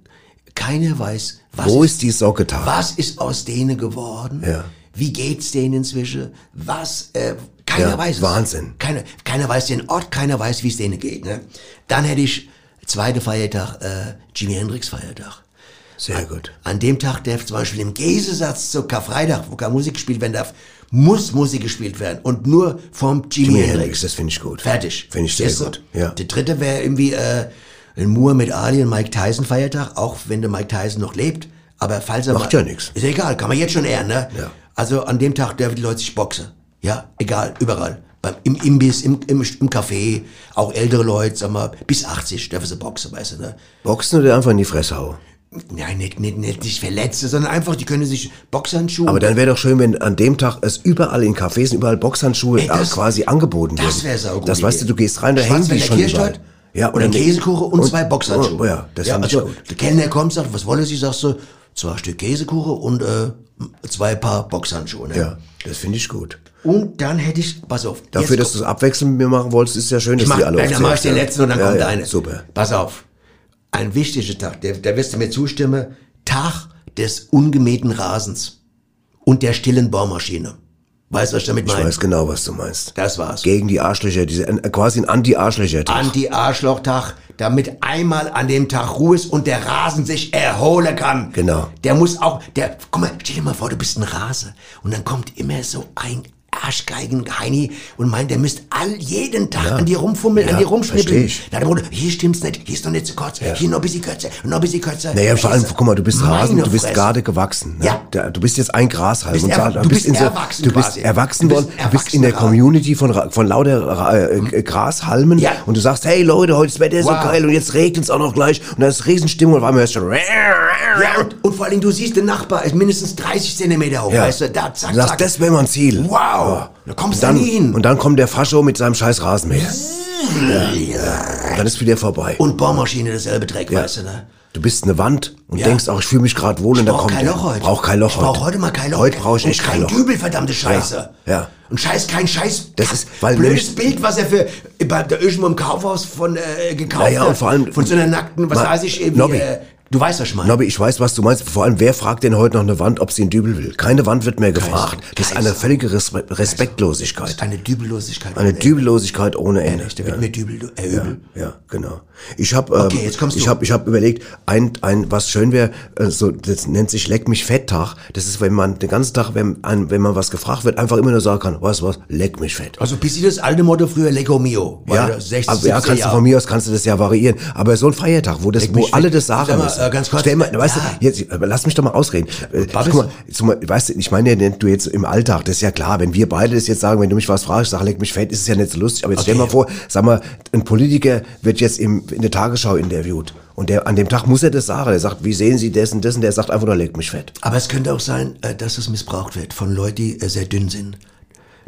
S3: keiner weiß, was
S2: Wo ist die Socke Tag?
S3: was ist aus denen geworden?
S2: Ja.
S3: Wie geht's denen inzwischen? Was? Äh, keiner
S2: Ja,
S3: weiß es.
S2: Wahnsinn.
S3: Keiner, keiner weiß den Ort, keiner weiß, wie es denen geht. Ne? Dann hätte ich zweite Feiertag, äh, Jimi Hendrix Feiertag.
S2: Sehr gut.
S3: An dem Tag darf zum Beispiel im Gegensatz zu Karfreitag, wo keine Musik gespielt werden darf, muss Musik gespielt werden und nur vom Jimi,
S2: Jimi
S3: Hendrix.
S2: Hendrix, das finde ich gut.
S3: Fertig.
S2: Finde ich sehr
S3: Ist so.
S2: gut. Ja.
S3: Der dritte wäre irgendwie äh, ein Muhammad Ali und Mike Tyson Feiertag, auch wenn der Mike Tyson noch lebt. Aber falls er
S2: Macht
S3: mal-
S2: ja nix.
S3: Ist egal, kann man jetzt schon ehren, ne?
S2: Ja.
S3: Also an dem Tag dürfen die Leute sich boxen. Ja, egal, überall. Beim, Im Imbiss, im, im, im Café, auch ältere Leute, sag mal, bis 80 dürfen sie boxen, weißt du, ne?
S2: Boxen oder einfach in die Fresse hauen?
S3: Nein, nicht, nicht, nicht, nicht Verletzte, sondern einfach, die können sich Boxhandschuhe.
S2: Aber dann wäre doch schön, wenn an dem Tag es überall in Cafés, und überall Boxhandschuhe
S3: Ey, das-
S2: äh, quasi angeboten
S3: das
S2: werden.
S3: wär saugut,
S2: Das weißt du,
S3: Idee.
S2: du gehst rein, da hängen die
S3: Schwarzwälder
S2: schon
S3: Kirschtorte
S2: überall. Ja,
S3: und
S2: oder
S3: eine
S2: nee.
S3: Käsekuchen und, zwei Boxhandschuhe.
S2: Oh, ja, das finde ich
S3: also,
S2: gut.
S3: Der Kellner kommt, sagt, was wollen Sie? Sagst du, zwei Stück Käsekuchen und äh, zwei Paar Boxhandschuhe. Ne?
S2: Ja, das finde ich gut.
S3: Und dann hätte ich, pass auf.
S2: Dafür, dass du es abwechselnd mit mir machen wolltest, ist ja schön,
S3: ich
S2: dass
S3: mach,
S2: die alle
S3: nein, dann
S2: aufzählst,
S3: mach ich den
S2: ja.
S3: letzten und dann
S2: ja,
S3: kommt
S2: ja,
S3: eine.
S2: Super.
S3: Pass auf. Ein wichtiger Tag, der, da wirst du mir zustimmen. Tag des ungemähten Rasens und der stillen Bohrmaschine. Weißt du, was ich damit
S2: Ich
S3: meine?
S2: weiß genau, was du meinst.
S3: Das war's.
S2: Gegen die Arschlöcher, diese, äh, quasi ein Anti-Arschlöcher-Tag.
S3: Anti-Arschloch-Tag, damit einmal an dem Tag Ruhe ist und der Rasen sich erholen kann.
S2: Genau.
S3: Der muss auch, der, guck mal, stell dir mal vor, du bist ein Rase und dann kommt immer so ein Arschgeigen Heini und meint, der müsst all jeden Tag an dir rumfummeln,
S2: Ja,
S3: an dir rumschnippeln.
S2: versteh ich.
S3: Na, der Bruder, hier stimmt's nicht, hier ist noch nicht zu kurz, hier noch ein bisschen kürzer, noch ein bisschen kürzer.
S2: Naja, vor allem,
S3: Verstehst
S2: guck mal, du bist
S3: Meine
S2: Rasen, du bist
S3: Fresse.
S2: gerade gewachsen. Ne?
S3: Ja.
S2: Da, du bist jetzt ein Grashalm.
S3: Du bist
S2: und
S3: er-
S2: da-
S3: du bist
S2: in so-
S3: erwachsen
S2: Du bist
S3: quasi.
S2: erwachsen
S3: Du
S2: worden,
S3: bist
S2: du bist in der
S3: erwachsener
S2: Community von, Ra- von lauter Ra- äh, äh, Grashalmen und du sagst, hey Leute, heute ist Wetter
S3: Wow.
S2: so geil und jetzt regnet es auch noch gleich und da ist Riesenstimmung und auf einmal hörst du schon,
S3: Ja, und, und vor allem, du siehst, der Nachbar ist mindestens 30 Zentimeter hoch,
S2: Ja.
S3: weißt du, da, zack,
S2: du sagst,
S3: zack.
S2: das wäre mein Ziel.
S3: Wow,
S2: Ja.
S3: da
S2: Und
S3: kommst
S2: dann,
S3: du nie hin.
S2: Und dann kommt der Fascho mit seinem scheiß Rasenmäher. Ja. Und Dann ist wieder vorbei.
S3: Und Bohrmaschine dasselbe Dreck, weißt du, ne?
S2: Du bist eine Wand und
S3: Ja.
S2: denkst auch, ich fühle mich gerade wohl und dann
S3: brauch
S2: kommt
S3: kein
S2: der.
S3: Loch heute.
S2: Brauch kein Loch
S3: Ich
S2: heute.
S3: brauch heute mal kein Loch.
S2: Heute brauche ich
S3: Und
S2: echt
S3: kein
S2: kein Loch.
S3: Dübel, verdammte Scheiße.
S2: Ja. ja.
S3: Und scheiß kein Scheiß.
S2: Das ist, weil
S3: blödes
S2: nämlich-
S3: Bild, was er für bei, da irgendwo im Kaufhaus von äh, gekauft
S2: Naja, und
S3: hat.
S2: vor allem-
S3: von so einer nackten, was
S2: Ma-
S3: weiß ich, irgendwie
S2: Nobby.
S3: äh, Du weißt, was ich meine.
S2: Nobby, ich weiß, was du meinst. Vor allem, wer fragt denn heute noch eine Wand, ob sie einen Dübel will? Keine Wand wird mehr gefragt. Das ist eine völlige Res Respektlosigkeit.
S3: Eine Dübellosigkeit.
S2: Eine Dübellosigkeit ohne Ende.
S3: Da wird mir Dübel, äh,
S2: ja,
S3: übel.
S2: ja, genau. Ich habe ähm,
S3: Okay, jetzt kommst du.
S2: ich hab, ich hab überlegt, ein, ein, was schön wäre, äh, so, das nennt sich Leck mich fett Tag. Das ist, wenn man den ganzen Tag, wenn, ein, wenn man was gefragt wird, einfach immer nur sagen kann, was, was, leck mich fett.
S3: Also bis sie das alte Motto früher Lego Mio. war
S2: Ja,
S3: das 60,
S2: aber, ja
S3: 70er
S2: kannst du
S3: Jahre.
S2: von mir aus kannst du das ja variieren. Aber so ein Feiertag, wo das,
S3: Leg
S2: wo
S3: mich
S2: alle
S3: fett.
S2: das sagen
S3: Sag mal,
S2: müssen.
S3: äh, ganz kurz.
S2: Stell mal, weißt du, jetzt, aber lass mich doch mal ausreden. Äh, guck mal, zum, Beispiel, weißt du, ich meine ja, du jetzt im Alltag, das ist ja klar, wenn wir beide das jetzt sagen, wenn du mich was fragst, sag, leg mich fett, ist es ja nicht so lustig. Aber jetzt stell mal vor, sag mal, ein Politiker wird jetzt im, in der Tagesschau interviewt. Und der, an dem Tag muss er das sagen. Er sagt, wie sehen Sie das und das? Und der sagt einfach nur, leg mich fett.
S3: Aber es könnte auch sein, äh, dass es missbraucht wird von Leuten, die äh, sehr dünn sind.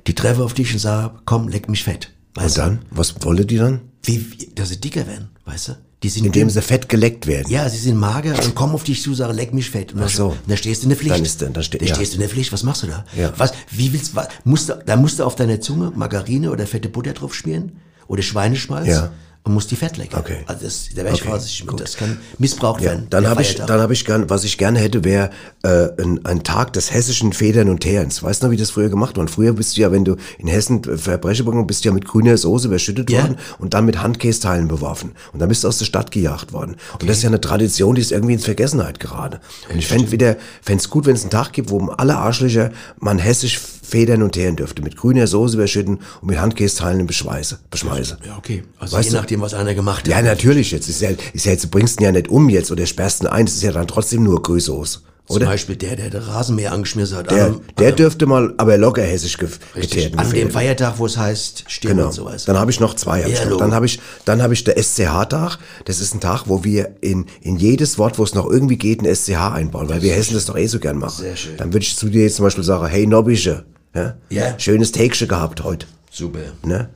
S3: Die treffen auf dich und sagen, komm, leck mich fett.
S2: Und dann? Was wollen die dann?
S3: Wie, wie dass sie dicker werden, weißt du? Die sind
S2: Indem
S3: dünn.
S2: sie fett geleckt werden.
S3: Ja, sie sind mager und kommen auf dich zu, sagen, leck mich fett. Und
S2: Ach so.
S3: dann, dann stehst du in der Pflicht.
S2: Dann ist der- dann steht- ja.
S3: stehst du in der Pflicht. Was machst du da?
S2: Ja.
S3: Was, wie willst, was, musst du, da musst du auf deiner Zunge Margarine oder fette Butter drauf schmieren oder Schweineschmalz
S2: Ja.
S3: und musst die fett lecken.
S2: Okay.
S3: Also das, da wäre ich
S2: Okay,
S3: vorsichtig mit. Das kann missbraucht
S2: Ja,
S3: werden.
S2: dann
S3: der
S2: habe ich,
S3: Feiertag.
S2: dann habe ich gern, was ich gerne hätte, wäre äh, ein, ein Tag des hessischen Federn und Teerens. Weißt du noch, wie das früher gemacht wurde? Früher bist du ja, wenn du in Hessen äh, Verbrechen begangen bist, du ja mit grüner Soße überschüttet
S3: Ja.
S2: worden und dann mit Handkästeilen beworfen. Und dann bist du aus der Stadt gejagt worden. Und das ist ja eine Tradition, die ist irgendwie ins Vergessenheit gerade. Und ich fände wieder, fänd's gut, wenn es einen Tag gibt, wo alle Arschlöcher man hessisch federn und teeren dürfte. Mit grüner Soße überschütten und mit Handkästeilen beschweiße, beschmeiße.
S3: Ja, okay. Also
S2: Weißt
S3: je
S2: du-
S3: nachdem, was einer gemacht hat.
S2: Ja, natürlich. Jetzt ist ja, ist ja jetzt, du bringst ihn ja nicht um jetzt oder sperrst ihn ein. Das ist ja dann trotzdem nur Grüßos.
S3: Zum
S2: Oder?
S3: Beispiel der, der den Rasenmäher angeschmissen hat. Also
S2: der,
S3: an,
S2: der dürfte mal, aber locker hessisch ge- geteert
S3: an dem
S2: werden.
S3: Feiertag, wo es heißt, stehen
S2: Genau.
S3: und sowas.
S2: Dann habe ich noch zwei. Hab ich
S3: Ja,
S2: noch.
S3: Logo.
S2: Dann habe ich, dann habe ich der SCH-Tag. Das ist ein Tag, wo wir in, in jedes Wort, wo es noch irgendwie geht, ein SCH einbauen, weil wir Hessen das doch eh so gern machen.
S3: Sehr schön.
S2: Dann würde ich zu dir jetzt zum Beispiel sagen, hey Nobbische, ja?
S3: Ja.
S2: schönes Tägsche gehabt heute.
S3: Super.
S2: Ne?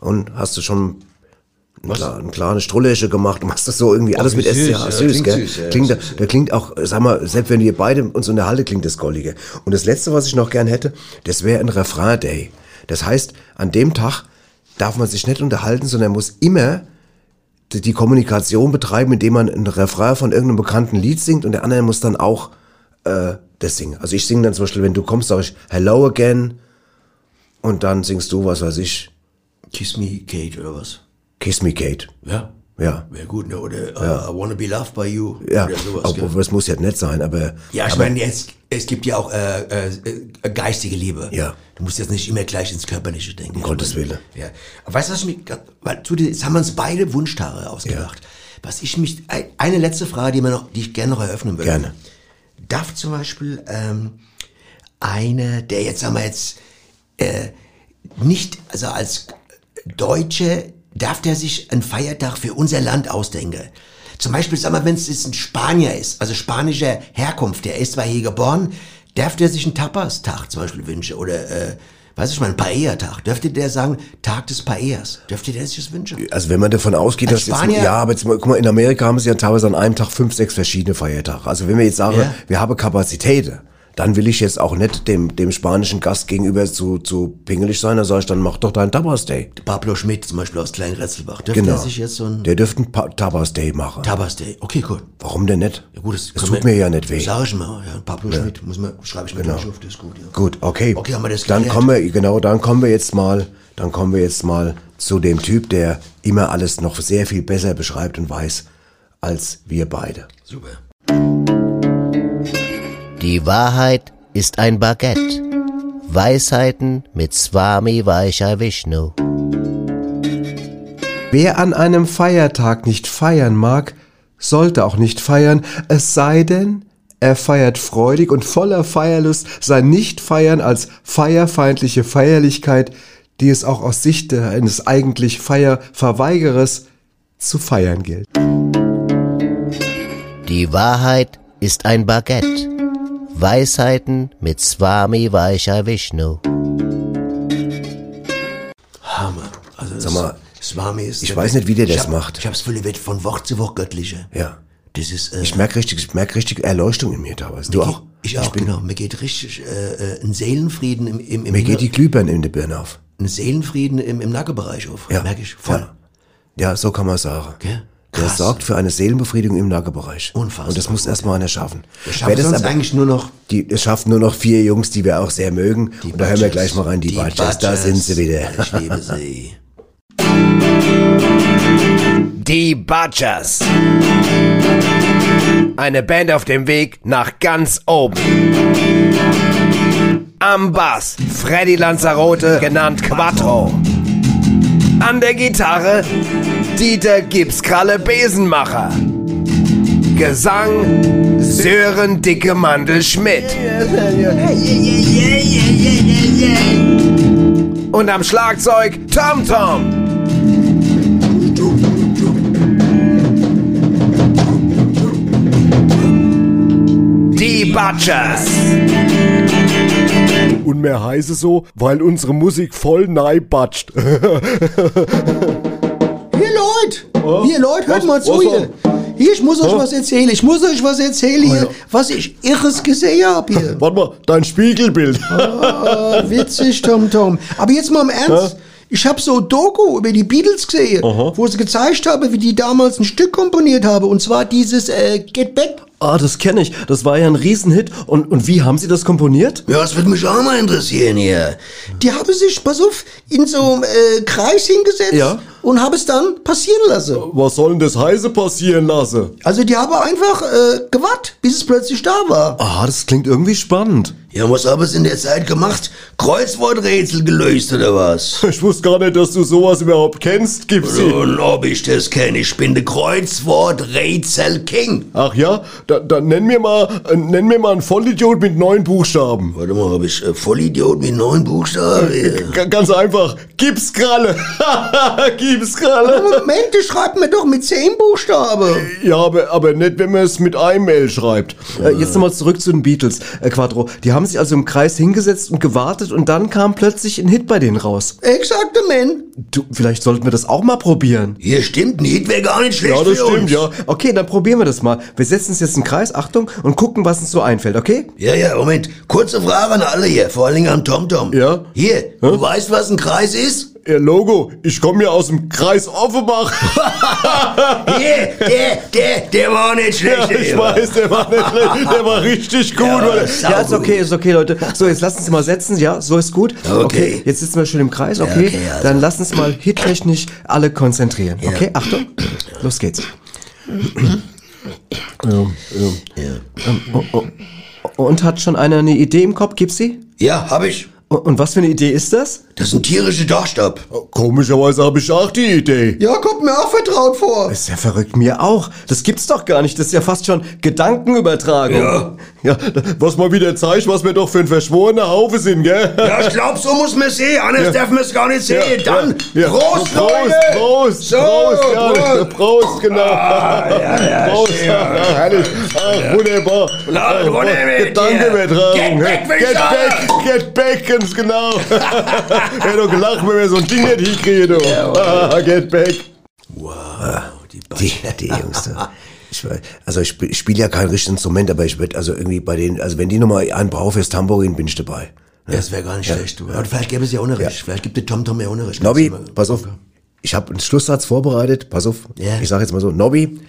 S2: Und hast du schon ein klar- ein kleines Strullersche gemacht und machst das so irgendwie alles
S3: wie
S2: mit
S3: süß,
S2: SCH.
S3: ja,
S2: süß,
S3: klingt
S2: gell?
S3: süß, ja,
S2: klingt, da, da klingt auch, äh, sag mal, selbst wenn wir beide uns unterhalten, klingt das goldige. Und das Letzte, was ich noch gern hätte, das wäre ein Refrain-Day. Das heißt, an dem Tag darf man sich nicht unterhalten, sondern muss immer die die Kommunikation betreiben, indem man ein Refrain von irgendeinem bekannten Lied singt und der andere muss dann auch äh, das singen. Also ich singe dann zum Beispiel, wenn du kommst, sage ich Hello again und dann singst du, was weiß ich,
S3: Kiss me Kate oder was?
S2: Kiss me Kate.
S3: Ja.
S2: Ja.
S3: Wäre gut, ne? Oder äh,
S2: Ja.
S3: I wanna be loved by you.
S2: Ja,
S3: Oder sowas. gell?
S2: obwohl es muss ja nett sein, aber
S3: Ja, ich
S2: aber,
S3: meine, jetzt, es gibt ja auch äh, äh, äh, geistige Liebe.
S2: Ja.
S3: Du musst jetzt nicht immer gleich ins Körperliche denken. Um
S2: Gottes
S3: meine,
S2: Willen.
S3: Ja. Aber weißt du, was ich mich, grad- weil zu dir, jetzt haben wir uns beide Wunschtage ausgedacht. Was ich mich, ein- eine letzte Frage, die, man noch, die ich gerne noch eröffnen würde.
S2: Gerne.
S3: Darf zum Beispiel ähm, einer, der jetzt, sagen wir jetzt, äh, nicht, also als Deutsche, darf der sich einen Feiertag für unser Land ausdenken. Zum Beispiel, sag mal, wenn es jetzt ein Spanier ist, also spanischer Herkunft, der ist zwar hier geboren, darf der sich einen Tapas-Tag zum Beispiel wünschen oder, äh, weiß ich mal, einen Paella-Tag. Dürfte der sagen, Tag des Paellas? Dürfte der sich das wünschen?
S2: Also wenn man davon ausgeht, dass
S3: Als
S2: jetzt,
S3: Äh, Spanier-
S2: ja, aber jetzt, mal- guck mal, in Amerika haben sie ja teilweise an einem Tag fünf, sechs verschiedene Feiertage. Also wenn wir jetzt sagen,
S3: Ja.
S2: wir haben Kapazitäten, dann will ich jetzt auch nicht dem, dem spanischen Gast gegenüber zu, zu pingelig sein, dann sage ich, dann mach doch deinen Tapas Day.
S3: Pablo Schmidt zum Beispiel aus Klein-Retzelbach. Dürfte
S2: Genau.
S3: der sich jetzt so einen
S2: Der dürfte einen Pa- Tapas Day machen.
S3: Tapas Day? Okay, gut.
S2: Warum denn nicht?
S3: Ja gut, das,
S2: Es
S3: kann
S2: tut
S3: man-
S2: mir ja nicht weh.
S3: Sag ich mal, ja, Pablo
S2: Ja.
S3: Schmidt, muss man, schreibe ich mir
S2: Genau.
S3: gleich auf, das ist gut, ja.
S2: Gut, okay.
S3: Okay, haben wir das
S2: Dann
S3: geklärt.
S2: kommen wir, genau, dann kommen wir jetzt mal, dann kommen wir jetzt mal zu dem Typ, der immer alles noch sehr viel besser beschreibt und weiß als wir beide.
S3: Super.
S12: Die Wahrheit ist ein Baguette. Weisheiten mit Swami Vaishya Vishnu.
S9: Wer an einem Feiertag nicht feiern mag, sollte auch nicht feiern, es sei denn, er feiert freudig und voller Feierlust sein Nichtfeiern als feierfeindliche Feierlichkeit, die es auch aus Sicht der- eines eigentlich Feierverweigerers zu feiern gilt.
S12: Die Wahrheit ist ein Baguette. Weisheiten mit Swami Vaishya Vishnu.
S3: Hammer. Also
S2: Sag mal,
S3: das Swami ist
S2: ich weiß nicht, wie der
S3: ich
S2: das
S3: hab,
S2: macht.
S3: Ich hab's völlig wird von Wort zu Wort göttlicher.
S2: Ja.
S3: Das ist, äh,
S2: ich merke richtig, ich merk richtig Erleuchtung in mir teilweise. Du
S3: mir
S2: auch?
S3: geht- Ich auch, genau. Mir geht richtig äh, äh, ein Seelenfrieden im, im, im
S2: Mir geht die Glühbirne in der Birne auf.
S3: ein Seelenfrieden im, im Nackenbereich auf.
S2: Ja.
S3: Merke ich voll.
S2: Ja, so kann man sagen.
S3: Gell?
S9: Der sorgt für eine Seelenbefriedigung im Nackenbereich. Unfassbar. Und das muss erstmal einer schaffen.
S3: Wir schaffen sonst eigentlich
S9: nur noch. Die, es schaffen nur noch vier Jungs, die wir auch sehr mögen. Und da hören wir
S3: Badgers.
S9: gleich mal rein, die,
S3: Die
S9: Badgers. Da
S3: Badgers.
S9: sind sie wieder.
S3: Ich liebe sie.
S2: Die Badgers. Eine Band auf dem Weg nach ganz oben. Am Bass Freddy Lanzarote, genannt Quattro. An der Gitarre Dieter Gipskralle Besenmacher. Gesang Sören Dicke Mandel Schmidt. Und am Schlagzeug Tom Tom. Die Butchers.
S9: Und mehr heiße so, weil unsere Musik voll neibatscht.
S10: Hier Leute, hier Leute, hört mal zu hier. Hier, ich muss euch was erzählen, ich muss euch was erzählen hier, was ich Irres gesehen habe hier.
S9: Warte mal, dein Spiegelbild.
S10: Ah, witzig, Tom Tom. Aber jetzt mal im Ernst. Ich habe so Doku über die Beatles gesehen, wo sie gezeigt haben, wie die damals ein Stück komponiert haben. Und zwar dieses äh, Get Back.
S9: Ah, das kenne ich. Das war ja ein Riesenhit. Und, und wie haben Sie das komponiert?
S3: Ja, das würde mich auch mal interessieren hier.
S10: Die haben sich, pass auf, in so einem äh, Kreis hingesetzt
S9: Ja.
S10: und haben es dann passieren lassen.
S9: Was soll denn das heiße passieren lassen?
S10: Also die haben einfach äh, gewartet, bis es plötzlich da war.
S9: Ah, das klingt irgendwie spannend.
S3: Ja, was haben sie in der Zeit gemacht? Kreuzworträtsel gelöst oder was?
S9: Ich wusste gar nicht, dass du sowas überhaupt kennst, Gipsy.
S3: Und ob ich das kenne, ich bin der Kreuzworträtsel King.
S9: Ach ja, dann da, nenn mir mal, äh, nenn mir mal einen Vollidiot mit neun Buchstaben.
S3: Warte mal, hab ich äh, Vollidiot mit neun Buchstaben?
S9: G ganz einfach, Gipskralle. Gipskralle.
S10: Moment, die schreibt mir doch mit zehn Buchstaben.
S9: Ja, aber, aber nicht, wenn man es mit einem L schreibt. Äh, jetzt nochmal zurück zu den Beatles, äh, Quattro. Die haben sich also im Kreis hingesetzt und gewartet und dann kam plötzlich ein Hit bei denen raus.
S10: Exaktament.
S9: Du, vielleicht sollten wir das auch mal probieren.
S3: Hier stimmt, ein Hit wäre gar nicht schlecht
S9: Ja, das
S3: für
S9: stimmt,
S3: uns.
S9: ja. Okay, dann probieren wir das mal. Wir setzen uns jetzt in den Kreis, Achtung, und gucken, was uns so einfällt, okay?
S3: Ja, ja, Moment. Kurze Frage an alle hier, vor allen Dingen an TomTom. Ja? Hier, du weißt, was ein Kreis ist?
S9: Ja, Logo, ich komme ja aus dem Kreis Offenbach.
S3: Hier, der, der, der war nicht schlecht.
S9: Ja, ich weiß, der war nicht schlecht, der war richtig gut.
S3: Ja,
S9: Leute.
S3: sau
S9: ja ist okay, ist okay, Leute. So, jetzt lasst uns mal setzen, ja, so ist gut.
S3: Okay.
S9: jetzt sitzen wir schön im Kreis,
S3: Ja,
S9: okay?
S3: okay, also.
S9: Dann lasst uns mal hittechnisch alle konzentrieren, okay? Achtung, los geht's. Ja, ja. Ähm, oh, oh. Und hat schon einer eine Idee im Kopf, Gipsy?
S3: Ja, hab ich.
S9: Und und was für eine Idee ist das?
S3: Das ist ein tierischer Dachstab.
S9: Komischerweise habe ich auch die Idee.
S10: Ja, kommt mir auch vertraut vor.
S9: Ist ja verrückt, mir auch. Das gibt's doch gar nicht. Das ist ja fast schon Gedankenübertragung. Ja. ja was mal wieder zeigt, was wir doch für ein verschworener Haufe sind, gell?
S3: Ja, ich glaub, so muss man sehen. Anders
S9: Ja.
S3: darf man es gar nicht sehen.
S9: Ja,
S3: Dann
S9: ja, ja.
S3: Prost,
S9: Prost,
S3: Leute!
S9: Prost,
S3: So,
S9: Prost, ja,
S3: Prost. Ah,
S9: Prost, genau. Prost, ja, herrlich. Ach, wunderbar.
S3: Laut,
S9: Ach,
S3: runter mit dir.
S9: Gedankenübertragung.
S3: Get back, will ich
S9: Get
S3: sagen.
S9: back, get back, ganz genau. Hätte doch gelacht, wenn wir so ein Ding nicht hinkriegen, du. Ah, Get back.
S2: Die, die Jungs. da. Ich, weiß- also ich spiele spiel ja kein richtiges Instrument, aber ich würde also irgendwie bei den, also wenn die nochmal einen braucht fürs Tambourin, bin ich dabei.
S3: Ja, Das wäre gar nicht
S2: Ja.
S3: schlecht. Ja. Vielleicht gäbe es ja Unrecht. Vielleicht gibt der TomTom ja Unrecht.
S2: Nobby, pass auf. Ich habe einen Schlusssatz vorbereitet. Pass auf. Ich sage jetzt mal so, Nobby,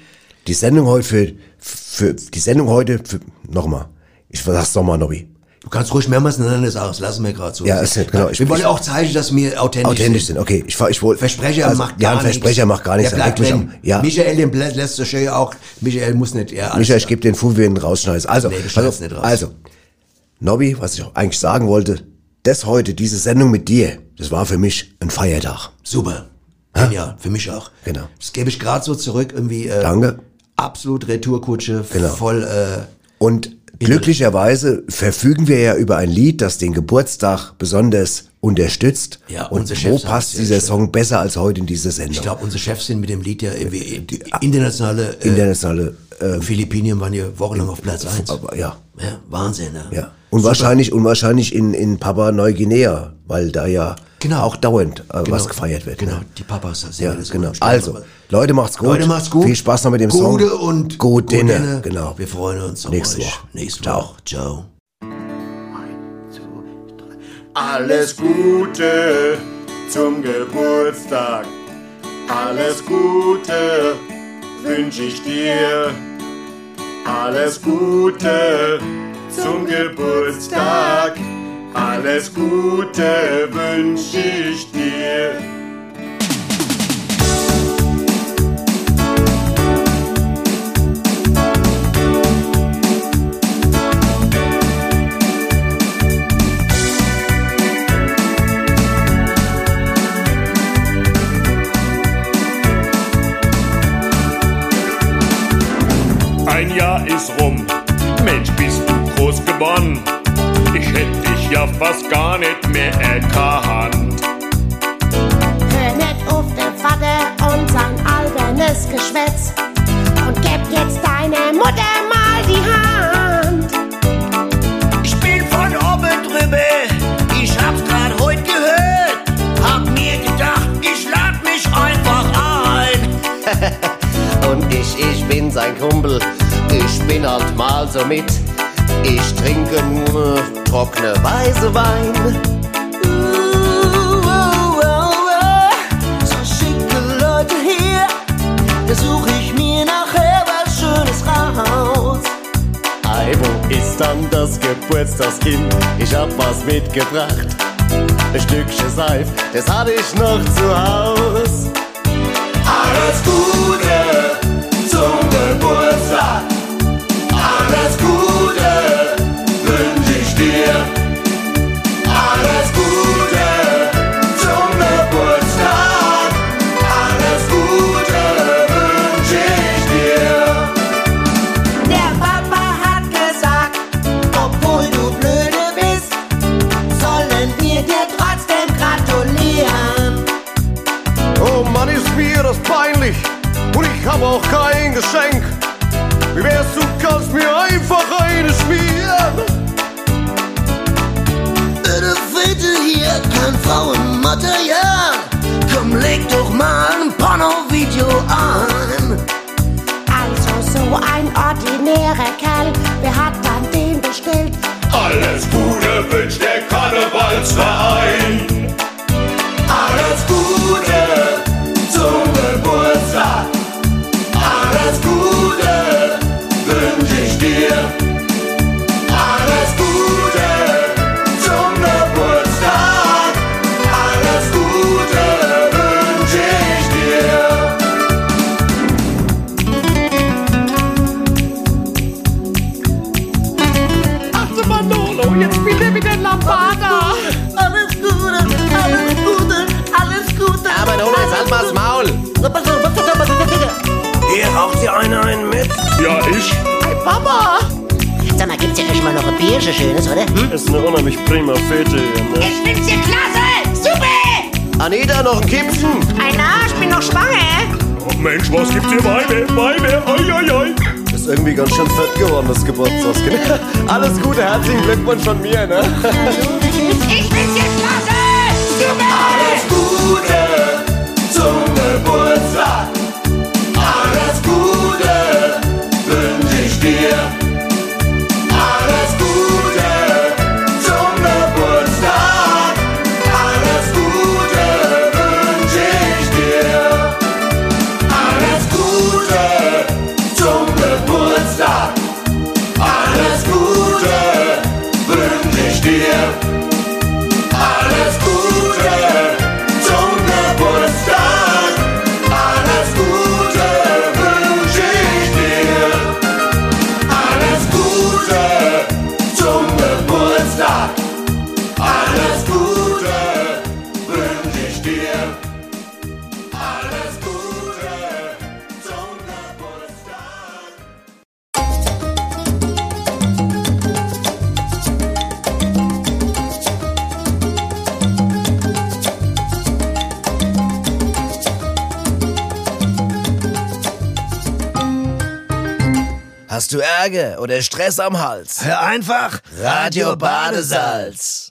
S2: die Sendung heute für, für die Sendung heute für nochmal. Ich sag's nochmal, Nobby.
S3: Du kannst ruhig mehrmals ineinander sagen. Das lassen wir gerade so.
S2: Ja, ist nicht, genau. Ich-
S3: wir wollen
S2: ich-
S3: ja auch zeigen, dass wir authentisch,
S2: Authentisch sind. Okay, ich, fahr- ich wollte.
S3: Versprecher macht gar
S2: ja, ein Versprecher macht gar nichts.
S3: Der
S2: er
S3: bleibt
S2: regt mich
S3: drin.
S2: am- ja.
S3: Michael, den blä- lässt der Schäfer auch. Michael muss nicht. Ja, alles
S2: Michael, ich gebe den Fuß, wenn du rausschneidest. Also,
S3: Nee, du
S2: pass
S3: schneidest
S2: auf,
S3: nicht raus.
S2: also, Nobby, was ich auch eigentlich sagen wollte, das heute, diese Sendung mit dir, das war für mich ein Feiertag.
S3: Super. Genial. Für mich auch.
S2: Genau.
S3: Das gebe ich gerade so zurück. Irgendwie. Äh,
S2: Danke.
S3: Absolut Retourkutsche.
S2: Genau.
S3: Voll. Äh,
S2: Und glücklicherweise verfügen wir ja über ein Lied, das den Geburtstag besonders unterstützt.
S3: Ja,
S2: und
S3: unser
S2: wo
S3: Chef sagt
S2: passt
S3: es ja
S2: dieser Song besser als heute in diese Sendung?
S3: ich glaube, unsere Chefs sind mit dem Lied ja irgendwie die internationale. Äh,
S2: Internationale äh,
S3: Philippinen waren ja wochenlang auf Platz 1.
S2: Aber, ja.
S3: ja. Wahnsinn, ne?
S2: Ja. Und wahrscheinlich, und wahrscheinlich in, in Papua Neuguinea, weil da ja
S3: Genau.
S2: auch dauernd äh, was gefeiert wird. Genau,
S3: die Papas sind
S2: ja, genau. Also, Leute, macht's gut.
S3: Leute, macht's gut.
S2: Viel Spaß noch mit dem Song.
S3: Gute und
S2: Gute
S3: Dinge.
S2: Dinne, Genau.
S3: Wir freuen uns auf
S2: Nächste
S3: euch.
S2: Woche.
S3: Nächste Woche. Ciao.
S14: Alles Gute zum Geburtstag. Alles Gute
S8: wünsche ich dir alles Gute zum Geburtstag. Alles Gute wünsche ich dir. Ein Jahr ist rum, Mensch, bist du groß geworden. Ich hätte dich ja fast gar nicht mehr erkannt.
S15: Hör nicht auf den Vater und sein albernes Geschwätz und gib jetzt deiner Mutter mal die Hand.
S16: Ich bin von oben drüber, ich hab's grad heute gehört. Hab mir gedacht, ich lad mich einfach ein.
S2: Und ich, ich bin sein Kumpel, ich bin halt mal so mit. Ich trinke nur trockene Weise Wein.
S3: So schicke Leute her, da suche ich mir nachher was Schönes raus.
S2: Ei, wo ist dann das Geburtstagskind? Ich hab was mitgebracht. Ein Stückchen Seif, das hatte ich noch zu Haus.
S3: Alles Gute zum Geburtstag. Alles Gute wünsche ich dir. Alles Gute zum Geburtstag. Alles Gute wünsche ich dir. Der Papa hat gesagt, obwohl du blöde bist, sollen wir dir trotzdem gratulieren.
S9: Oh Mann, ist mir das peinlich und ich habe auch kein Geschenk. Wie wär's, du kannst mir einfach eine schmieren?
S3: Bitte, bitte hier kein Frauenmaterial. Komm, leg doch mal ein Porno-Video an.
S15: Also so ein ordinärer Kerl, wer hat dann den bestellt?
S8: Alles Gute wünscht der Karnevalsverein.
S3: Alles Gute zum Geburtstag. Alles Gute wünsche ich dir. Alles Gute zum Geburtstag. Alles Gute wünsche ich dir.
S16: Achte Manolo, jetzt spielt er wieder Lambada.
S3: Alles Gute, alles Gute, alles Gute.
S1: Aber Manolo, jetzt halt mal das Maul.
S9: Hier raucht ihr einer einen mit? Ja, ich.
S16: Hey Papa.
S12: Sag mal, gibt's ja echt mal noch ein Bierchen schönes, oder? Hm?
S9: Ist eine unheimlich prima Fete hier, ne?
S16: Ich find's hier klasse. Super.
S2: Anita, noch ein Kipfen?
S16: Einer, ich bin noch schwanger.
S9: Oh Mensch, was gibt's hier? Weibe, Weibe, oi, oi, oi.
S1: Ist irgendwie ganz schön fett geworden, das Geburtstagskind. Alles Gute, herzlichen Glückwunsch von mir, ne?
S16: Ich find's hier klasse. Super.
S3: Alles Gute zum Geburtstag. Alles Gute wünsche ich dir. Alles Gute zum Geburtstag. Alles Gute wünsche ich dir. Alles Gute zum Geburtstag. Alles Gute wünsche ich dir. Alles Gute zum Geburtstag. Alles Gute wünsche ich dir. Alles Gute zum Geburtstag. Alles Gute wünsche ich dir. Alles Gute zum Geburtstag.
S2: Hast du Ärger oder Stress am Hals?
S9: Hör einfach
S2: Radio Badesalz.